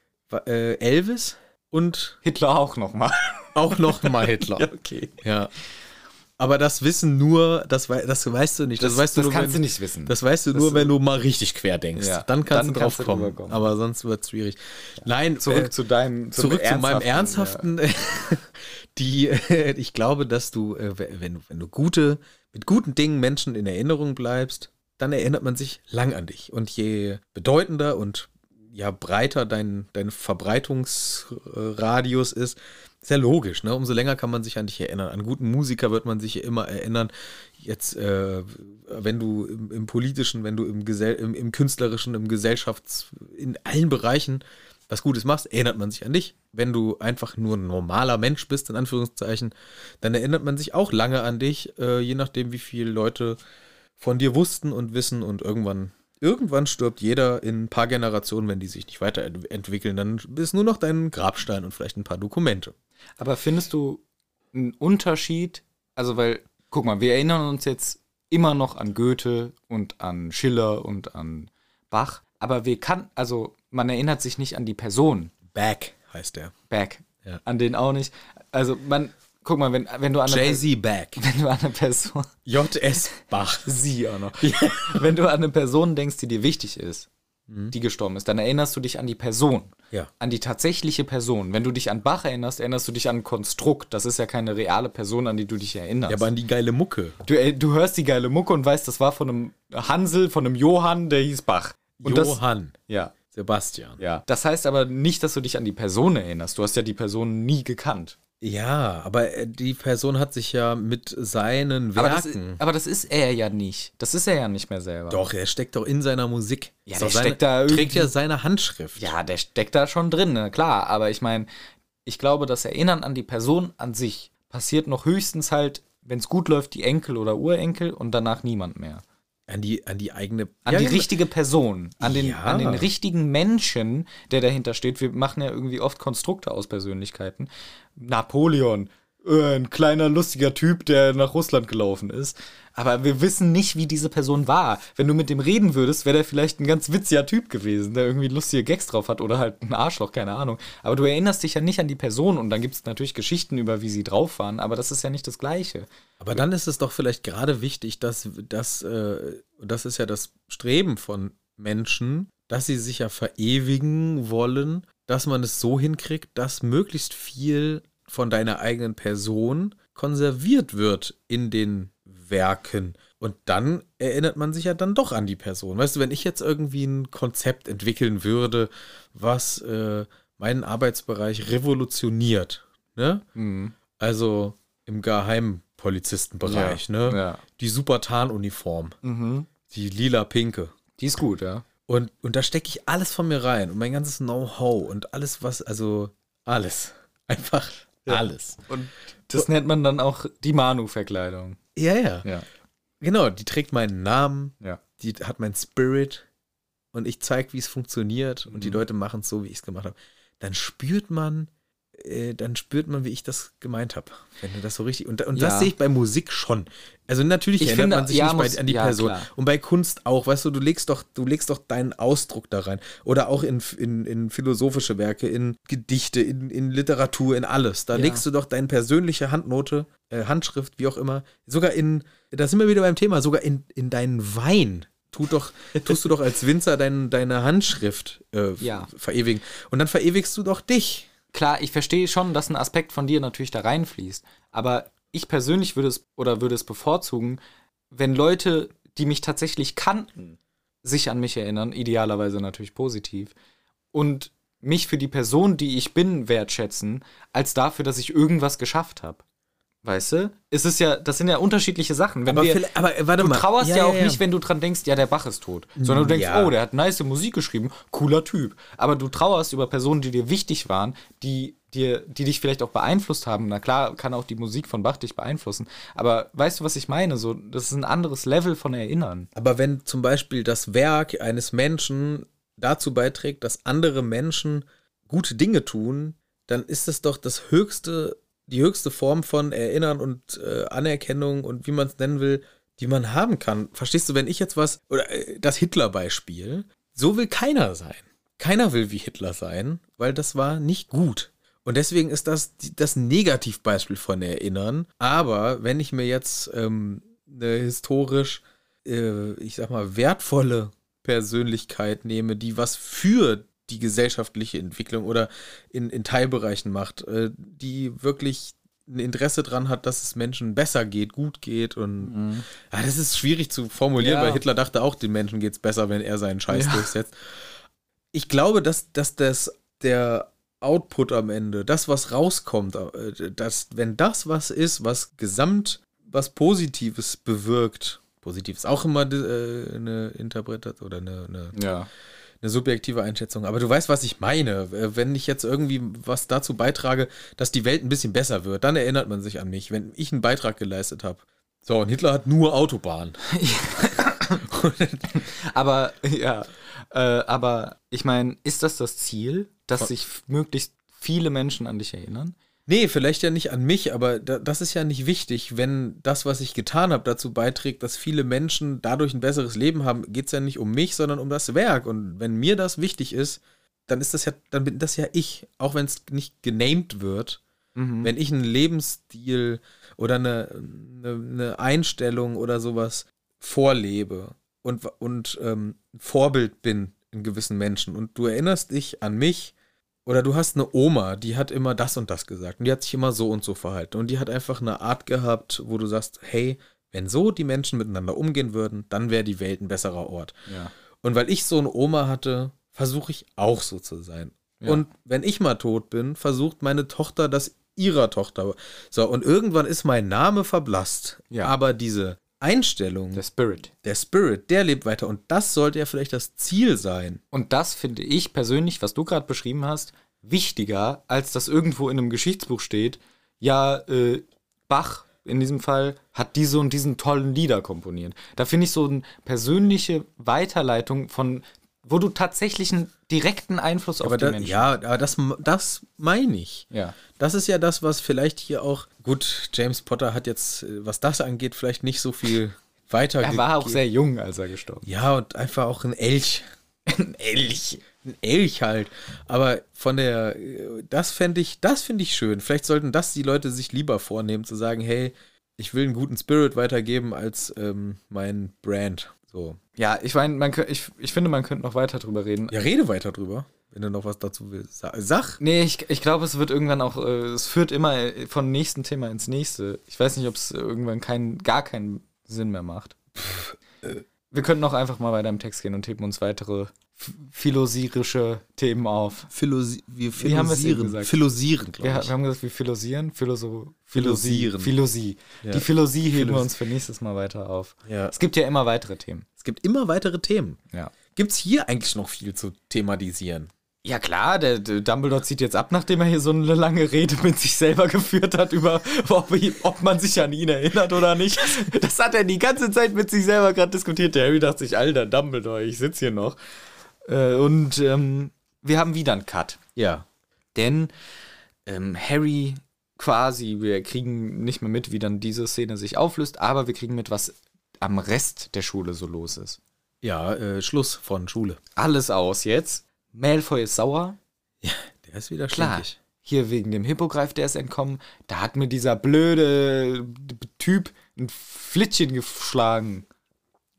S1: Äh, Elvis und
S2: Hitler auch nochmal.
S1: auch noch mal Hitler. ja.
S2: okay.
S1: Aber das wissen nur, das, wei das weißt du nicht. Das,
S2: Das,
S1: weißt du nur,
S2: kannst
S1: wenn,
S2: du nicht wissen.
S1: Das weißt du nur,
S2: Das-
S1: wenn du mal richtig quer denkst.
S2: Ja,
S1: Dann kannst
S2: dann
S1: du
S2: kannst
S1: drauf
S2: du
S1: kommen.
S2: drüberkommen.
S1: Aber sonst wird es schwierig. Nein,
S2: zurück
S1: äh,
S2: zu deinem zum
S1: zurück zu meinem
S2: Ernsthaften,
S1: ernsthaften. die, äh, ich glaube, dass du, äh, we- wenn, du- wenn du gute, mit guten Dingen Menschen in Erinnerung bleibst, dann erinnert man sich lang an dich. Und je bedeutender und ja breiter dein, dein Verbreitungsradius ist, ist ja logisch, ne? Umso länger kann man sich an dich erinnern. An guten Musiker wird man sich immer erinnern. Jetzt, äh, wenn du im, im politischen, wenn du im, Gesell im, im künstlerischen, im Gesellschafts-, in allen Bereichen was Gutes machst, erinnert man sich an dich. Wenn du einfach nur ein normaler Mensch bist, in Anführungszeichen, dann erinnert man sich auch lange an dich, äh, je nachdem, wie viele Leute von dir wussten und wissen und irgendwann. Irgendwann stirbt jeder in ein paar Generationen, wenn die sich nicht weiterentwickeln. Dann ist nur noch dein Grabstein und vielleicht ein paar Dokumente.
S2: Ja. Aber findest du einen Unterschied? Also, weil, guck mal, wir erinnern uns jetzt immer noch an Goethe und an Schiller und an Bach, aber wir kann, also man erinnert sich nicht an die Person
S1: Back heißt er.
S2: back.
S1: Ja.
S2: An den auch nicht. Also man, guck mal, wenn, wenn du an eine,
S1: Jay-Z Back.
S2: wenn du an eine Person
S1: J.S. Bach.
S2: sie auch noch. Wenn du an eine Person denkst, die dir wichtig ist, die gestorben ist, dann erinnerst du dich an die Person.
S1: Mhm. Ja.
S2: An die tatsächliche Person. Wenn du dich an Bach erinnerst, erinnerst du dich an ein Konstrukt. Das ist ja keine reale Person, an die du dich erinnerst.
S1: Ja, aber an die geile Mucke.
S2: du, äh, du hörst die geile Mucke und weißt, das war von einem Hansel, von einem Johann, der hieß Bach. Und
S1: Johann.
S2: Das, ja,
S1: Sebastian.
S2: ja. Das heißt aber nicht, dass du dich an die Person erinnerst. Du hast ja die Person nie gekannt.
S1: Ja, aber äh, die Person hat sich ja mit seinen
S2: Aber das,
S1: Werken.
S2: aber das ist er ja nicht. Das ist er ja nicht mehr selber.
S1: Doch, er steckt doch in seiner Musik.
S2: Ja,
S1: Ist
S2: der
S1: doch seine,
S2: steckt da
S1: trägt
S2: irgendwie-
S1: ja seine Handschrift.
S2: Ja, der steckt da schon drin, ne? klar. Aber ich meine, ich glaube, das Erinnern an die Person an sich passiert noch höchstens halt, wenn es gut läuft, die Enkel oder Urenkel und danach niemand mehr.
S1: An, die, an die eigene.
S2: An
S1: ja,
S2: die
S1: genau.
S2: richtige Person, an den,
S1: Ja.
S2: an den richtigen Menschen, der dahinter steht. Wir machen ja irgendwie oft Konstrukte aus Persönlichkeiten. Napoleon, äh, ein kleiner, lustiger Typ, der nach Russland gelaufen ist. Aber wir wissen nicht, wie diese Person war. Wenn du mit dem reden würdest, wäre der vielleicht ein ganz witziger Typ gewesen, der irgendwie lustige Gags drauf hat oder halt ein Arschloch, keine Ahnung. Aber du erinnerst dich ja nicht an die Person und dann gibt es natürlich Geschichten über, wie sie drauf waren, aber das ist ja nicht das Gleiche.
S1: Aber dann ist es doch vielleicht gerade wichtig, dass, dass äh, und das ist ja das Streben von Menschen, dass sie sich ja verewigen wollen, dass man es so hinkriegt, dass möglichst viel von deiner eigenen Person konserviert wird in den Werken. Und dann erinnert man sich ja dann doch an die Person. Weißt du, wenn ich jetzt irgendwie ein Konzept entwickeln würde, was äh, meinen Arbeitsbereich revolutioniert, ne?
S2: Mhm.
S1: Also im Geheimpolizistenbereich, ne?
S2: Ja.
S1: Die super Tarnuniform,
S2: Mhm.
S1: die lila pinke.
S2: Die ist gut, ja.
S1: Und, und da stecke ich alles von mir rein und mein ganzes Know-how und alles, was, also alles. Einfach alles.
S2: Und das nennt man dann auch die Manu-Verkleidung.
S1: Ja, ja,
S2: Ja.
S1: Genau, die trägt meinen Namen,
S2: Ja.
S1: die hat meinen Spirit und ich zeige, wie es funktioniert
S2: Mhm.
S1: und die Leute machen es so, wie ich es gemacht habe. Dann spürt man, äh, dann spürt man, wie ich das gemeint habe. Wenn du das so richtig. Und, und das
S2: Ja.
S1: sehe ich bei Musik schon. Also natürlich
S2: Ich
S1: erinnert
S2: finde,
S1: man sich
S2: ja,
S1: nicht
S2: muss-
S1: bei, an die
S2: ja,
S1: Person.
S2: klar.
S1: Und bei Kunst auch, weißt du, du legst doch, du legst doch deinen Ausdruck da rein. Oder auch in, in, in philosophische Werke, in Gedichte, in, in Literatur, in alles. Da
S2: Ja.
S1: legst du doch deine persönliche Handnote, äh, Handschrift, wie auch immer. Sogar in, da sind wir wieder beim Thema, sogar in, in deinen Wein. Tut doch, tust du doch als Winzer dein, deine Handschrift äh,
S2: Ja.
S1: verewigen. Und dann verewigst du doch dich.
S2: klar, ich verstehe schon, dass ein Aspekt von dir natürlich da reinfließt. Aber ich persönlich würde es oder würde es bevorzugen, wenn Leute, die mich tatsächlich kannten, sich an mich erinnern, idealerweise natürlich positiv, und mich für die Person, die ich bin, wertschätzen, als dafür, dass ich irgendwas geschafft habe. Weißt du? Es ist ja, das sind ja unterschiedliche Sachen. Wenn
S1: Aber,
S2: wir,
S1: vielleicht- aber äh, warte
S2: Du
S1: mal.
S2: trauerst ja, auch nicht, wenn du dran denkst, ja, der Bach ist tot. Sondern du denkst,
S1: Ja.
S2: oh, der hat nice Musik geschrieben, cooler Typ. Aber du trauerst über Personen, die dir wichtig waren, die dir, die dich vielleicht auch beeinflusst haben. Na klar, kann auch die Musik von Bach dich beeinflussen. Aber weißt du, was ich meine? So, das ist ein anderes Level von Erinnern.
S1: Aber wenn zum Beispiel das Werk eines Menschen dazu beiträgt, dass andere Menschen gute Dinge tun, dann ist es doch das höchste, die höchste Form von Erinnern und äh, Anerkennung und wie man es nennen will, die man haben kann. Verstehst du, wenn ich jetzt was, oder äh, das Hitler-Beispiel, so will keiner sein. Keiner will wie Hitler sein, weil das war nicht gut. Und deswegen ist das die- das Negativbeispiel von Erinnern. Aber wenn ich mir jetzt ähm, eine historisch äh, ich sag mal, wertvolle Persönlichkeit nehme, die was für die gesellschaftliche Entwicklung oder in, in Teilbereichen macht, äh, die wirklich ein Interesse dran hat, dass es Menschen besser geht, gut geht und ah, das ist schwierig zu formulieren,
S2: Ja.
S1: weil Hitler dachte auch, den Menschen geht es besser, wenn er seinen Scheiß durchsetzt. Ich glaube, dass, dass das der Output am Ende, das, was rauskommt, äh, dass, wenn das was ist, was gesamt was Positives bewirkt, positiv ist auch immer äh, eine Interpretation oder eine, eine,
S2: Ja.
S1: eine subjektive Einschätzung, aber du weißt, was ich meine. Äh, Wenn ich jetzt irgendwie was dazu beitrage, dass die Welt ein bisschen besser wird, dann erinnert man sich an mich, wenn ich einen Beitrag geleistet habe. So, und Hitler hat nur Autobahn.
S2: Aber, ja. Äh, aber ich meine, ist das das Ziel, dass sich f- möglichst viele Menschen an dich erinnern?
S1: Nee, vielleicht ja nicht an mich, aber da, das ist ja nicht wichtig. Wenn das, was ich getan habe, dazu beiträgt, dass viele Menschen dadurch ein besseres Leben haben, geht es ja nicht um mich, sondern um das Werk. Und wenn mir das wichtig ist, dann ist das ja, dann bin das ja ich, auch wenn es nicht genamed wird. Wenn ich einen Lebensstil oder eine, eine, eine Einstellung oder sowas vorlebe und, und ähm, Vorbild bin in gewissen Menschen und du erinnerst dich an mich, oder du hast eine Oma, die hat immer das und das gesagt und die hat sich immer so und so verhalten und die hat einfach eine Art gehabt, wo du sagst, hey, wenn so die Menschen miteinander umgehen würden, dann wäre die Welt ein besserer Ort.
S2: Ja.
S1: Und weil ich so eine Oma hatte, versuche ich auch so zu sein.
S2: Ja.
S1: Und wenn ich mal tot bin, versucht meine Tochter das ihrer Tochter. So, und irgendwann ist mein Name verblasst.
S2: Ja.
S1: Aber diese Einstellung,
S2: Der Spirit.
S1: der Spirit, der lebt weiter. Und das sollte ja vielleicht das Ziel sein.
S2: Und das finde ich persönlich, was du gerade beschrieben hast, wichtiger, als dass irgendwo in einem Geschichtsbuch steht, ja, äh, Bach in diesem Fall hat diese und diesen tollen Lieder komponiert. Da finde ich so eine persönliche Weiterleitung von, wo du tatsächlich einen direkten Einfluss auf
S1: Aber
S2: die
S1: da,
S2: Menschen
S1: ja, aber das, das meine ich.
S2: Ja.
S1: Das ist ja das, was vielleicht hier auch. Gut, James Potter hat jetzt, äh, was das angeht, vielleicht nicht so viel weiter.
S2: Er war auch sehr jung, als er gestorben
S1: Ja, und einfach auch ein Elch. Ein Elch. Ein Elch halt. Aber von der, äh, das fände ich, das finde ich schön. Vielleicht sollten das die Leute sich lieber vornehmen, zu sagen, hey, ich will einen guten Spirit weitergeben als ähm, mein Brand. So.
S2: ist. Ja, ich meine, man, kö- ich, ich finde, man könnte noch weiter drüber reden.
S1: Ja, rede weiter drüber, wenn du noch was dazu willst. Sa- Sag.
S2: Nee, ich, ich glaube, es wird irgendwann auch, äh, es führt immer äh, von nächsten Thema ins nächste. Ich weiß nicht, ob es irgendwann keinen, gar keinen Sinn mehr macht.
S1: äh.
S2: Wir könnten auch einfach mal weiter im Text gehen und tippen uns weitere f- philosirische Themen auf.
S1: Philosi wir
S2: Wie haben wir es eben
S1: philosieren.
S2: gesagt?
S1: Philosieren,
S2: Wir,
S1: glaube
S2: ha-
S1: ich.
S2: wir haben gesagt, wir philosieren, Philosoph
S1: Philosieren.
S2: Philosie.
S1: Ja.
S2: Die Philosie heben wir
S1: Philos-
S2: uns für nächstes Mal weiter auf.
S1: Ja.
S2: Es gibt ja immer weitere Themen.
S1: Es gibt immer weitere Themen.
S2: Ja.
S1: Gibt es hier eigentlich noch viel zu thematisieren?
S2: Ja klar, der, der Dumbledore zieht jetzt ab, nachdem er hier so eine lange Rede mit sich selber geführt hat über, ob, ihn, ob man sich an ihn erinnert oder nicht. Das hat er die ganze Zeit mit sich selber gerade diskutiert. Der Harry dachte sich, alter Dumbledore, ich sitze hier noch. Äh, und ähm, wir haben wieder einen Cut.
S1: Ja.
S2: Denn ähm, Harry quasi, wir kriegen nicht mehr mit, wie dann diese Szene sich auflöst, aber wir kriegen mit, was am Rest der Schule so los ist.
S1: Ja, äh, Schluss von Schule.
S2: Alles aus jetzt. Malfoy ist sauer.
S1: Der ist wieder
S2: Klar.
S1: stinkig.
S2: Hier wegen dem Hippogreif, der ist entkommen. Da hat mir dieser blöde B- Typ ein Flittchen geschlagen.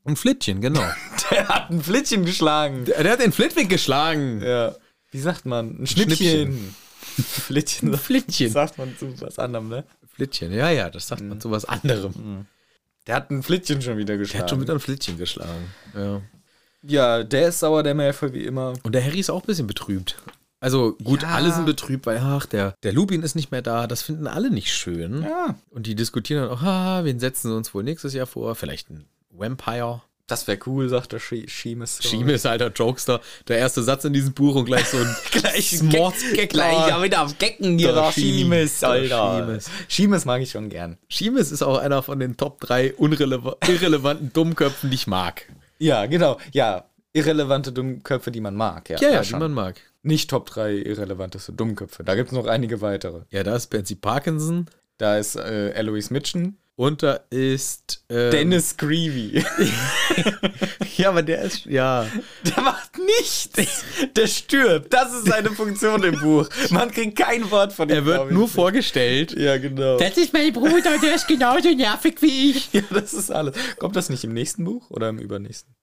S1: Ein Flittchen, genau.
S2: Der hat ein Flittchen geschlagen.
S1: der, der hat den Flitwick geschlagen.
S2: Ja. Wie sagt man? Ein
S1: Schnippchen.
S2: Schnippchen. Flittchen.
S1: Flittchen.
S2: Sagt man zu was anderem, ne?
S1: Flittchen, ja, ja, das sagt man zu was anderem.
S2: Der hat ein Flittchen schon wieder geschlagen.
S1: Der hat schon wieder ein Flittchen geschlagen. Ja.
S2: ja, der ist sauer, der Malfoy, wie immer.
S1: Und der Harry ist auch ein bisschen betrübt. Also gut, alle sind betrübt, weil ach, der, der Lupin ist nicht mehr da, das finden alle nicht schön.
S2: Ja.
S1: Und die diskutieren dann auch, ah, wen setzen sie uns wohl nächstes Jahr vor? Vielleicht ein Vampire.
S2: Das wäre cool, sagt der Schie- Schiemes.
S1: Schieme ist alter Jokester. Der erste Satz in diesem Buch und gleich so ein
S2: Gleich ein
S1: Mordsgag.
S2: Gleich ja wieder am Gecken hier.
S1: Der
S2: Der Schiemes,
S1: Schiemes, der
S2: Alter. Schiemes.
S1: Schiemes.
S2: mag ich schon gern.
S1: Schiemes ist auch einer von den Top 3 irrelevanten Dummköpfen, die ich mag.
S2: Ja, genau. Ja, irrelevante Dummköpfe, die man mag. Ja,
S1: Ja, ja, die
S2: schon.
S1: man mag.
S2: Nicht Top 3 irrelevanteste Dummköpfe. Da gibt es noch einige weitere.
S1: Ja, da ist Pansy Parkinson
S2: Da ist äh, Eloise Mitchen.
S1: und da ist. ähm,
S2: Dennis Creevy.
S1: Ja, aber der ist. Ja.
S2: Der macht nichts. Der stirbt. Das ist seine Funktion im Buch. Man kriegt kein Wort von ihm.
S1: Er wird nur vorgestellt.
S2: Ja, genau.
S1: Das ist mein Bruder, der ist genauso nervig wie ich.
S2: Ja, das ist alles. Kommt das nicht im nächsten Buch oder im übernächsten?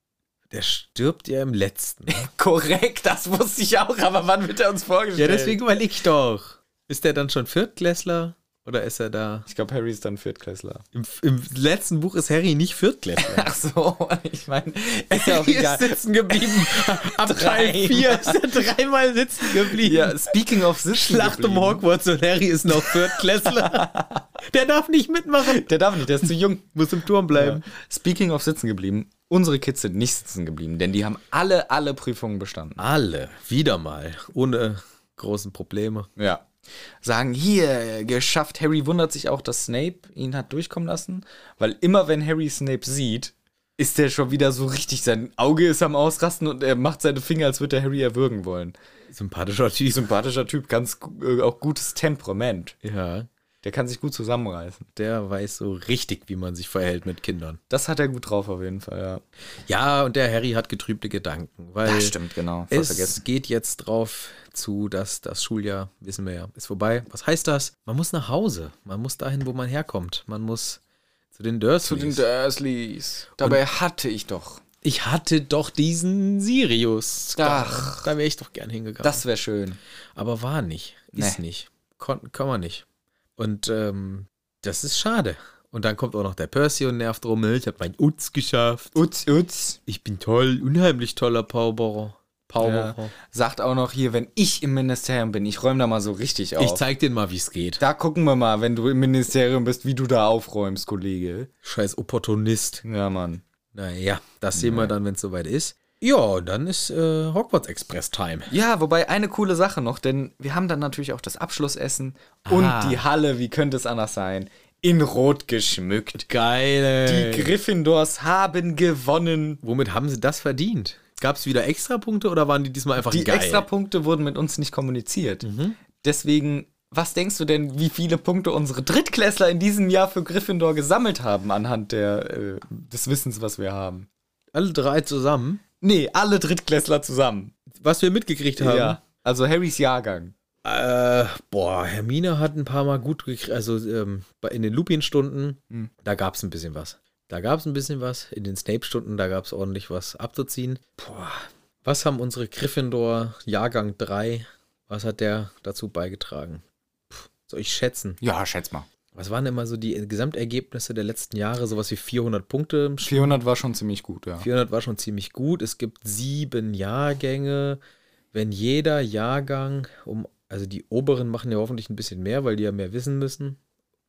S1: Der stirbt ja im letzten.
S2: Korrekt, das wusste ich auch, aber wann wird er uns
S1: ja,
S2: vorgestellt?
S1: deswegen überleg ich doch. Ist der dann schon Viertklässler? Oder ist er da?
S2: Ich glaube, Harry ist dann Viertklässler.
S1: Im, Im letzten Buch ist Harry nicht Viertklässler.
S2: Ach so, ich meine, ist ja auch
S1: Harry
S2: egal.
S1: ist sitzen geblieben. Ab Teil
S2: Dreimal.
S1: 4 ist er dreimal sitzen geblieben.
S2: Ja, speaking of sitzen
S1: Schlacht um
S2: geblieben.
S1: Hogwarts und Harry ist noch Viertklässler. der darf nicht mitmachen.
S2: Der darf nicht, der ist zu jung. Ähm,
S1: Muss im Turm bleiben.
S2: Speaking of sitzen geblieben, unsere Kids sind nicht sitzen geblieben, denn die haben alle, alle Prüfungen bestanden.
S1: Alle, wieder mal, ohne großen Probleme.
S2: Ja. Sagen, hier, geschafft. Harry wundert sich auch, dass Snape ihn hat durchkommen lassen, weil immer wenn Harry Snape sieht, ist der schon wieder so richtig, sein Auge ist am Ausrasten und er macht seine Finger, als würde er Harry erwürgen wollen.
S1: Sympathischer Typ.
S2: Sympathischer Typ, ganz gu- äh, auch gutes Temperament.
S1: Ja,
S2: Der kann sich gut zusammenreißen.
S1: der weiß so richtig, wie man sich verhält mit Kindern.
S2: Das hat er gut drauf auf jeden Fall, ja.
S1: Ja, und der Harry hat getrübte Gedanken, weil
S2: genau. Voll
S1: es
S2: vergessen.
S1: geht jetzt drauf zu, dass das Schuljahr, wissen wir ja, ist vorbei. Was heißt das? Man muss nach Hause. Man muss dahin, wo man herkommt. Man muss zu den Dursleys.
S2: Dursleys. Dabei hatte ich doch.
S1: ich hatte doch diesen Sirius.
S2: Ach.
S1: Da wäre ich doch gern hingegangen.
S2: Das wäre schön.
S1: Aber war nicht. Ist
S2: Nee.
S1: nicht. Kon kann man nicht. Und ähm, das ist schade. Und dann kommt auch noch der Percy und nervt rum. Ich habe mein Utz geschafft.
S2: Utz, utz.
S1: Ich bin toll, unheimlich toller Pauberer. Pauberer.
S2: Ja. Sagt auch noch hier, wenn ich im Ministerium bin, ich räume da mal so richtig auf.
S1: Ich zeig dir mal, wie es geht.
S2: da gucken wir mal, wenn du im Ministerium bist, wie du da aufräumst, Kollege.
S1: Scheiß Opportunist.
S2: Ja, Mann.
S1: Naja, das sehen wir dann, wenn es soweit ist. Ja, dann ist äh, Hogwarts Express Time.
S2: Ja, wobei eine coole Sache noch, denn wir haben dann natürlich auch das Abschlussessen
S1: Ah.
S2: und die Halle, wie könnte es anders sein, in Rot geschmückt. Die
S1: Geil. ey.
S2: Gryffindors haben gewonnen.
S1: Womit haben sie das verdient? Gab es wieder Extrapunkte oder waren die diesmal einfach
S2: Die
S1: geil?
S2: Extrapunkte wurden mit uns nicht kommuniziert. Deswegen, was denkst du denn, wie viele Punkte unsere Drittklässler in diesem Jahr für Gryffindor gesammelt haben anhand der, äh, des Wissens, was wir haben?
S1: Alle drei zusammen.
S2: Nee, alle Drittklässler zusammen.
S1: Was wir mitgekriegt haben.
S2: Ja. Also Harrys Jahrgang.
S1: Äh, boah, Hermine hat ein paar Mal gut gekriegt, also ähm, bei- in den Lupin-Stunden, da gab es ein bisschen was. Da gab es ein bisschen was. In den Snape-Stunden, da gab es ordentlich was abzuziehen. Boah, was haben unsere Gryffindor Jahrgang 3, was hat der dazu beigetragen? Puh, soll ich schätzen?
S2: Ja, schätz mal.
S1: Was waren immer so die Gesamtergebnisse der letzten Jahre? Sowas wie 400 Punkte im
S2: 400 war schon ziemlich gut, ja.
S1: 400 war schon ziemlich gut. Es gibt sieben Jahrgänge. Wenn jeder Jahrgang um, also die oberen machen ja hoffentlich ein bisschen mehr, weil die ja mehr wissen müssen.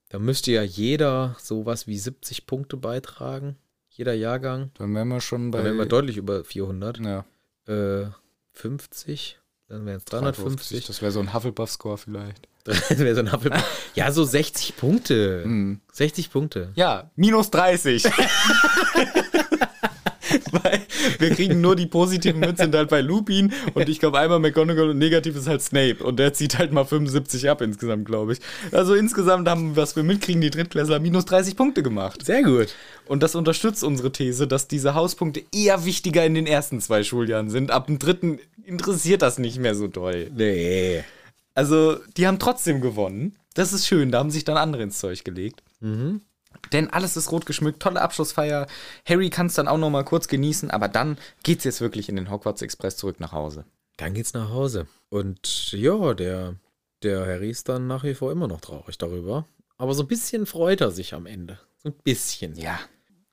S1: Da müsste ja jeder sowas wie 70 Punkte beitragen. Jeder Jahrgang.
S2: Dann wären wir schon bei.
S1: Da wären wir deutlich über 400.
S2: ja,
S1: Äh, 50. Dann wären es
S2: 350.
S1: 350.
S2: Das wäre so ein Hufflepuff-Score vielleicht.
S1: Das Mhm. wäre so ein Apfel. Ja, so 60 Punkte. 60 Punkte.
S2: Ja, minus 30. Weil wir kriegen nur die positiven Münzen sind halt bei Lupin und ich glaube einmal McGonagall und negativ ist halt Snape und der zieht halt mal 75 ab insgesamt, glaube ich. Also insgesamt haben, was wir mitkriegen, die Drittklässler minus 30 Punkte gemacht.
S1: Sehr gut.
S2: Und das unterstützt unsere These, dass diese Hauspunkte eher wichtiger in den ersten zwei Schuljahren sind. Ab dem dritten interessiert das nicht mehr so doll.
S1: Nee.
S2: Also, die haben trotzdem gewonnen. Das ist schön, da haben sich dann andere ins Zeug gelegt.
S1: Mhm.
S2: Denn alles ist rot geschmückt, tolle Abschlussfeier. Harry kann es dann auch noch mal kurz genießen, aber dann geht's jetzt wirklich in den Hogwarts Express zurück nach Hause.
S1: Dann geht's nach Hause. Und ja, der Der Harry ist dann nach wie vor immer noch traurig darüber. Aber so ein bisschen freut er sich am Ende. So ein bisschen.
S2: Ja.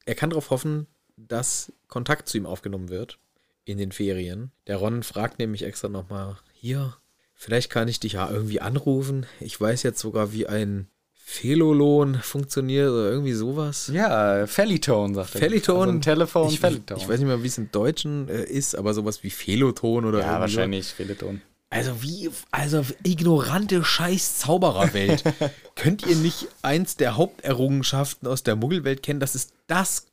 S1: Er kann darauf hoffen, dass Kontakt zu ihm aufgenommen wird in den Ferien. Der Ron fragt nämlich extra nochmal, hier, vielleicht kann ich dich ja irgendwie anrufen. Ich weiß jetzt sogar, wie ein Felolon funktioniert oder irgendwie sowas.
S2: Ja, Fellitone sagt er.
S1: Feliton.
S2: Also ein Telefon,
S1: ich,
S2: Fellitone.
S1: ich weiß nicht mehr, wie es im Deutschen äh, ist, aber sowas wie Feloton oder irgendwie
S2: ja,
S1: so.
S2: wahrscheinlich Fellitone.
S1: Also wie, also ignorante scheiß Zaubererwelt. Könnt ihr nicht eins der Haupterrungenschaften aus der Muggelwelt kennen? Das ist das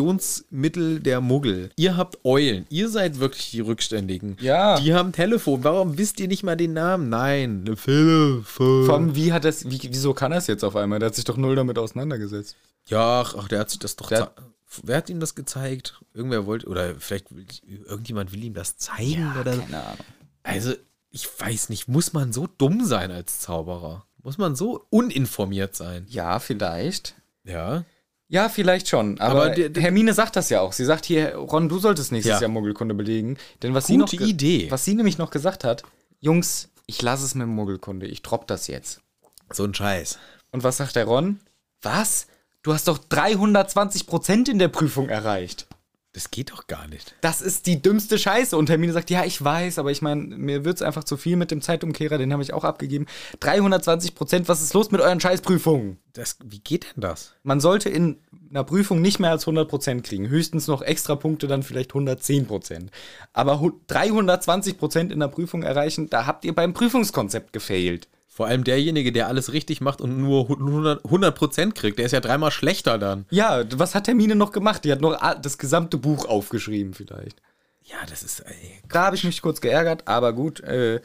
S1: Kommunikationsmittel der Muggel. Ihr habt Eulen. Ihr seid wirklich die Rückständigen.
S2: Ja.
S1: Die haben Telefon. Warum wisst ihr nicht mal den Namen? Nein. Telefon.
S2: Vor allem, wie hat das, wie, wieso kann er es jetzt auf einmal? Der hat sich doch null damit auseinandergesetzt.
S1: Ja, ach, ach, der hat sich das doch.
S2: Der-
S1: zei- Wer hat ihm das gezeigt? Irgendwer wollte, oder vielleicht will, irgendjemand will ihm das zeigen oder so.
S2: Keine Ahnung.
S1: Also, ich weiß nicht, muss man so dumm sein als Zauberer? Muss man so uninformiert sein?
S2: Ja, vielleicht.
S1: Ja.
S2: Ja, vielleicht schon. Aber,
S1: Aber der- der-
S2: Hermine sagt das ja auch. Sie sagt hier, Ron, du solltest nächstes
S1: Ja.
S2: Jahr Muggelkunde belegen. Denn was sie noch
S1: Gute
S2: ge-
S1: Idee.
S2: Was sie nämlich noch gesagt hat, Jungs, ich lasse es mit dem Muggelkunde, ich dropp das jetzt.
S1: So ein Scheiß.
S2: Und was sagt der Ron? Was? Du hast doch 320 Prozent in der Prüfung erreicht.
S1: Das geht doch gar nicht.
S2: Das ist die dümmste Scheiße. Und Hermine sagt, ja, ich weiß, aber ich meine, mir wird's einfach zu viel mit dem Zeitumkehrer, den habe ich auch abgegeben. 320 Prozent, was ist los mit euren Scheißprüfungen?
S1: Das, wie geht denn das?
S2: Man sollte in einer Prüfung nicht mehr als 100 Prozent kriegen. Höchstens noch extra Punkte, dann vielleicht 110 Prozent. Aber hu- 320 Prozent in der Prüfung erreichen, da habt ihr beim Prüfungskonzept gefailt.
S1: Vor allem derjenige, der alles richtig macht und nur 100 100% kriegt, der ist ja dreimal schlechter dann.
S2: Ja, d- was hat Hermine noch gemacht? Die hat noch a- das gesamte Buch aufgeschrieben vielleicht.
S1: Ja, das ist. Ey,
S2: Da habe ich mich kurz geärgert, aber gut. Äh,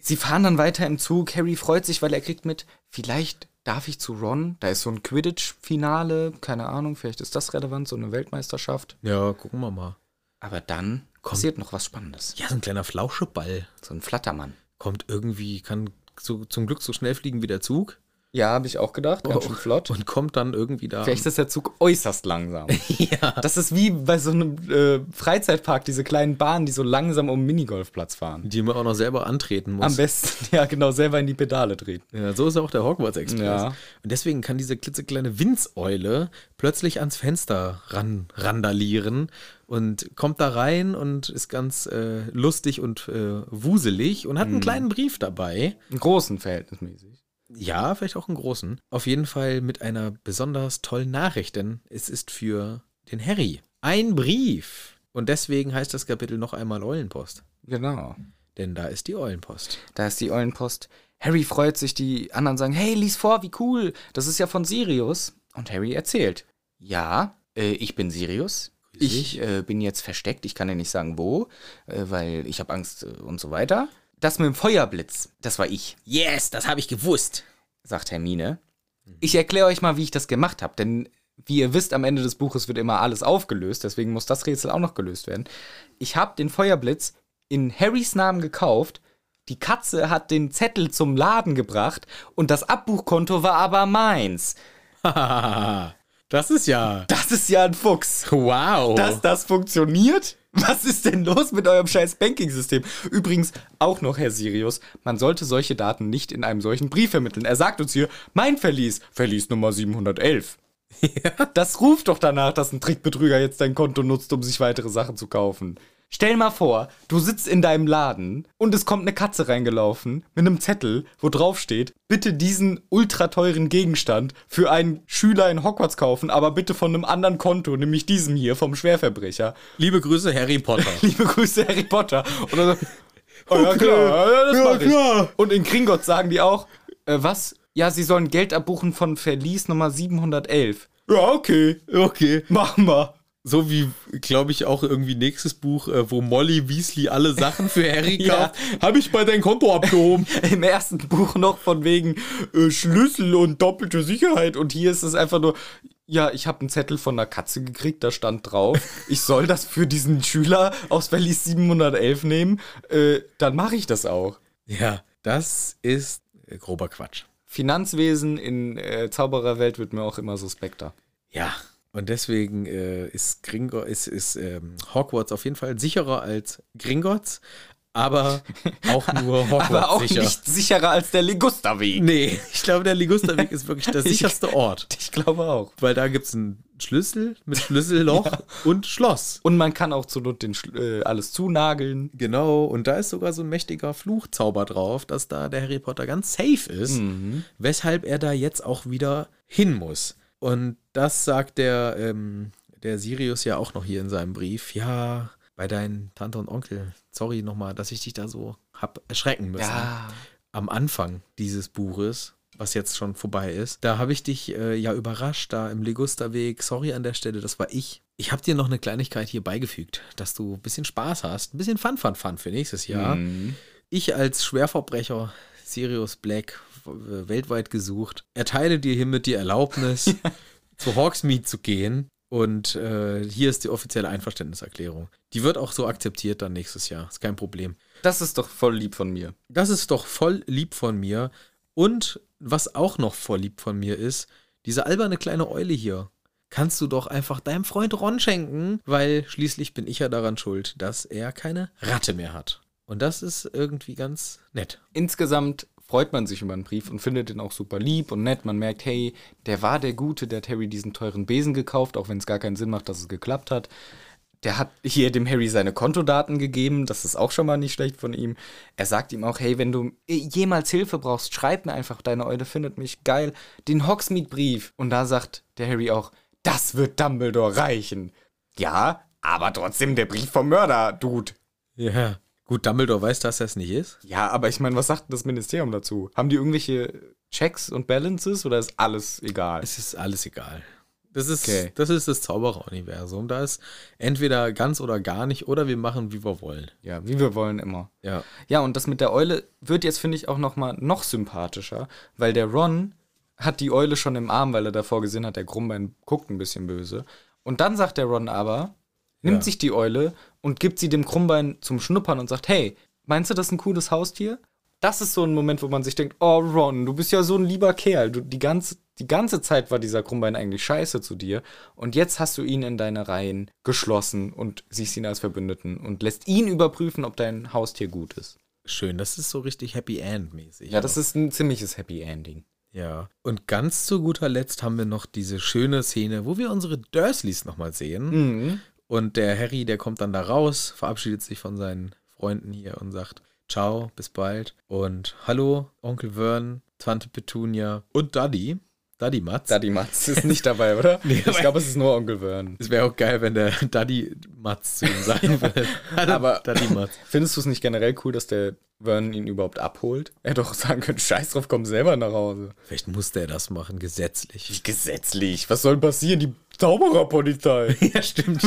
S2: sie fahren dann weiter im Zug. Harry freut sich, weil er kriegt mit, vielleicht darf ich zu Ron. Da ist so ein Quidditch-Finale, keine Ahnung, vielleicht ist das relevant, so eine Weltmeisterschaft.
S1: ja, gucken wir mal.
S2: Aber dann passiert noch was Spannendes.
S1: Ja, so ein kleiner Flauscheball.
S2: So ein Flattermann.
S1: Kommt irgendwie, kann so, zum Glück so schnell fliegen wie der Zug.
S2: Ja, habe ich auch gedacht, ganz schön flott.
S1: Und kommt dann irgendwie da.
S2: Oh. Vielleicht ist der Zug äußerst langsam.
S1: ja.
S2: Das ist wie bei so einem äh, Freizeitpark, diese kleinen Bahnen, die so langsam um den Minigolfplatz fahren.
S1: Die man auch noch selber antreten muss.
S2: Am besten, ja, genau, selber in die Pedale treten.
S1: Ja, so ist auch der Hogwarts Express.
S2: Ja.
S1: Und deswegen kann diese klitzekleine Winzeule plötzlich ans Fenster ran, randalieren und kommt da rein und ist ganz äh, lustig und äh, wuselig und hat einen kleinen Brief dabei.
S2: Im Großen verhältnismäßig.
S1: Ja, vielleicht auch einen großen. Auf jeden Fall mit einer besonders tollen Nachricht, denn es ist für den Harry ein Brief. Und deswegen heißt das Kapitel noch einmal Eulenpost.
S2: Genau.
S1: Denn da ist die Eulenpost.
S2: Da ist die Eulenpost. Harry freut sich, die anderen sagen, hey, lies vor, wie cool. Das ist ja von Sirius. Und Harry erzählt. Ja, äh, ich bin Sirius. Ich äh, bin jetzt versteckt, ich kann dir nicht sagen wo, äh, weil ich habe Angst äh, und so weiter. Das mit dem Feuerblitz, das war ich,
S5: Yes, das habe ich gewusst.
S2: sagt Hermine. Ich erkläre euch mal, wie ich das gemacht habe, denn wie ihr wisst, am Ende des Buches wird immer alles aufgelöst, deswegen muss das Rätsel auch noch gelöst werden. Ich habe den Feuerblitz in Harrys Namen gekauft, die Katze hat den Zettel zum Laden gebracht und das Abbuchkonto war aber meins.
S1: das ist ja.
S2: Das ist ja ein Fuchs.
S1: Wow.
S2: dass das funktioniert? Was ist denn los mit eurem scheiß Banking-System? Übrigens, auch noch, Herr Sirius, man sollte solche Daten nicht in einem solchen Brief vermitteln. Er sagt uns hier, mein Verlies, Verlies Nummer 711. Das ruft doch danach, dass ein Trickbetrüger jetzt dein Konto nutzt, um sich weitere Sachen zu kaufen. Stell mal vor, du sitzt in deinem Laden und es kommt eine Katze reingelaufen mit einem Zettel, wo drauf steht, bitte diesen ultra teuren Gegenstand für einen Schüler in Hogwarts kaufen, aber bitte von einem anderen Konto, nämlich diesem hier vom Schwerverbrecher.
S1: Liebe Grüße, Harry Potter.
S2: Liebe Grüße, Harry Potter. Und dann so, oh, ja klar, ja, das
S1: Ja,
S2: mach ich.
S1: klar.
S2: Und in Kringot sagen die auch, äh, was? Ja, sie sollen Geld abbuchen von Verlies Nummer 711. Ja, okay.
S1: Okay.
S2: Machen wir.
S1: So wie, glaube ich, auch irgendwie nächstes Buch, äh, wo Molly Weasley alle Sachen für Harry
S2: Ja.
S1: kauft, habe ich bei deinem Konto abgehoben.
S2: Im ersten Buch noch von wegen äh, Schlüssel und doppelte Sicherheit. Und hier ist es einfach nur, ja, ich habe einen Zettel von einer Katze gekriegt, da stand drauf, ich soll das für diesen Schüler aus Verlies 711 nehmen. Äh, dann mache ich das auch.
S1: ja, das ist äh, grober Quatsch.
S2: Finanzwesen in äh, Zaubererwelt wird mir auch immer suspekter.
S1: Ja. Und deswegen äh, ist, Gringo, ist, ist ähm, Hogwarts auf jeden Fall sicherer als Gringotts. aber auch nur Hogwarts
S2: Aber auch
S1: sicher.
S2: nicht sicherer als der Ligusterweg.
S1: Nee, ich glaube, der Ligusterweg ist wirklich der sicherste Ort.
S2: Ich glaube auch.
S1: Weil da gibt es einen Schlüssel mit Schlüsselloch und Schloss.
S2: Und man kann auch zur Not den, Schl- äh, alles zunageln.
S1: Genau, und da ist sogar so ein mächtiger Fluchzauber drauf, dass da der Harry Potter ganz safe ist, weshalb er da jetzt auch wieder hin muss. Und das sagt der, ähm, der Sirius ja auch noch hier in seinem Brief. Ja, bei deinen Tante und Onkel, sorry nochmal, dass ich dich da so hab erschrecken müssen. am Anfang dieses Buches, was jetzt schon vorbei ist, da habe ich dich äh, ja überrascht, da im Ligusterweg. Sorry an der Stelle, das war ich. Ich habe dir noch eine Kleinigkeit hier beigefügt, dass du ein bisschen Spaß hast, ein bisschen Fun, Fun, Fun für nächstes Jahr.
S2: Mhm.
S1: Ich als Schwerverbrecher Sirius Black, w- weltweit gesucht, erteile dir hiermit die Erlaubnis, zu Hawksmeade zu gehen. Und äh, hier ist die offizielle Einverständniserklärung. Die wird auch so akzeptiert dann nächstes Jahr. Ist kein Problem.
S2: Das ist doch voll lieb von mir.
S1: Das ist doch voll lieb von mir. Und was auch noch voll lieb von mir ist, diese alberne kleine Eule hier. Kannst du doch einfach deinem Freund Ron schenken, weil schließlich bin ich ja daran schuld, dass er keine Ratte mehr hat. Und das ist irgendwie ganz nett.
S2: Insgesamt freut man sich über einen Brief und findet den auch super lieb und nett. Man merkt, hey, der war der Gute, der hat Harry diesen teuren Besen gekauft, auch wenn es gar keinen Sinn macht, dass es geklappt hat. Der hat hier dem Harry seine Kontodaten gegeben, das ist auch schon mal nicht schlecht von ihm. Er sagt ihm auch, hey, wenn du jemals Hilfe brauchst, schreib mir einfach, deine Eule findet mich geil, den Hogsmeade-Brief. Und da sagt der Harry auch, das wird Dumbledore reichen. Ja, aber trotzdem der Brief vom Mörder, Dude.
S1: Ja. Gut, Dumbledore weiß, dass er es nicht ist.
S2: Ja, aber ich meine, was sagt denn das Ministerium dazu? Haben die irgendwelche Checks und Balances oder ist alles egal?
S1: Es ist alles egal. Das ist,
S2: Okay.
S1: das ist das Zaubereruniversum. Da ist entweder ganz oder gar nicht oder wir machen, wie wir wollen.
S2: Ja, wie wir wollen immer.
S1: Ja.
S2: Ja, und das mit der Eule wird jetzt, finde ich, auch noch mal noch sympathischer, weil der Ron hat die Eule schon im Arm, weil er davor gesehen hat, der Krummbein guckt ein bisschen böse. Und dann sagt der Ron aber, nimmt
S1: Ja.
S2: sich die Eule und gibt sie dem Krummbein zum Schnuppern und sagt, hey, meinst du, das ist ein cooles Haustier? Das ist so ein Moment, wo man sich denkt, oh Ron, du bist ja so ein lieber Kerl. Du, die, ganze, die ganze Zeit war dieser Krummbein eigentlich scheiße zu dir. Und jetzt hast du ihn in deine Reihen geschlossen und siehst ihn als Verbündeten und lässt ihn überprüfen, ob dein Haustier gut ist.
S1: Schön, das ist so richtig Happy End-mäßig.
S2: Ja, das ist ein ziemliches Happy Ending.
S1: Ja, und ganz zu guter Letzt haben wir noch diese schöne Szene, wo wir unsere Dursleys nochmal sehen. Und der Harry, der kommt dann da raus, verabschiedet sich von seinen Freunden hier und sagt, ciao, bis bald. Und hallo, Onkel Vern, Tante Petunia und Daddy. Daddy Matz.
S2: Daddy Matz ist nicht dabei, oder? ich glaube, es ist nur Onkel Vern.
S1: Es wäre auch geil, wenn der Daddy Matz zu ihm sein würde. Hallo,
S2: Aber-
S1: Daddy Matz.
S2: Findest du es nicht generell cool, dass der Vern ihn überhaupt abholt? Er hätte doch sagen können, scheiß drauf, komm selber nach Hause.
S1: Vielleicht musste er das machen, gesetzlich.
S2: Gesetzlich, was soll passieren? Die Zaubererpolizei.
S1: Ja, stimmt.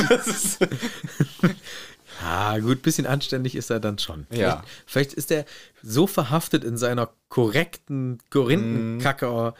S1: Ah, gut, bisschen anständig ist er dann schon. Vielleicht,
S2: Ja.
S1: vielleicht ist er so verhaftet in seiner korrekten Korinthenkacker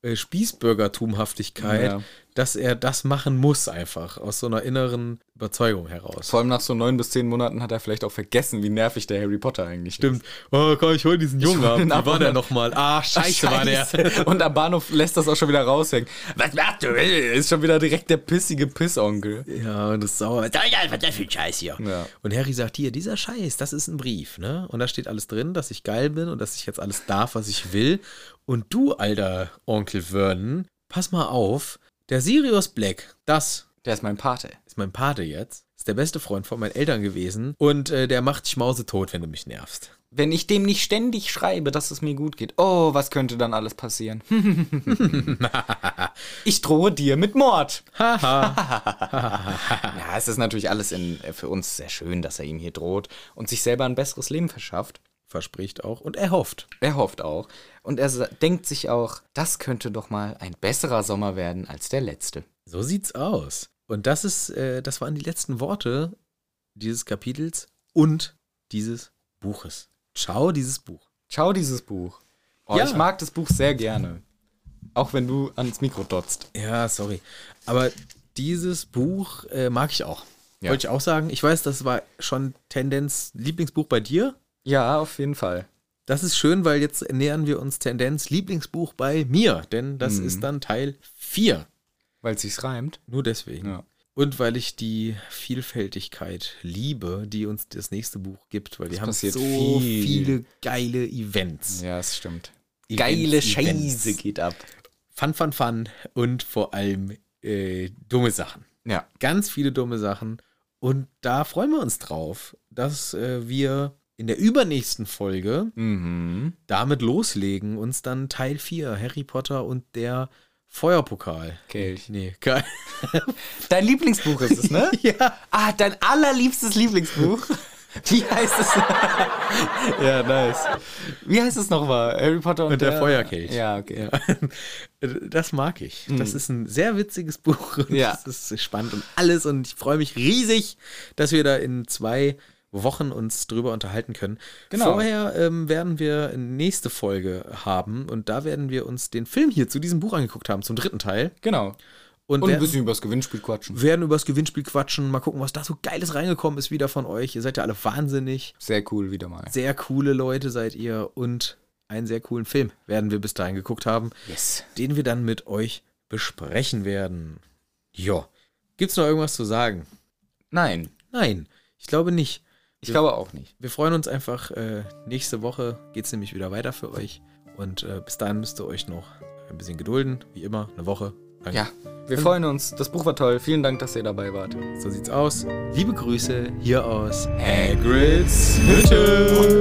S1: äh, Spießbürgertumhaftigkeit,
S2: Mhm. Ja.
S1: dass er das machen muss einfach aus so einer inneren Überzeugung heraus.
S2: Vor allem nach so neun bis zehn Monaten hat er vielleicht auch vergessen, wie nervig der Harry Potter eigentlich
S1: Stimmt. Oh, komm, ich hol diesen Jungen ab.
S2: hol ihn
S1: Wie
S2: ab
S1: war
S2: und
S1: der
S2: dann-
S1: nochmal? Ah, scheiße,
S2: ist.
S1: war der.
S2: Scheiße. Und am Bahnhof lässt das auch schon wieder raushängen. Was machst du? Ist schon wieder direkt der pissige Pissonkel.
S1: Ja, und das ist sauer. Sag ich einfach, das für ein Scheiß hier.
S2: Ja.
S1: Und Harry sagt, hier, dieser Scheiß, das ist ein Brief, ne? Und da steht alles drin, dass ich geil bin und dass ich jetzt alles darf, was ich will. Und du, alter Onkel Vernon, pass mal auf, der Sirius Black, das
S2: Der ist mein Pate.
S1: ist mein Pate jetzt, ist der beste Freund von meinen Eltern gewesen und äh, der macht dich mausetot, wenn du mich nervst.
S2: Wenn ich dem nicht ständig schreibe, dass es mir gut geht, oh, was könnte dann alles passieren? ich drohe dir mit Mord. ja, es ist natürlich alles in, äh, für uns sehr schön, dass er ihm hier droht und sich selber ein besseres Leben verschafft.
S1: Verspricht auch und er hofft.
S2: Er hofft auch. Und er sa- denkt sich auch, das könnte doch mal ein besserer Sommer werden als der letzte.
S1: So sieht's aus. Und das ist, äh, das waren die letzten Worte dieses Kapitels und dieses Buches. Ciao, dieses Buch.
S2: Ciao, dieses Buch. Oh,
S1: Ja.
S2: Ich mag das Buch sehr gerne. Auch wenn du ans Mikro dotzt.
S1: Ja, sorry. Aber dieses Buch äh, mag ich auch.
S2: Ja.
S1: Wollte ich auch sagen. Ich weiß, das war schon Tendenz Lieblingsbuch bei dir.
S2: Ja, auf jeden Fall.
S1: Das ist schön, weil jetzt nähern wir uns Tendenz Lieblingsbuch
S2: Mhm.
S1: bei mir, denn das ist dann Teil 4.
S2: Weil es sich reimt.
S1: Nur deswegen.
S2: Ja.
S1: Und weil ich die Vielfältigkeit liebe, die uns das nächste Buch gibt, weil wir haben
S2: passiert
S1: so
S2: viel.
S1: viele geile Events.
S2: Ja, das stimmt.
S1: Events,
S2: Geile
S1: Events.
S2: Scheiße geht ab.
S1: Fun, fun, fun und vor allem äh, dumme Sachen.
S2: Ja.
S1: Ganz viele dumme Sachen. Und da freuen wir uns drauf, dass äh, wir in der übernächsten Folge
S2: Mhm.
S1: damit loslegen, uns dann Teil 4, Harry Potter und der Feuerpokal.
S2: Kelch.
S1: Nee, geil.
S2: Dein Lieblingsbuch ist es, ne?
S1: Ja.
S2: Ah, dein allerliebstes Lieblingsbuch. Wie heißt es? ja, nice. Wie heißt es nochmal? Harry Potter und,
S1: Und der Feuerkelch.
S2: Ja, okay.
S1: Ja. Das mag ich. Das ist ein sehr witziges Buch. Und
S2: Mhm. Ja.
S1: Das ist spannend und alles. Und ich freue mich riesig, dass wir da in zwei Wochen uns drüber unterhalten können.
S2: Genau.
S1: Vorher ähm, werden wir eine nächste Folge haben und da werden wir uns den Film hier zu diesem Buch angeguckt haben, zum dritten Teil.
S2: Genau.
S1: Und,
S2: Und ein
S1: werden,
S2: bisschen übers Gewinnspiel quatschen.
S1: werden über das Gewinnspiel quatschen, mal gucken, was da so Geiles reingekommen ist wieder von euch. Ihr seid ja alle wahnsinnig.
S2: Sehr cool, wieder mal.
S1: Sehr coole Leute seid ihr und einen sehr coolen Film werden wir bis dahin geguckt haben
S2: Yes.
S1: den wir dann mit euch besprechen werden. Ja. Gibt's noch irgendwas zu sagen?
S2: Nein,
S1: Nein, ich glaube nicht.
S2: ich glaube auch nicht.
S1: Wir freuen uns einfach. Äh, nächste Woche geht's nämlich wieder weiter für euch. Und äh, bis dahin müsst ihr euch noch ein bisschen gedulden. Wie immer, eine Woche. Danke.
S2: Ja, wir freuen uns. Das Buch war toll. Vielen Dank, dass ihr dabei wart.
S1: So sieht's aus. Liebe Grüße hier aus
S2: Hagrids Hütte.